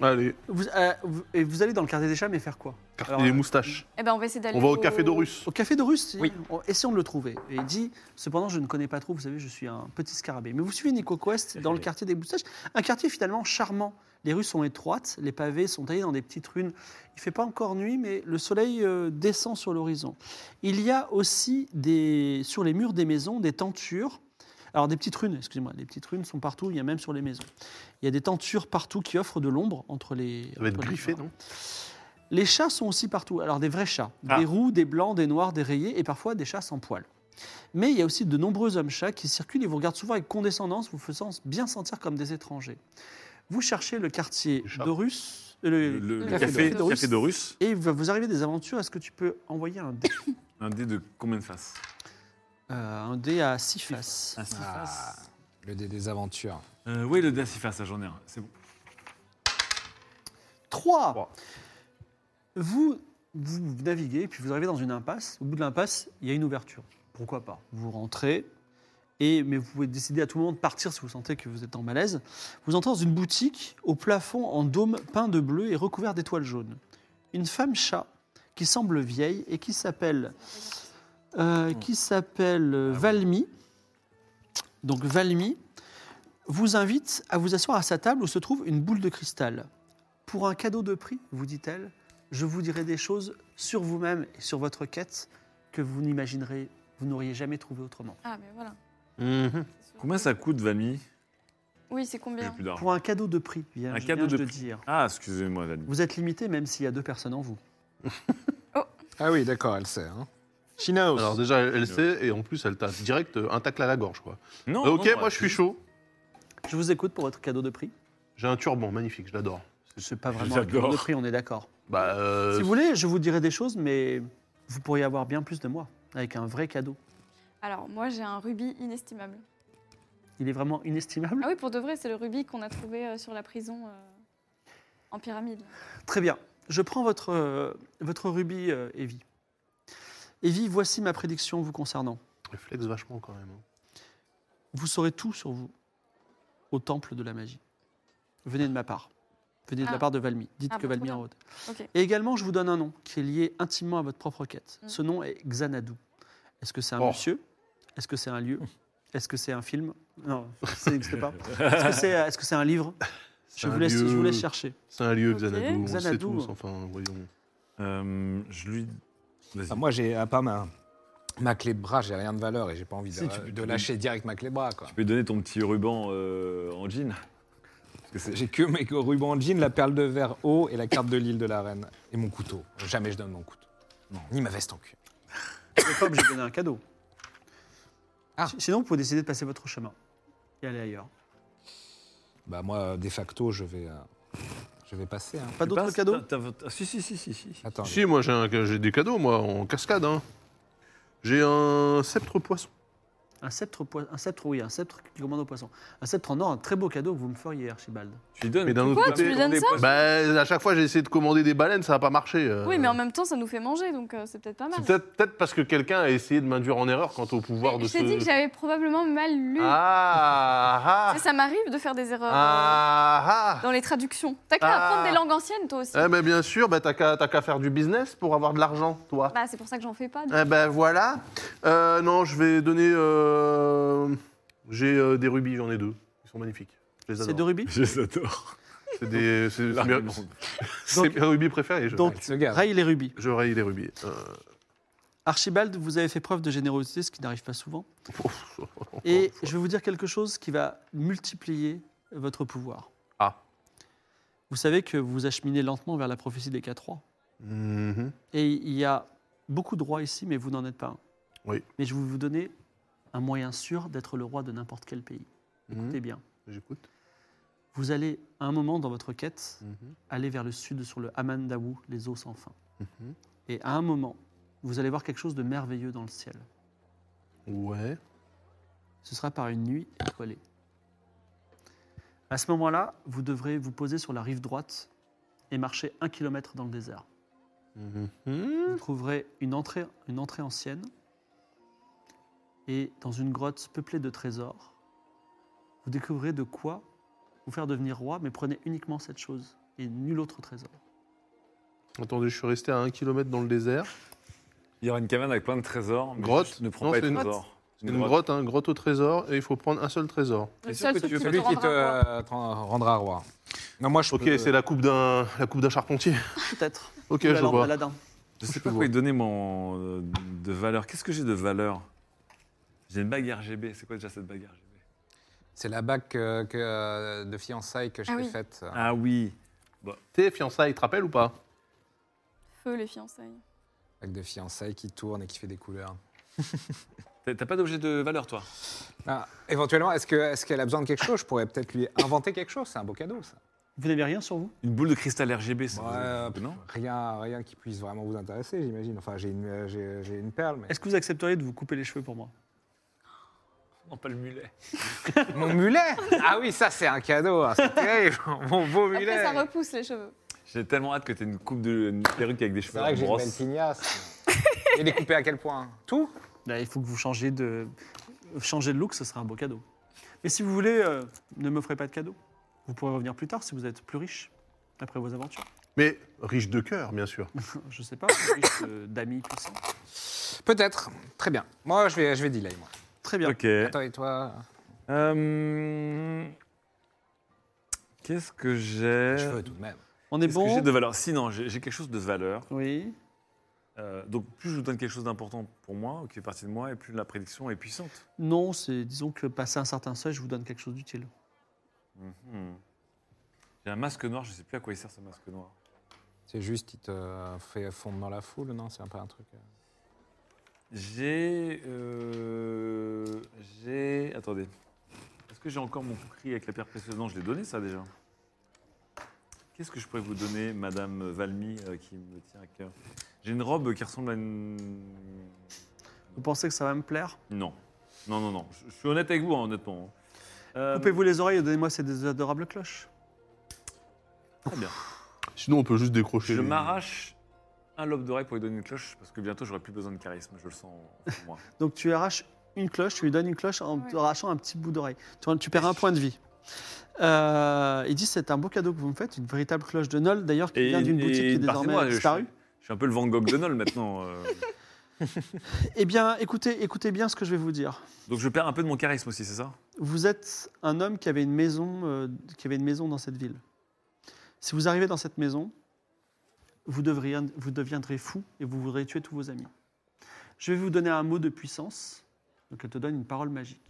Speaker 4: Allez,
Speaker 1: Vous, euh, vous- et vous allez dans le quartier des chats, mais faire quoi
Speaker 4: quartier
Speaker 1: Alors,
Speaker 4: des
Speaker 1: euh,
Speaker 4: moustaches.
Speaker 3: Eh ben, on va essayer d'aller.
Speaker 4: On va au café Dorus.
Speaker 1: Au café de Russe
Speaker 6: Oui.
Speaker 1: Essayons de le trouver. Et il dit Cependant, je ne connais pas trop, vous savez, je suis un petit scarabée. Mais vous suivez Nico
Speaker 4: [LAUGHS]
Speaker 1: Quest dans le quartier des moustaches, un quartier finalement charmant. Les rues sont étroites, les pavés sont taillés dans des petites runes. Il fait pas encore nuit, mais le soleil euh, descend sur l'horizon. Il y a aussi des, sur les murs des maisons des tentures. Alors des petites runes, excusez-moi, les petites runes sont partout, il y a même sur les maisons. Il y a des tentures partout qui offrent de l'ombre entre les...
Speaker 4: Ça va être
Speaker 1: entre les
Speaker 4: griffé,
Speaker 1: murs.
Speaker 4: non
Speaker 1: Les chats sont aussi partout. Alors des vrais chats,
Speaker 5: Ah.
Speaker 1: des roux, des blancs, des noirs, des rayés et parfois des chats sans poils. Mais il y a aussi de nombreux hommes chats qui circulent et vous regardent souvent avec condescendance, vous faisant bien sentir comme des étrangers. Vous cherchez le quartier
Speaker 4: Les chats.
Speaker 1: Dorus euh, le-
Speaker 5: Le, le
Speaker 3: le
Speaker 5: café,
Speaker 3: café
Speaker 5: café
Speaker 3: Dorus.
Speaker 5: Dorus.
Speaker 1: et vous- vous arrivez des aventures. Est-ce que tu peux envoyer un dé,
Speaker 5: un dé de combien de faces
Speaker 1: euh, un dé à six faces
Speaker 5: Un six
Speaker 6: Ah,
Speaker 5: faces
Speaker 6: le dé des aventures.
Speaker 5: Euh, Oui, le dé à six faces, ah, j'en ai un. C'est bon.
Speaker 1: 3
Speaker 4: Trois.
Speaker 1: vous, vous naviguez, puis vous arrivez dans une impasse. Au bout de l'impasse, il y a une ouverture. Pourquoi pas Vous rentrez, et, mais vous pouvez décider à tout moment de partir si vous sentez que vous êtes en malaise. Vous entrez dans une boutique au plafond en dôme peint de bleu et recouvert d'étoiles jaunes. Une femme chat qui semble vieille et qui s'appelle euh, qui s'appelle euh, Valmy. Donc Valmy vous invite à vous asseoir à sa table où se trouve une boule de cristal. Pour un cadeau de prix, vous dit-elle, je vous dirai des choses sur vous-même et sur votre quête que vous n'imaginerez, vous n'auriez jamais trouvé autrement.
Speaker 3: Ah, mais voilà.
Speaker 4: Mhm.
Speaker 3: c'est sûr.
Speaker 5: Combien ça coûte, Vami
Speaker 3: Oui, c'est
Speaker 5: J'ai
Speaker 3: combien
Speaker 5: plus d'argent.
Speaker 1: Pour un cadeau de prix, viens,
Speaker 5: Ah. Un
Speaker 1: je
Speaker 5: cadeau
Speaker 1: viens
Speaker 5: de
Speaker 1: de
Speaker 5: prix.
Speaker 1: dire.
Speaker 5: Ah, excusez-moi, Vami.
Speaker 1: Vous êtes limité même s'il y a deux personnes en vous.
Speaker 6: Ah oui, d'accord, elle sait. Hein.
Speaker 4: Alors déjà, elle elle sait et en plus, elle t'a direct euh, un tacle à la gorge, quoi.
Speaker 5: Non,
Speaker 4: Euh, ok,
Speaker 5: non,
Speaker 4: moi je suis chaud.
Speaker 1: Je vous écoute pour votre cadeau de prix.
Speaker 4: J'ai un turban magnifique, je l'adore.
Speaker 1: C'est pas vraiment un
Speaker 5: adore.
Speaker 1: cadeau de prix, on est d'accord.
Speaker 4: Bah, euh,
Speaker 1: Si vous voulez, je vous dirai des choses, mais vous pourriez avoir bien plus de moi avec un vrai cadeau.
Speaker 3: Alors, moi, j'ai un rubis inestimable.
Speaker 1: Il est vraiment inestimable.
Speaker 3: Ah oui, pour de vrai, c'est le rubis qu'on a trouvé euh, sur la prison euh, en pyramide.
Speaker 1: Très bien. Je prends votre, euh, votre rubis, euh, Evie. Evie, voici ma prédiction vous concernant.
Speaker 4: Réflexe vachement quand même. hein.
Speaker 1: Vous saurez tout sur vous au temple de la magie. Venez de ma part. Venez de
Speaker 3: Ah.
Speaker 1: la part de Valmy. Dites
Speaker 3: Ah,
Speaker 1: que
Speaker 3: bah,
Speaker 1: Valmy
Speaker 3: trop bien.
Speaker 1: rôde.
Speaker 3: Ok.
Speaker 4: Euh,
Speaker 1: Et également, je vous donne un nom qui est lié intimement à votre propre quête.
Speaker 3: Mm.
Speaker 1: Ce nom est Xanadu. Est-ce que c'est un
Speaker 4: Oh.
Speaker 1: monsieur Est-ce que c'est un
Speaker 4: [LAUGHS]
Speaker 1: lieu Est-ce que c'est un film Non, ça n'existe pas. Est-ce que c'est est-ce que c'est un
Speaker 4: [LAUGHS]
Speaker 1: livre
Speaker 4: C'est
Speaker 1: je
Speaker 4: un
Speaker 1: vous, laisse, je vous
Speaker 4: lieu-
Speaker 1: laisse chercher.
Speaker 4: C'est un lieu,
Speaker 3: Ok.
Speaker 4: Xanadu, on le sait
Speaker 1: Xanadu.
Speaker 4: tous, enfin, voyons.
Speaker 5: Euh, je lui.
Speaker 4: Ah,
Speaker 5: Vas-y.
Speaker 6: Enfin, moi, j'ai euh, pas ma, ma clé de bras, j'ai rien de valeur et j'ai pas envie de,
Speaker 5: Si, tu peux-
Speaker 6: de lâcher direct ma clé de bras. Quoi.
Speaker 5: Tu peux lui donner ton petit ruban euh, en jean Parce que c'est-
Speaker 6: J'ai que mes rubans jeans, la perle de verre haut et la carte de l'île de la reine. Et mon couteau. Jamais je donne mon couteau. Non, ni ma veste en cuir.
Speaker 1: Vous n'êtes pas obligé de donner un cadeau.
Speaker 6: Ah.
Speaker 1: Si- Sinon, vous pouvez décider de passer votre chemin et aller ailleurs.
Speaker 6: Bah moi, euh, de facto, je vais, euh, je vais passer. hein.
Speaker 1: Pas
Speaker 5: Tu
Speaker 1: d'autres
Speaker 5: passes,
Speaker 1: cadeaux
Speaker 5: t'as- t'as- ah, si, si, si, si. si.
Speaker 6: Attends.
Speaker 4: Si, moi j'ai un- j'ai des cadeaux, moi, en cascade. hein. J'ai un sceptre poisson.
Speaker 1: Un sceptre, poi- un sceptre, oui, un sceptre qui commande au poisson. Un sceptre en or, un très beau cadeau que vous me feriez, Archibald.
Speaker 5: Tu lui donnes.
Speaker 4: Mais d'un autre
Speaker 5: Pourquoi
Speaker 3: côté-
Speaker 5: tu lui donnes ça
Speaker 4: Bah, à chaque fois, j'ai essayé de commander des baleines, ça n'a pas marché. euh.
Speaker 3: Oui, mais en même temps, ça nous fait manger, donc euh, c'est peut-être pas mal.
Speaker 4: C'est peut-être peut-être parce que quelqu'un a essayé de m'induire en erreur quant au pouvoir de
Speaker 3: Je
Speaker 4: ce...
Speaker 3: t'ai dit que j'avais probablement mal lu.
Speaker 4: Ah
Speaker 3: Tu
Speaker 4: ah
Speaker 3: sais, Ça m'arrive de faire des erreurs euh,
Speaker 4: Ah ah
Speaker 3: dans les traductions. T'as qu'à
Speaker 4: Ah.
Speaker 3: apprendre des langues anciennes, toi aussi.
Speaker 4: Eh ben bien sûr, bah, t'as qu'à t'as qu'à faire du business pour avoir de l'argent, toi.
Speaker 3: Bah, c'est pour ça que j'en fais pas. du
Speaker 4: Eh ben voilà. Euh, non, je vais donner... euh, J'ai euh, des rubis, j'en ai deux. Ils sont magnifiques. Je les
Speaker 1: C'est
Speaker 4: adore.
Speaker 1: de rubis
Speaker 5: Je les adore.
Speaker 4: C'est des- c'est- c'est mes,
Speaker 5: L'argument.
Speaker 4: c'est mes rubis préférés. Je,
Speaker 1: Donc,
Speaker 6: Elle se gave.
Speaker 1: Ray les rubis.
Speaker 4: je raye les rubis. Euh,
Speaker 1: Archibald, vous avez fait preuve de générosité, ce qui n'arrive pas
Speaker 4: [LAUGHS]
Speaker 1: souvent.
Speaker 4: ouf.
Speaker 1: Et je vais vous dire quelque chose qui va multiplier votre pouvoir.
Speaker 4: Ah.
Speaker 1: Vous savez que vous acheminez lentement vers la prophétie des K3.
Speaker 4: Mhm.
Speaker 1: Et il y a beaucoup de rois ici, mais vous n'en êtes pas un.
Speaker 4: Oui.
Speaker 1: Mais je vais vous donner un moyen sûr d'être le roi de n'importe quel pays.
Speaker 4: Mmh.
Speaker 1: Écoutez bien.
Speaker 4: Mm-hmm. J'écoute.
Speaker 1: Vous allez, à un moment dans votre quête,
Speaker 4: Mhm.
Speaker 1: aller vers le sud sur le Amandawu, les eaux sans fin.
Speaker 4: Mhm.
Speaker 1: Et à un moment, vous allez voir quelque chose de merveilleux dans le ciel.
Speaker 4: Ouais.
Speaker 1: Ce sera par une nuit étoilée. À ce moment-là, vous devrez vous poser sur la rive droite et marcher un kilomètre dans le désert.
Speaker 4: Mhm.
Speaker 1: Vous trouverez une entrée, une entrée ancienne et dans une grotte peuplée de trésors, vous découvrirez de quoi vous faire devenir roi, mais prenez uniquement cette chose et nul autre trésor.
Speaker 4: Attendez, je suis resté à un kilomètre dans le désert.
Speaker 5: Il y aura une caverne avec plein de trésors. mais
Speaker 4: Grotte
Speaker 5: juste Ne prends
Speaker 4: Non,
Speaker 5: pas
Speaker 4: c'est
Speaker 5: les
Speaker 4: une-
Speaker 5: trésors.
Speaker 4: C'est une grotte, hein, grotte au trésor, et il faut prendre un seul trésor.
Speaker 3: tout. Le
Speaker 6: C'est
Speaker 3: seul
Speaker 6: sûr que
Speaker 3: truc
Speaker 6: tu veux
Speaker 3: qui
Speaker 6: celui
Speaker 3: peut
Speaker 6: qui
Speaker 3: te
Speaker 6: te
Speaker 3: rendre un roi.
Speaker 6: euh, te rend- rendra roi. Non, moi, je
Speaker 4: Ok,
Speaker 6: peux-
Speaker 4: c'est la coupe d'un la coupe d'un charpentier.
Speaker 1: Peut-être.
Speaker 4: Euh, [LAUGHS] Ok,
Speaker 1: Ou la
Speaker 4: je
Speaker 1: lampe
Speaker 4: vois.
Speaker 1: d'Aladin.
Speaker 5: Je
Speaker 4: Je
Speaker 5: sais pas
Speaker 4: vois.
Speaker 5: quoi lui donner mon euh, de valeur. Qu'est-ce que j'ai de valeur J'ai une bague RGB. C'est quoi déjà cette bague RGB
Speaker 6: c'est la bac euh, que, euh, de fiançailles que je
Speaker 3: Ah
Speaker 6: t'ai
Speaker 3: oui.
Speaker 6: faite. hein.
Speaker 5: Ah oui.
Speaker 4: Tes fiançailles, te rappelles ou pas
Speaker 3: Feu, les fiançailles.
Speaker 6: Bac de fiançailles qui tourne et qui fait des couleurs.
Speaker 5: T'as t'as pas d'objet de valeur, toi
Speaker 6: Ah, éventuellement, est-ce que- est-ce qu'elle a besoin de quelque chose Je pourrais peut-être lui inventer quelque chose. C'est un beau cadeau, ça.
Speaker 1: Vous n'avez rien sur vous
Speaker 5: Une boule de cristal RGB, c'est
Speaker 6: Ouais,
Speaker 5: non
Speaker 6: Rien, rien qui puisse vraiment vous intéresser, j'imagine. Enfin, j'ai une, euh, j'ai- j'ai une perle, mais...
Speaker 1: Est-ce que vous accepteriez de vous couper les cheveux pour moi
Speaker 5: Non, pas le mulet.
Speaker 6: Mon mulet Ah oui, ça, c'est un cadeau. hein, C'est terrible. Mon beau mulet.
Speaker 3: Après, ça repousse les cheveux.
Speaker 5: J'ai tellement hâte que t'aies une coupe de une perruque avec des
Speaker 6: C'est
Speaker 5: cheveux
Speaker 6: vrai que j'ai
Speaker 5: en
Speaker 6: une belle
Speaker 5: brosse.
Speaker 6: tignasse. Et il est coupé à quel point hein Tout
Speaker 1: Là, il faut que vous changiez de, changer de look, ce sera un beau cadeau. Mais si vous voulez, euh, ne m'offrez pas de cadeau. Vous pourrez revenir plus tard si vous êtes plus riche, après vos aventures.
Speaker 4: Mais riche de cœur, bien sûr.
Speaker 1: Je sais pas, plus riche euh, d'amis puissants.
Speaker 6: Peut-être. Très bien. Moi, je vais, je vais delay, moi.
Speaker 1: Très bien.
Speaker 5: Ok.
Speaker 6: Attends, et toi
Speaker 5: Euh, Qu'est-ce que j'ai
Speaker 6: Je veux tout de même.
Speaker 1: On est
Speaker 5: Qu'est-ce que
Speaker 1: bon
Speaker 5: j'ai de valeur Si, non, j'ai j'ai quelque chose de valeur.
Speaker 1: Oui.
Speaker 5: Euh, donc, plus je vous donne quelque chose d'important pour moi, ou qui fait partie de moi, et plus la prédiction est puissante.
Speaker 1: Non, c'est disons que passé un certain seuil, je vous donne quelque chose d'utile.
Speaker 5: Mhm. J'ai un masque noir, je sais plus à quoi il sert ce masque noir.
Speaker 6: C'est juste, il te fait fondre dans la foule, non C'est un peu un truc. euh.
Speaker 5: J'ai. euh, j'ai. Attendez. Est-ce que j'ai encore mon cri avec la pierre précieuse Non, je l'ai donné ça déjà. Qu'est-ce que je pourrais vous donner, Madame Valmy, euh, qui me tient à cœur J'ai une robe qui ressemble à une.
Speaker 1: Vous pensez que ça va me plaire
Speaker 5: Non. Non, non, non. Je, je suis honnête avec vous, hein, honnêtement. Euh,
Speaker 1: Coupez-vous les oreilles et donnez-moi ces deux adorables cloches.
Speaker 5: Très bien.
Speaker 4: Sinon, on peut juste décrocher.
Speaker 5: Je
Speaker 4: les-
Speaker 5: m'arrache un lobe d'oreille pour lui donner une cloche, parce que bientôt j'aurai plus besoin de charisme, je le sens en moi.
Speaker 1: Donc tu arraches une cloche, tu lui donnes une cloche en
Speaker 3: Ouais.
Speaker 1: arrachant un petit bout d'oreille. Tu, tu perds un point de vie. Euh, il dit c'est un beau cadeau que vous me faites, une véritable cloche de Nol d'ailleurs qui
Speaker 5: Et-
Speaker 1: vient d'une
Speaker 5: et
Speaker 1: boutique qui est désormais
Speaker 5: partez-moi, je-
Speaker 1: disparue.
Speaker 5: Je suis un peu le Van Gogh de Nol maintenant. euh.
Speaker 1: Eh bien écoutez, écoutez bien ce que je vais vous dire.
Speaker 5: Donc je perds un peu de mon charisme aussi, c'est ça
Speaker 1: Vous êtes un homme qui avait une maison, euh, qui avait une maison dans cette ville. Si vous arrivez dans cette maison, vous, devriez- vous deviendrez fou et vous voudrez tuer tous vos amis. Je vais vous donner un mot de puissance, donc elle te donne une parole magique,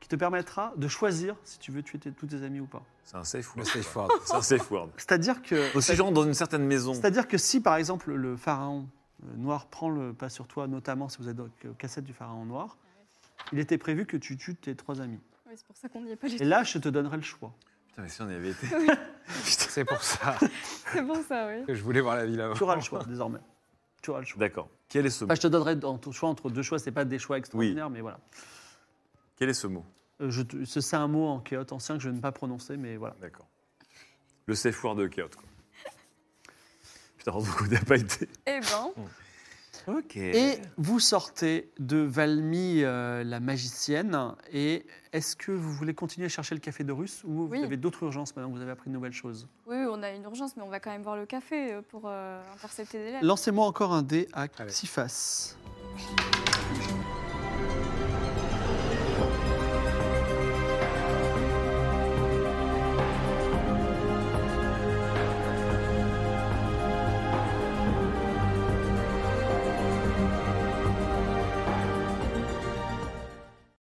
Speaker 1: qui te permettra de choisir si tu veux tuer tes- tous tes amis ou pas.
Speaker 5: C'est un safe
Speaker 6: Le
Speaker 5: word.
Speaker 6: safe word.
Speaker 5: C'est un safe word.
Speaker 1: C'est-à-dire que,
Speaker 5: Aussi genre dans une certaine maison.
Speaker 1: c'est-à-dire que si par exemple le pharaon euh, noir prend le pas sur toi, notamment si vous êtes au cassette du pharaon noir, il était prévu que tu tues tes trois amis.
Speaker 3: Oui, c'est pour ça qu'on n'y est pas du
Speaker 1: Et
Speaker 3: tout.
Speaker 1: là, je te donnerai le choix.
Speaker 5: Putain, mais si on y avait été.
Speaker 6: C'est pour ça
Speaker 3: C'est bon ça, oui.
Speaker 6: que je voulais voir la ville avant.
Speaker 1: Tu auras le choix désormais. Tu auras le choix.
Speaker 5: D'accord. Quel est ce mot
Speaker 1: Enfin, je te donnerai dans ton choix entre deux choix, c'est pas des choix extraordinaires, mais voilà.
Speaker 5: Quel est ce mot
Speaker 1: Euh, je te- ce- C'est un mot en kéote ancien que je vais ne pas prononcer, mais voilà.
Speaker 5: D'accord. Le safe word de Keot, quoi. Putain, heureusement qu'on n'y a pas été.
Speaker 3: Eh ben,
Speaker 5: Ok.
Speaker 1: Et vous sortez de Valmy, euh, la magicienne, et est-ce que vous voulez continuer à chercher le café de Russe ou vous
Speaker 3: Oui.
Speaker 1: avez d'autres urgences maintenant que vous avez appris de nouvelles choses
Speaker 3: oui, oui, on a une urgence, mais on va quand même voir le café euh, pour euh, intercepter des lettres.
Speaker 1: Lancez-moi encore un dé à
Speaker 6: Allez.
Speaker 1: six faces.